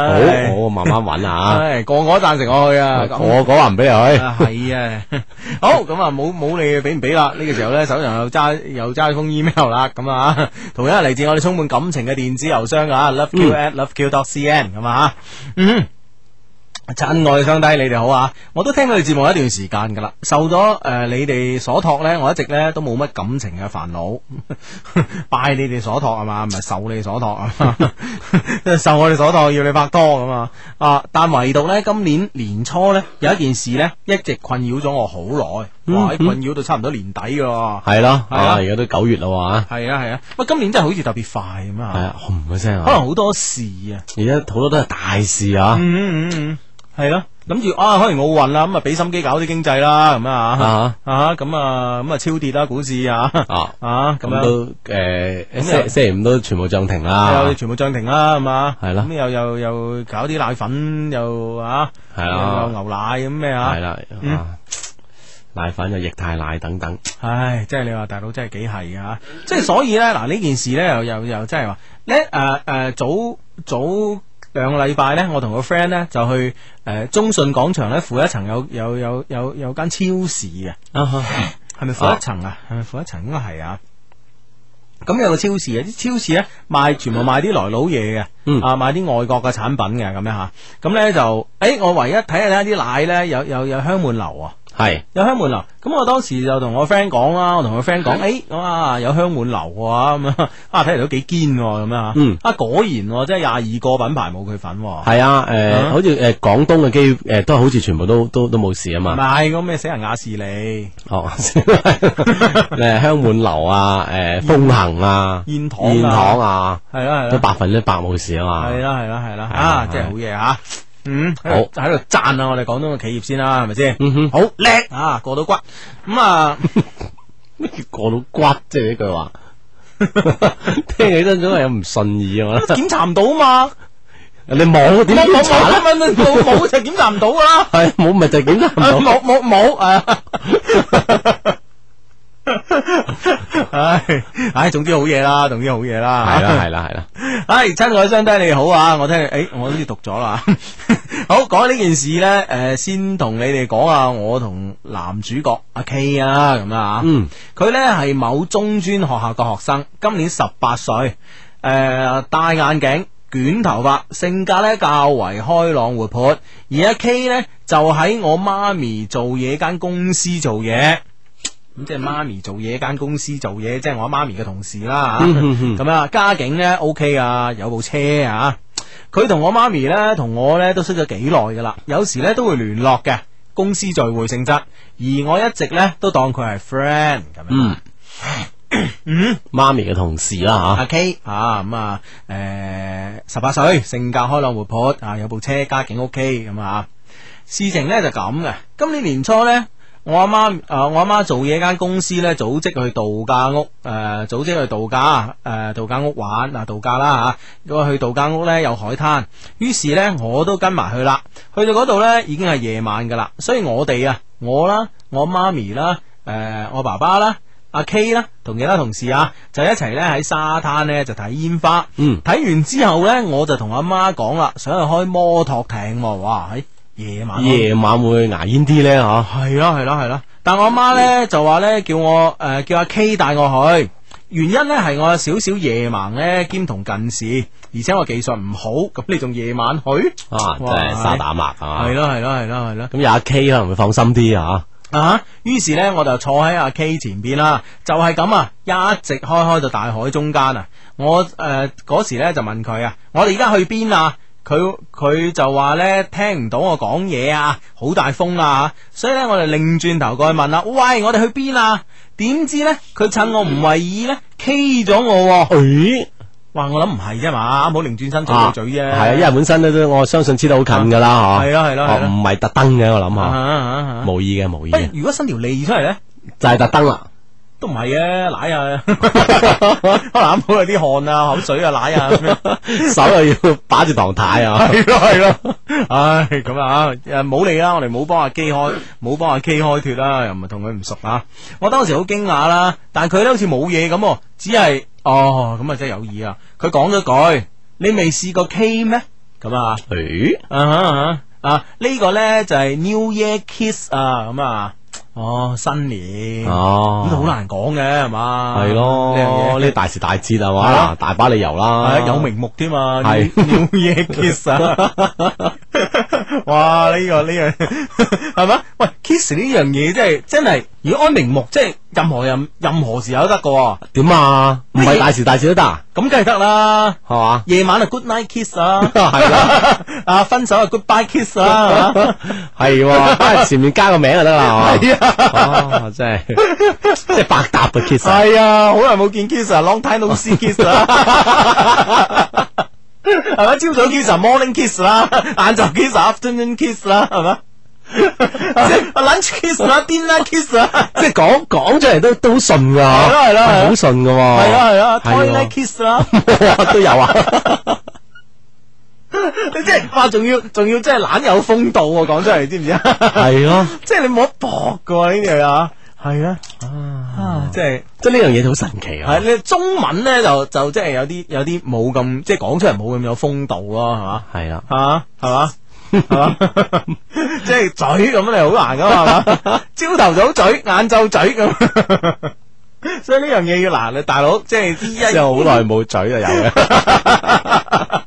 唉我慢慢揾啊。 唉，個個都贊成我去哎啊！咁我嗰話唔俾你去，啊係啊，好咁啊，冇冇你俾唔俾啦？呢、個時候咧，手上又揸又揸封 email 啦，咁啊，同樣係嚟自我哋充滿感情嘅電子郵箱啊，loveq at loveq dot cn 咁啊，嗯。亲爱嘅兄弟，你哋好啊！我都听佢哋节目一段时间噶啦，受咗诶、呃你哋所托呢，我一直呢都冇乜感情嘅烦恼， 拜你哋所托啊嘛，唔系受你所托啊嘛， 受我哋所托要你拍拖咁啊！啊，但唯独呢，今年年初呢，有一件事呢，一直困扰咗我好耐，哇！困扰到差唔多年底噶咯，系咯，係啊啊，而家都九月啦喎，系啊系啊，喂，今年真系好似特别快咁系啊，啊，轰一声可能啊，好多事啊。而家好多都系大事啊，嗯嗯嗯嗯，系咯。谂住啊，可能奧運啦，咁啊俾心機搞啲經濟啦，咁啊啊啊咁啊咁啊超跌啦，股市啊 啊，啊咁咁樣都诶，咁星又星期五都全部涨停啦又，全部漲停啦，係嘛？係啦咁又又又搞啲奶粉，又啊，係啦又牛奶咁咩啊？系啦，嗯啊奶粉又液態奶等等，唉，即係你話大佬真係幾係啊！即係所以咧，嗱呢件事咧，又又又真係話咧，诶诶，早早兩個禮拜咧，我同個 friend 咧就去诶中信廣場咧，負一層有有有有有間超市嘅。系咪负一層啊？係咪負一層應該係啊。咁有個超市啊，啲超市咧賣全部賣啲來佬嘢嘅，嗯啊賣啲外國嘅產品嘅咁樣吓。咁咧就，诶、我唯一睇下睇啲奶咧有有有香滿樓啊。係有香滿樓，咁我當時就同我 friend 講啦，我同我 friend 講，嗯誒，咁啊有香滿樓喎，咁樣 啊睇嚟都幾堅喎，咁樣啊嗯，啊果然喎，即係廿二個品牌冇佢份喎，係啊，诶，啊好似诶廣東嘅基诶都好似全部都都都冇事啊唔嘛，係咁咩死人雅士利、哦， 诶香滿樓啊，嗯诶風行啊，燕塘燕塘，啊，係啦係啦都。百分之百冇事啊嘛，系啦系啦系啦，係啊啊，真系好嘢啊！嗯，喺度喺度赞啊！我哋廣東嘅企業先啦，係咪先？嗯哼好叻啊，過到骨咁啊， 咩叫過到骨啫？呢句話聽起身總係有唔順意啊！ 我覺得檢查唔到啊嘛，你冇點冇冇 檢查冇咧？冇冇冇就檢查唔到噶啦，係冇咪就係檢查唔到。冇冇冇啊！唉，唉，總之好嘢啦，總之好嘢啦，係啦係啦係啦， 唉，親愛相低你好啊！我聽你，诶、我好似讀咗啦。 好，講呢件事呢，诶、先同你哋講下我同男主角阿 K 啊，咁啊，嗯，佢呢係某中專學校嘅學生，今年十八歲，诶、戴眼鏡，捲頭髮，性格呢較為開朗活潑，而阿 K 呢，就喺我媽咪做嘢間公司做嘢。咁即係媽咪做嘢間公司做嘢，即係我媽咪嘅同事啦嚇嗯嗯嗯咁啊，家境呢 OK 啊，有部車啊。佢同我媽咪呢，同我呢都識咗幾耐噶啦，有時呢都會聯絡嘅，公司聚會性質。而我一直呢都當佢係 friend 咁樣。嗯。媽咪嘅同事啦阿 K 啊，咁啊，诶、十八歲，性格開朗活潑啊，有部車，家境 OK 咁啊。事情呢就咁嘅，今年年初呢，我阿媽啊，我阿媽做嘢間公司呢，組織去度假屋，诶、組織去度假，诶、度假屋玩啊，度假啦吓。咁、啊、去度假屋呢，有海灘，於是呢，我都跟埋去啦。去到嗰度呢，已經係夜晚噶啦，所以我哋啊，我啦，我媽咪啦，诶、我爸爸啦。阿 K 啦，同其他同事啊，就一齊咧喺沙灘咧就睇煙花。嗯睇完之後咧，我就同阿媽講啦，想去開摩托艇喎、哇，喺夜嚇，晚開夜晚會牙煙啲咧嚇。系啦系啦系啦，但我阿妈咧就话咧叫我诶、呃叫阿 K 带我去，原因咧系我有少少夜盲咧兼同近視，而且我技術唔好，咁你仲夜晚去？啊，真係哇沙打麥係嘛？係咯係咯係咯係咯。咁有阿 K 可能會放心啲啊。啊！於是呢，我就坐喺阿 K 前邊啦，就係咁啊，一直開開到大海中間啊！我誒嗰、時呢就問佢啊，我哋而家去邊啊？佢佢就話呢，聽唔到我講嘢啊，好大風啊，所以呢，我哋擰轉頭過去問啦，喂，我哋去邊啊？點知呢，佢趁我唔為意呢 K 咗我喎、誒哇！我諗唔係啫嘛，啱好擰轉身嘴對嘴啫，啊係啊，因為本身咧都我相信知道好近㗎啦嚇。係咯係咯哦係咯唔係特登嘅，我諗啊下，啊啊啊無意嘅無意喂嘅，，如果伸條脷出嚟呢？就係特 登啦。都唔係嘅，奶啊，可能啱好有啲汗啊、口水啊、奶啊咁樣。手又要把住唐太啊！係咯係咯，唉咁啊，誒冇理啦，我哋冇幫阿基開，冇幫阿 K 開脱啦，又唔係同佢唔熟啊。我當時好驚訝啦，但佢咧好似冇嘢咁喎，只係哦咁啊真係有意啊。佢講咗句：你未試過 K 咩？咁啊。 咦，啊哈啊哈啊！呢個呢就係 New Year Kiss 啊，咁啊，哦，新年哦咁好難講嘅係嘛？系咯，呢呢大時大節係係嘛啊，大把理由啦，系有名目添嘛？ 係啊 New Year Kiss 啊！ 哇！呢、個呢樣 係咪？喂，kiss 呢樣嘢真係真係，如果安陵木即係任何任任何時候都得噶，咁點啊？唔係大時大節都得啊，梗係得啦。係嘛？夜晚啊，good night kiss 啊，係啦， 啊分手啊，goodbye kiss 啊，係嘛 係喎，都係前面加個名就得啦，係嘛？啊，真係即係百搭嘅 kiss 啊。係啊，好耐冇見 kiss 啊，long time no see kiss 啦，係咪？朝早 kiss 啊，morning kiss 啦，晏晝 kiss 啊，afternoon kiss 啦，係咪？即係 lunch kiss 啦，dinner kiss 啦，即係講講出嚟都都好順噶，係咯係咯係咯好順噶喎，係啊係啊係，toilet 喎 kiss 啦。哇 都有啊，你即係哇，仲要仲要真係懶有風度喎，講出嚟知唔知啊？ 係咯，即係你冇得搏噶喎呢樣嘢啊！係啊，啊，即係即係呢樣嘢好神奇啊係，你中文咧就就即係有啲有啲冇咁即係講出嚟冇咁有風度咯，係嘛？係啦，啊，係嘛？係嘛？ 即係嘴咁你好難噶嘛？係嘛？朝頭早嘴，晏晝嘴 咁。所以呢樣嘢要嗱，你大佬即係啲即一係好耐冇嘴啊，有嘅，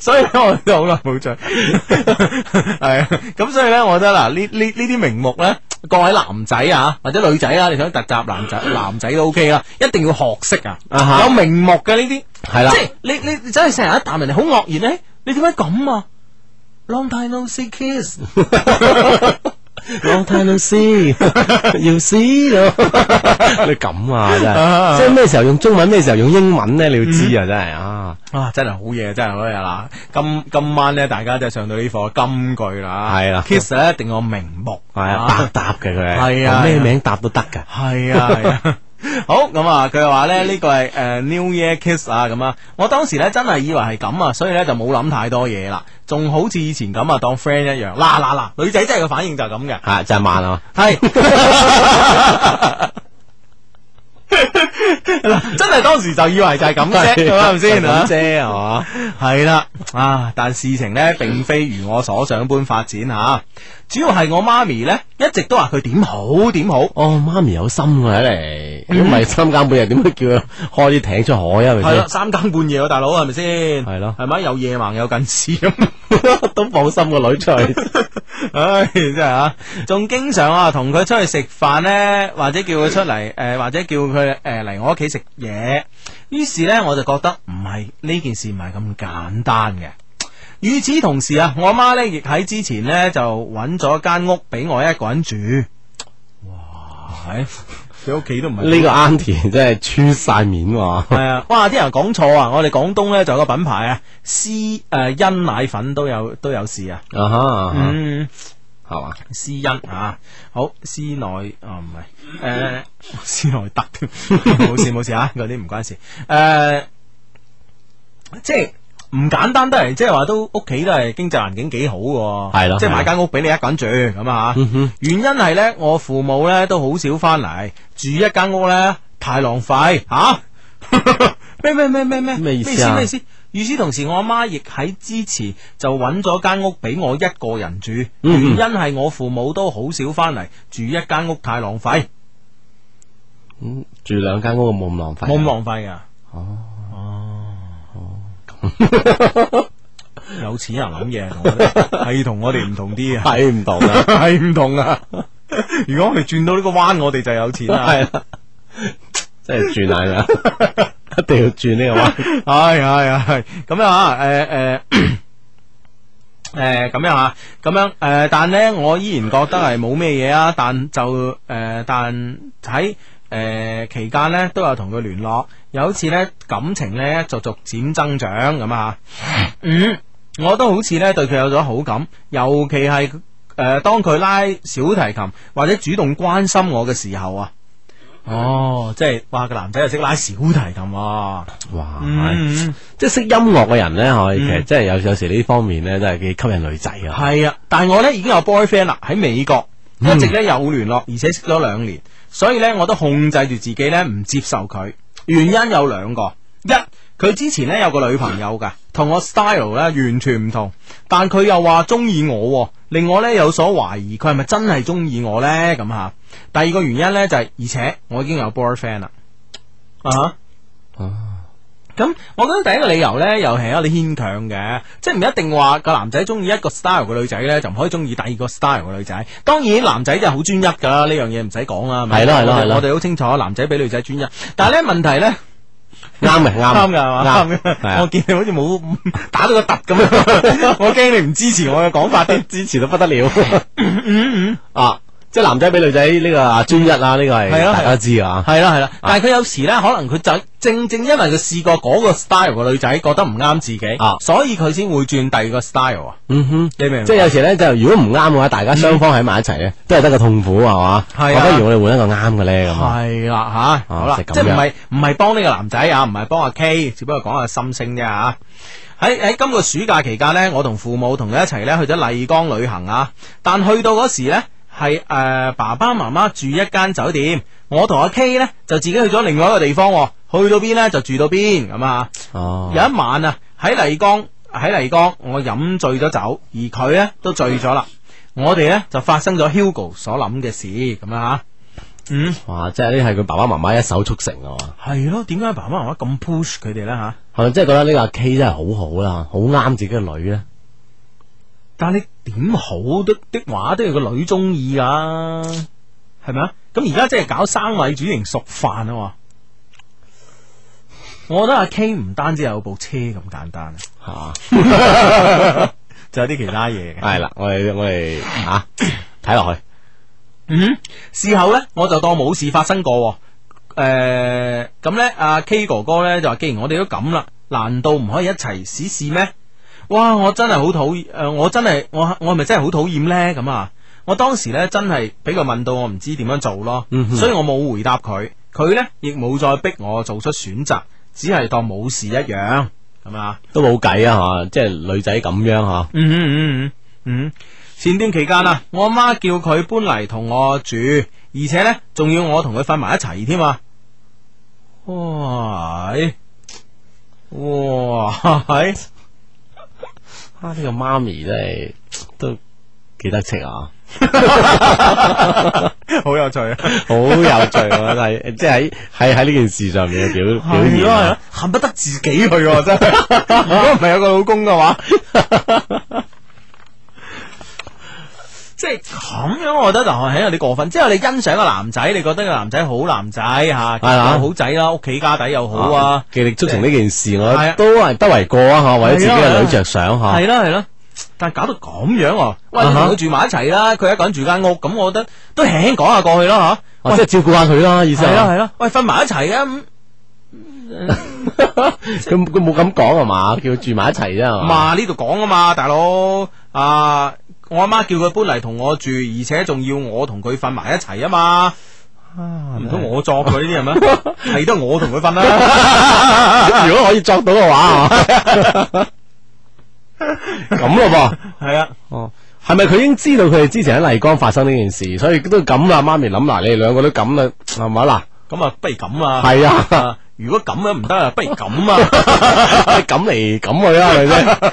所以咧，我都好耐冇着，系咁，所以咧，我覺得嗱，呢呢呢啲名目咧，各位男仔啊，或者女仔啊，你想突襲男 仔，男仔都 OK 啦，一定要學識啊，啊哈有名目嘅呢啲，係啦即係你你你走去成日一啖人哋好愕然咧，你點解咁啊？Long time no see kiss， long time no see，要 see 咯，你咁啊真係，即係咩時候用中文，咩時候用英文咧，你要知啊真係啊，啊，真係好嘢，真係好嘢啦！今今晚咧，大家真係上到呢課金句啦，係啦，kiss 咧一定要有名目，係啊，百搭嘅佢，係啊咩名搭都得㗎。系啊，係啊 好咁啊！佢話咧呢個係诶 New Year Kiss 啊咁啊，我當時咧真係以為係咁啊，所以咧就冇諗太多嘢啦，仲好似以前咁啊當 friend 一樣。嗱嗱嗱，女仔真係個反應就係咁 嘅，吓就係慢啊，係。嗱真係當時就以為就係咁啫，係咪先就係啊咁？啫係嘛，系啦，啊！但事情呢，並非如我所想般發展吓、主要係我媽咪呢，一直都話佢點好點好，哦媽咪有心啊睇嚟，如果唔係三更半夜點會叫佢開啲艇出海啊？係咪系啦，先？三更半夜喎，大佬係咪先？係咯系咪有夜盲有近視咁？ 都放心個女出 去，唉，真係啊！仲經常啊，同佢出去食飯咧，或者叫佢出嚟， 诶、或者叫佢诶嚟我屋企食嘢。於是咧，我就覺得唔係呢件事唔係咁簡單嘅。與此同時啊，我媽咧亦喺之前咧就揾咗間屋俾我一個人住。哇！喺佢屋企都唔係呢個 auntie 真係出晒面喎。系啊，哇！啲人講錯啊，我哋廣東咧就有個品牌啊，思诶欣奶粉都有都有事啊。啊哈，嗯，係嘛？思欣啊，好思內啊唔係嗯 诶思內德添， 冇事冇事啊，嗰啲唔關事。诶、即係唔簡單得嚟，即係話都屋企都係經濟環境幾好嘅喎，係咯即係係買咯間屋俾你一個人住咁啊。嗯哼原因係咧，我父母咧都好少翻嚟，住一間屋咧太浪費啊吓。 咩咩咩咩咩咩意意思思啊咩意思？與此同時，我阿媽亦喺之前就揾咗間屋俾我一個人住，原因嗯係我父母都好少翻嚟，住一間屋太浪費，嗯住兩間屋冇咁浪費，冇咁浪費啊！哦哦哦，咁有錢人諗嘢同我 哋係同我哋唔同啲啊，係唔同啊， 係唔同啊！如果我哋轉到呢個彎，我哋就有錢啦。係啦， 真係轉眼啦，啊 一定要轉呢個嗯彎。系系系，咁樣啊，诶、 诶。诶，咁、樣啊，咁樣诶、誒但呢，我依然覺得係冇咩嘢啊，但就诶、誒但喺诶、誒期間呢，都有同佢聯絡，有一次呢，感情呢，就逐漸增長咁啊，嗯，我都好似呢，對佢有咗好感，尤其係诶、誒當佢拉小提琴或者主動關心我嘅時候啊，哦，即係話個男仔又識拉小提琴喎。哇！嗯，即係識音樂嘅人咧，係其實嗯真係有有時呢方面咧，真係幾吸引女仔啊。系啊，但系我咧已經有 boyfriend 啦，喺美國一直咧有聯絡，而且識咗兩年，所以咧我都控制住自己咧唔接受佢。原因有兩個，一佢之前咧有個女朋友噶，同我 style 咧完全唔同，但佢又話中意我喎，令我咧有所懷疑，佢係咪真係中意我咧咁吓？第二個原因咧就係、而且我已經有 boyfriend 啦，啊哈。咁我覺得第一個理由咧，又係有啲牽強嘅，即係唔一定話個男仔中意一個 style 嘅女仔咧，就唔可以中意第二個 style 嘅女仔。當然男仔就好專一㗎啦，呢樣嘢唔使講啦，係咪係咯係咯我哋係咯我哋好清楚男仔比女仔專一，但係咧問題咧。啱嘅，啱啱噶係嘛？啱啱係嘅，啊我見你好似冇 打到個突咁樣， 我驚你唔支持我嘅講法啲。支持到不得了。啊，即系男仔比女仔呢個啊專一啦，呢個係係啊係啊大家知啊。係啦係啦，但係佢有時咧，可能佢就正正因為佢試過嗰個 style 嘅女仔，覺得唔啱自己啊，所以佢先會轉第二個 style 啊。嗯哼。你明唔明？即係有時咧，就如果唔啱嘅話，大家雙方喺埋一齊咧，都係得個痛苦係嘛？嗯係啊我不如我哋換一個啱嘅咧咁啊。系啦吓，好啦，哦就係咁即系唔樣系唔系帮呢个男仔啊，唔系帮阿 K，只不过讲下心聲啫吓。喺喺今個暑假期間呢，我同父母同佢一齊呢去咗麗江旅行啊，但去到嗰時呢，係诶、呃爸爸媽媽住一間酒店，我同阿 K 呢就自己去咗另外一個地方、喎。去到邊呢就住到邊咁啊。哦，有一晚啊，喺麗江喺麗江，我飲醉咗酒，而佢呢都醉咗啦。我哋呢就發生咗 Hugo 所諗嘅事咁啊吓，嗯。哇！即係呢係佢爸爸媽媽一手促成啊嘛，系咯，點解爸爸媽媽咁 push 佢哋咧吓？係咪？即係覺得呢個阿 K 真係好好啦，好啱自己嘅女咧。但係你點好的的話都要個女中意噶，係咪啊？咁而家即係搞生米煮成熟飯啊嘛！我覺得阿 K 唔單止有部車咁簡單，啊係嘛？ 就有啲其他嘢嘅。係啦，我哋我哋啊睇落去，嗯，事後呢，我就當冇事發生過喎。诶、啊咁呢，阿 K 哥哥呢就話：既然我哋都咁啦，難道唔可以一齊試試咩？哇！我真係好討厭，诶、呃我真係我我係咪真係好討厭呢？咁啊，我當時呢真係俾佢問到我唔知點樣做咯，嗯哼所以我冇回答佢，佢呢亦冇再逼我做出選擇，只係當冇事一樣，咁啊。都冇計啊嚇！即係女仔咁樣嚇，嗯嗯嗯嗯，嗯，前段期間啊，我阿媽叫佢搬嚟同我住，而且呢，仲要我同佢瞓埋一齊添啊！哇，係哇，哎係啊呢個媽咪真係都幾得戚啊！ 好有趣啊！好有趣啊！但係即係喺喺喺呢件事上面嘅表表係現咯，係啊咯。恨不得自己去喎、真係。如果唔係有個老公嘅話，即係咁樣，我覺得就係有啲過分。即係你欣賞個男仔，你覺得個男仔好男仔吓，係啊有好仔啦，屋企家底又好啊，极力促成呢件事，我係啊都係得為過啊吓，為咗自己係啊嘅係女啊着想吓。係啦係啦。但係搞到咁樣喎，喂，啊你哈同佢住埋一齊啦，佢一個人住間屋，咁我覺得都輕輕講下過去啦吓。哦，即係照顧下佢啦，意思係啦啊係係啦，喂，瞓埋一齊啊，咁 佢佢冇咁講係啊嘛，叫佢住埋一齊啫係嘛。嘛呢度講啊嘛，大佬啊，我阿媽叫佢搬嚟同我住，而且仲要我同佢瞓埋一齊啊嘛，唔通我作佢呢啲係 咩？ 係都係我同佢瞓啦，如果可以作到嘅話，係嘛咁咯係啊，噃。哦，係咪佢已經知道佢哋之前喺麗江發生呢件事，所以都咁啦？媽咪諗嗱，你哋兩個都咁啦，係咪嗱？咁啊，不如咁啊，係啊，啊，如果咁樣唔得啊，不如咁啊。咁嚟咁去啦，係咪先？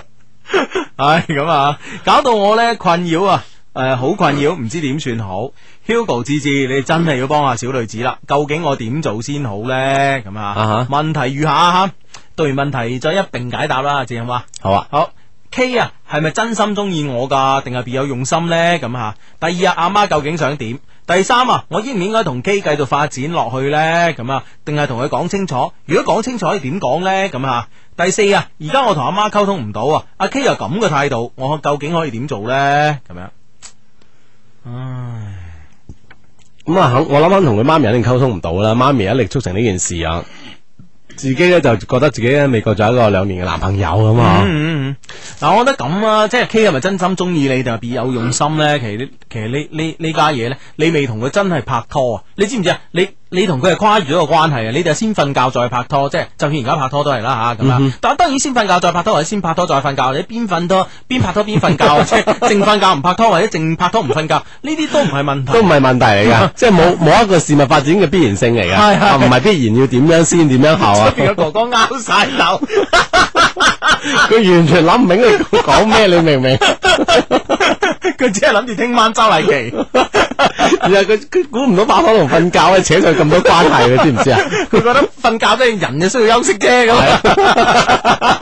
唉，咁啊，搞到我咧困擾啊，诶、好困擾，唔知點算好。Hugo 志志，你真係要幫下小女子啦，究竟我點做先好咧？咁啊啊，問題如下吓，對完問題再一並解答啦，正嘛？好啊。好 K 啊，係咪真心中意我噶，定係別有用心呢？咁吓，第二啊，阿媽究竟想點？第三啊，我應唔應該同 K 繼續發展落去呢？咁啊，定係同佢講清楚？如果講清楚，要點講呢？咁啊，第四啊，而家我同阿媽溝通唔到啊，阿 K 又咁嘅態度，我究竟可以點做呢？咁樣，唉，咁啊，肯我諗肯同佢媽咪肯定溝通唔到啦，媽咪一力促成呢件事啊，自己咧就覺得自己喺美國仲有一個兩年嘅男朋友咁啊，嗯嗯嗯，嗱，我覺得咁啊，即係 K 係咪真心中意你，定係別有用心呢？其實呢其實呢呢呢家嘢呢，你未同佢真係拍拖啊！你知唔知啊？你你同佢係跨越咗個關係啊！你哋係先瞓覺再拍拖，即係就算而家拍拖都係啦吓咁嗯啦哼。但當然先瞓覺再拍拖，或者先拍拖再瞓覺，或者邊瞓拖邊拍拖邊瞓覺，或者淨瞓覺唔拍拖，或者淨拍拖唔瞓覺，呢啲都唔係問題都。唔係問題嚟噶，即係 冇冇一個事物發展嘅必然性嚟噶，係係啊唔係必然要點樣先點樣後 啊出，邊個哥哥拗晒頭。佢完全諗唔明你講咩，你明唔明？佢只係諗住聽晚周麗 琪。 然後佢佢估唔到拍拖同瞓覺咧扯上咁多關係，你知唔知 啊？佢覺得瞓覺都係人嘅需要休息啫咁。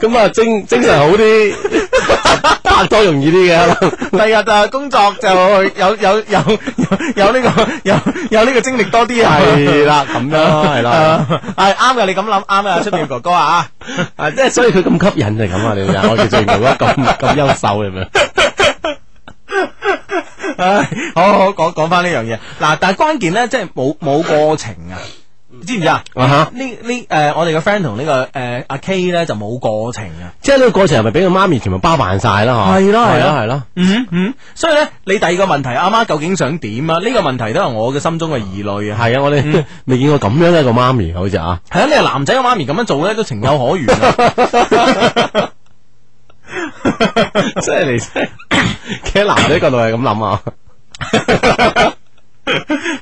咁啊精精神好啲， 拍拖容易啲嘅。第日就工作就有有有有有呢個有有呢個精力多啲啊。係啦，咁樣係啦，係啱嘅，你咁諗啱嘅，出面哥哥啊， 啊，即係所以佢咁吸引就係咁啊！你 哋我哋最牛啦，咁咁優秀啊咁樣。唉，好好講講翻呢樣嘢。嗱，但係關鍵咧，即係冇冇過程啊，知唔知啊？啊哈！呢呢誒，我哋嘅 friend 同呢個誒阿 K 咧就冇過程啊。即係呢個過程係咪俾佢媽咪全部包辦晒啦？嗬，係咯係咯係咯。嗯嗯，所以咧，你第二個問題，阿媽究竟想點啊？呢、個問題都係我嘅心中嘅疑慮啊。係啊，我哋未見過咁樣嘅一個媽咪，好似啊，係啊，你係男仔嘅媽咪咁樣做咧，都情有可原啊。即係你真係 其實男仔角度係咁諗啊，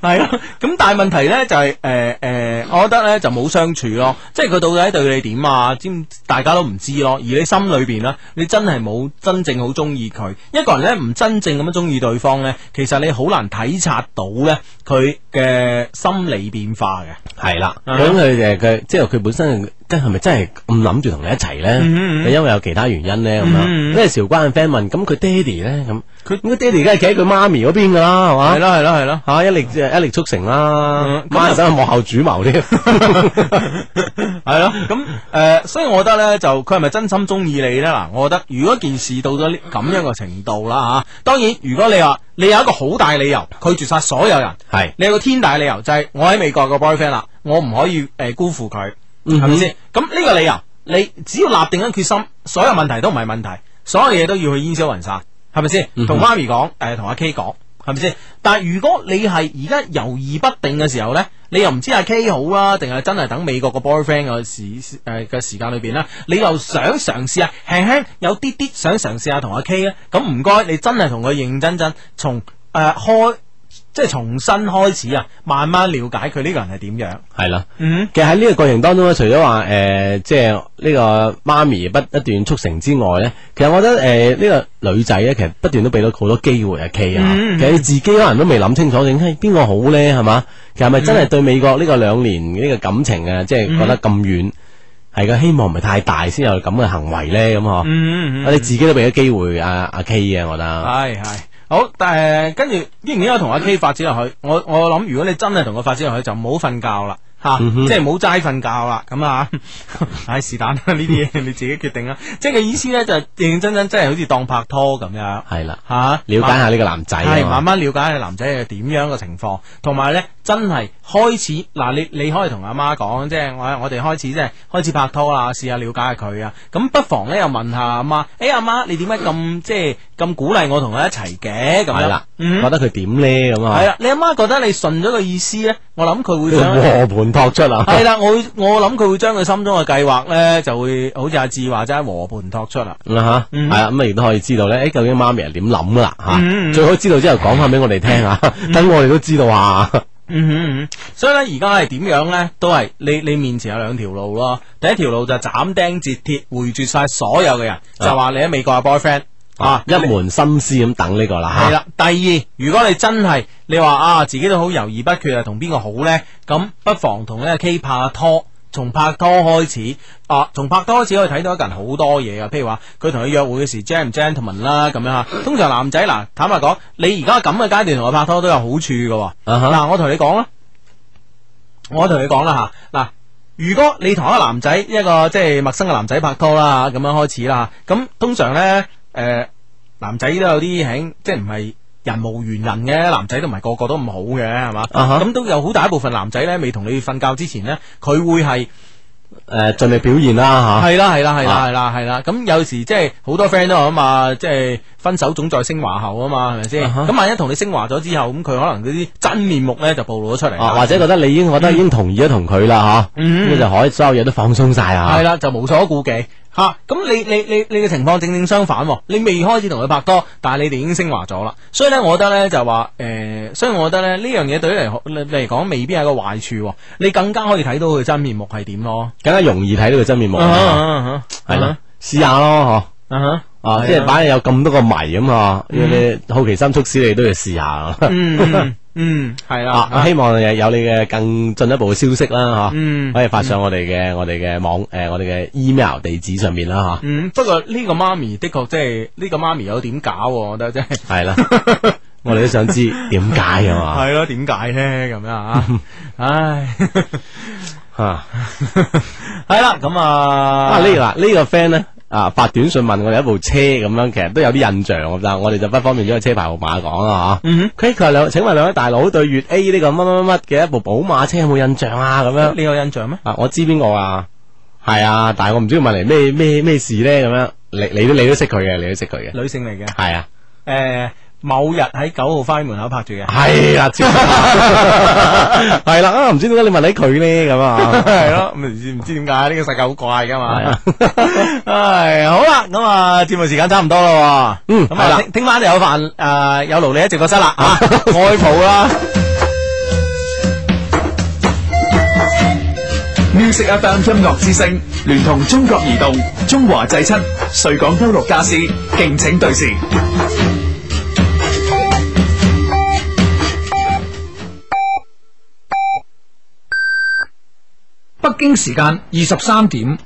係啊，咁但係問題咧就係誒誒，我覺得咧就冇相處咯，即係佢到底對你點啊？知唔大家都唔知咯。而你心裏邊咧，你真係冇真正好中意佢。一個人咧唔真正咁樣中意對方咧，其實你好難體察到咧佢嘅心理變化嘅。係啦。啊咁佢誒佢即係佢本身跟係咪真係咁諗住同你一齊咧？嗯嗯係因為有其他原因咧咁樣。嗯嗯因為韶關嘅 friend 問，咁佢爹哋咧咁，佢佢咁佢爹哋梗係企喺佢媽咪嗰邊㗎啦，係嘛？咯係咯係咯。吓一力一力促成啦嗯，媽咪真係幕後主謀添。 系咯，咁诶、呃所以我覺得咧，就佢係咪真心中意你咧？嗱，我覺得如果件事到咗呢咁樣嘅程度啦吓，當然如果你話你有一個好大理由拒絕晒所有人，係你有個天大理由就係、我喺美國個 boyfriend 啦，我唔可以诶、呃辜負佢，嗯係哼咪先？咁呢個理由，你只要立定咗決心，所有問題都唔係問題，所有嘢都要去煙消雲散，係咪先？嗯哼同媽咪講，诶、同阿 K 講。係咪先？但係如果你係而家猶豫不定嘅時候呢，你又唔知阿 K 好啦，定係真係等美國個 boyfriend 嘅時誒嘅時間裏邊呢，你又想嘗試下輕輕有啲啲想嘗試下同阿 K 呢？咁唔該，你真係同佢認認真真，從誒、呃、開即係重新開始啊，慢慢了解佢呢個人係點樣。係啦。嗯，其實喺呢個過程當中咧，除咗話誒，即係呢個媽咪不不斷促成之外咧，其實我覺得誒呃呢、個女仔咧，其實不斷都俾到好多機會阿 K 啊。嗯其實自己可能都未諗清楚，究竟係邊個好咧，係嘛？其實係咪真係對美國呢個兩年呢個感情啊，即嗯係覺得咁遠，係個希望唔係太大先有咁嘅行為咧，咁嗬？嗯我哋啊自己都俾咗機會阿阿 K 嘅，我覺得。係係好，但係跟住應唔應該同阿 K 發展落去？我我諗，如果你真係同佢發展落去，就唔好瞓覺啦。吓，嗯哼即係唔好齋瞓覺啦，咁啊， 唉是但啦，呢啲嘢 你自己決定啦。即係個意思咧，就係認認真真，真係好似當拍拖咁樣係啦，吓，了解下呢個男仔啊系慢嘛。慢了解下男仔係點樣嘅情況，同埋咧真係開始嗱，你你可以同阿媽講，即係我我哋開始即係開始拍拖啦，試下了解下佢啊。咁不妨咧又問下阿媽，诶阿媽你點解咁即係咁鼓勵我同佢一齊嘅咁係樣啦，？嗯覺，得佢點咧咁啊？係啦，你阿媽覺得你順咗個意思咧，我諗佢會想。和盤托出啊！係啦，我會我諗佢會將佢心中嘅計劃咧，就會好似阿志話齋和盤托出啦。咁啦吓，嗯系啦，咁啊亦都可以知道咧，诶，究竟媽咪係點諗噶啦嗯吓，最好知道之後講翻俾我哋聽啊，等我哋都知道啊。嗯哼嗯哼，所以咧而家係點樣咧，都係你你面前有兩條路咯。第一條路就係斬釘截鐵回絕晒所有嘅人，就話你喺美國嘅 boyfriend 啊啊，，一門心思咁等呢個啦係吓，啦。第二，如果你真係你話啊自己都好猶豫不決啊，同邊個好咧？咁不妨同呢個 K 拍下拖。從拍拖開始，啊，從拍拖開始可以睇到一個人好多嘢啊，譬如話佢同佢約會嘅時 gent 唔 gentleman 啦，咁樣啊吓。通常男仔嗱，坦白講，你而家咁嘅階段同佢拍拖都有好處嘅喎。啊哈嗱，我同你講啦，我同你講啦吓，嗱，如果你同一個男仔一個即係陌生嘅男仔拍拖啦，咁樣開始啦，咁通常咧，诶、男仔都有啲輕，即係唔係人無完人嘅，男仔都唔係個個都咁好嘅，係嘛？啊哈咁都有好大一部分男仔咧，未同你瞓覺之前咧，佢會係。诶，尽力表現啦吓。系啦系啦系啦啊系啦系啦，咁有時即係好多 friend 都話啊嘛，即係分手總在升華後啊嘛，係咪先？啊哈咁萬一同你升華咗之後，咁佢可能嗰啲真面目咧就暴露咗出嚟啊，啦，或者覺得你已經覺得已經同意咗同佢啦吓，嗯咁你就可以所有嘢都放鬆晒啊。係啦，就無所顧忌。吓咁你你你你嘅情況正正相反喎，你未開始同佢拍拖，但係你哋已經升華咗啦，所以咧，我覺得咧就話誒，所以我覺得咧呢樣嘢對於嚟嚟講未必係個壞處喎，你更加可以睇到佢真面目係點咯，更加容易睇到佢真面啊目，係啦，試下咯，啊哈嗬，啊，即係反正有咁多個謎咁啊，要嗯你好奇心促使你都要試下。嗯嗯嗯，係啦，啊！希望有有你嘅更進一步嘅消息啦，嗯吓，可以發上我哋嘅我哋嘅網誒我哋嘅 email 地址上面啦，嗯，不過呢個媽咪的確即係呢個媽咪有點搞喎，我覺得真係。吓，係啦，我哋都想知點解啊嘛，系咯，點解咧咁樣啊？ 唉，嚇係啦，咁啊，啊呢嗱呢個 friend 咧啊發短信問我哋一部車咁樣，其實都有啲印象，但係我哋就不方便將個車牌號碼講啦嚇。嗯佢佢話兩請問兩位大佬對粵 A 呢個乜乜乜乜嘅一部寶馬車有冇印象啊？咁哼，樣你有印象咩？啊，我知邊個啊？係啊，但係我唔知佢問嚟咩咩咩事咧咁樣。你你都你都識佢嘅，你都識佢嘅，女性嚟嘅，係啊，誒，某日喺九號花園門口拍住嘅，係啊，知 係啦，啊唔知點解你問起佢咧咁啊？係咯，唔知唔知點解呢個世界好怪噶係啊嘛？ 唉，好啦，咁啊，節目時間差唔多啦喎，嗯咁係啦啊，聽聽晚就有飯誒，有勞你喺直播室 啦啊嚇，愛抱啦。 Music FM 音樂之聲聯同中國移動、中華製漆、瑞港優樂家私，敬請對視。北京時間二十三點。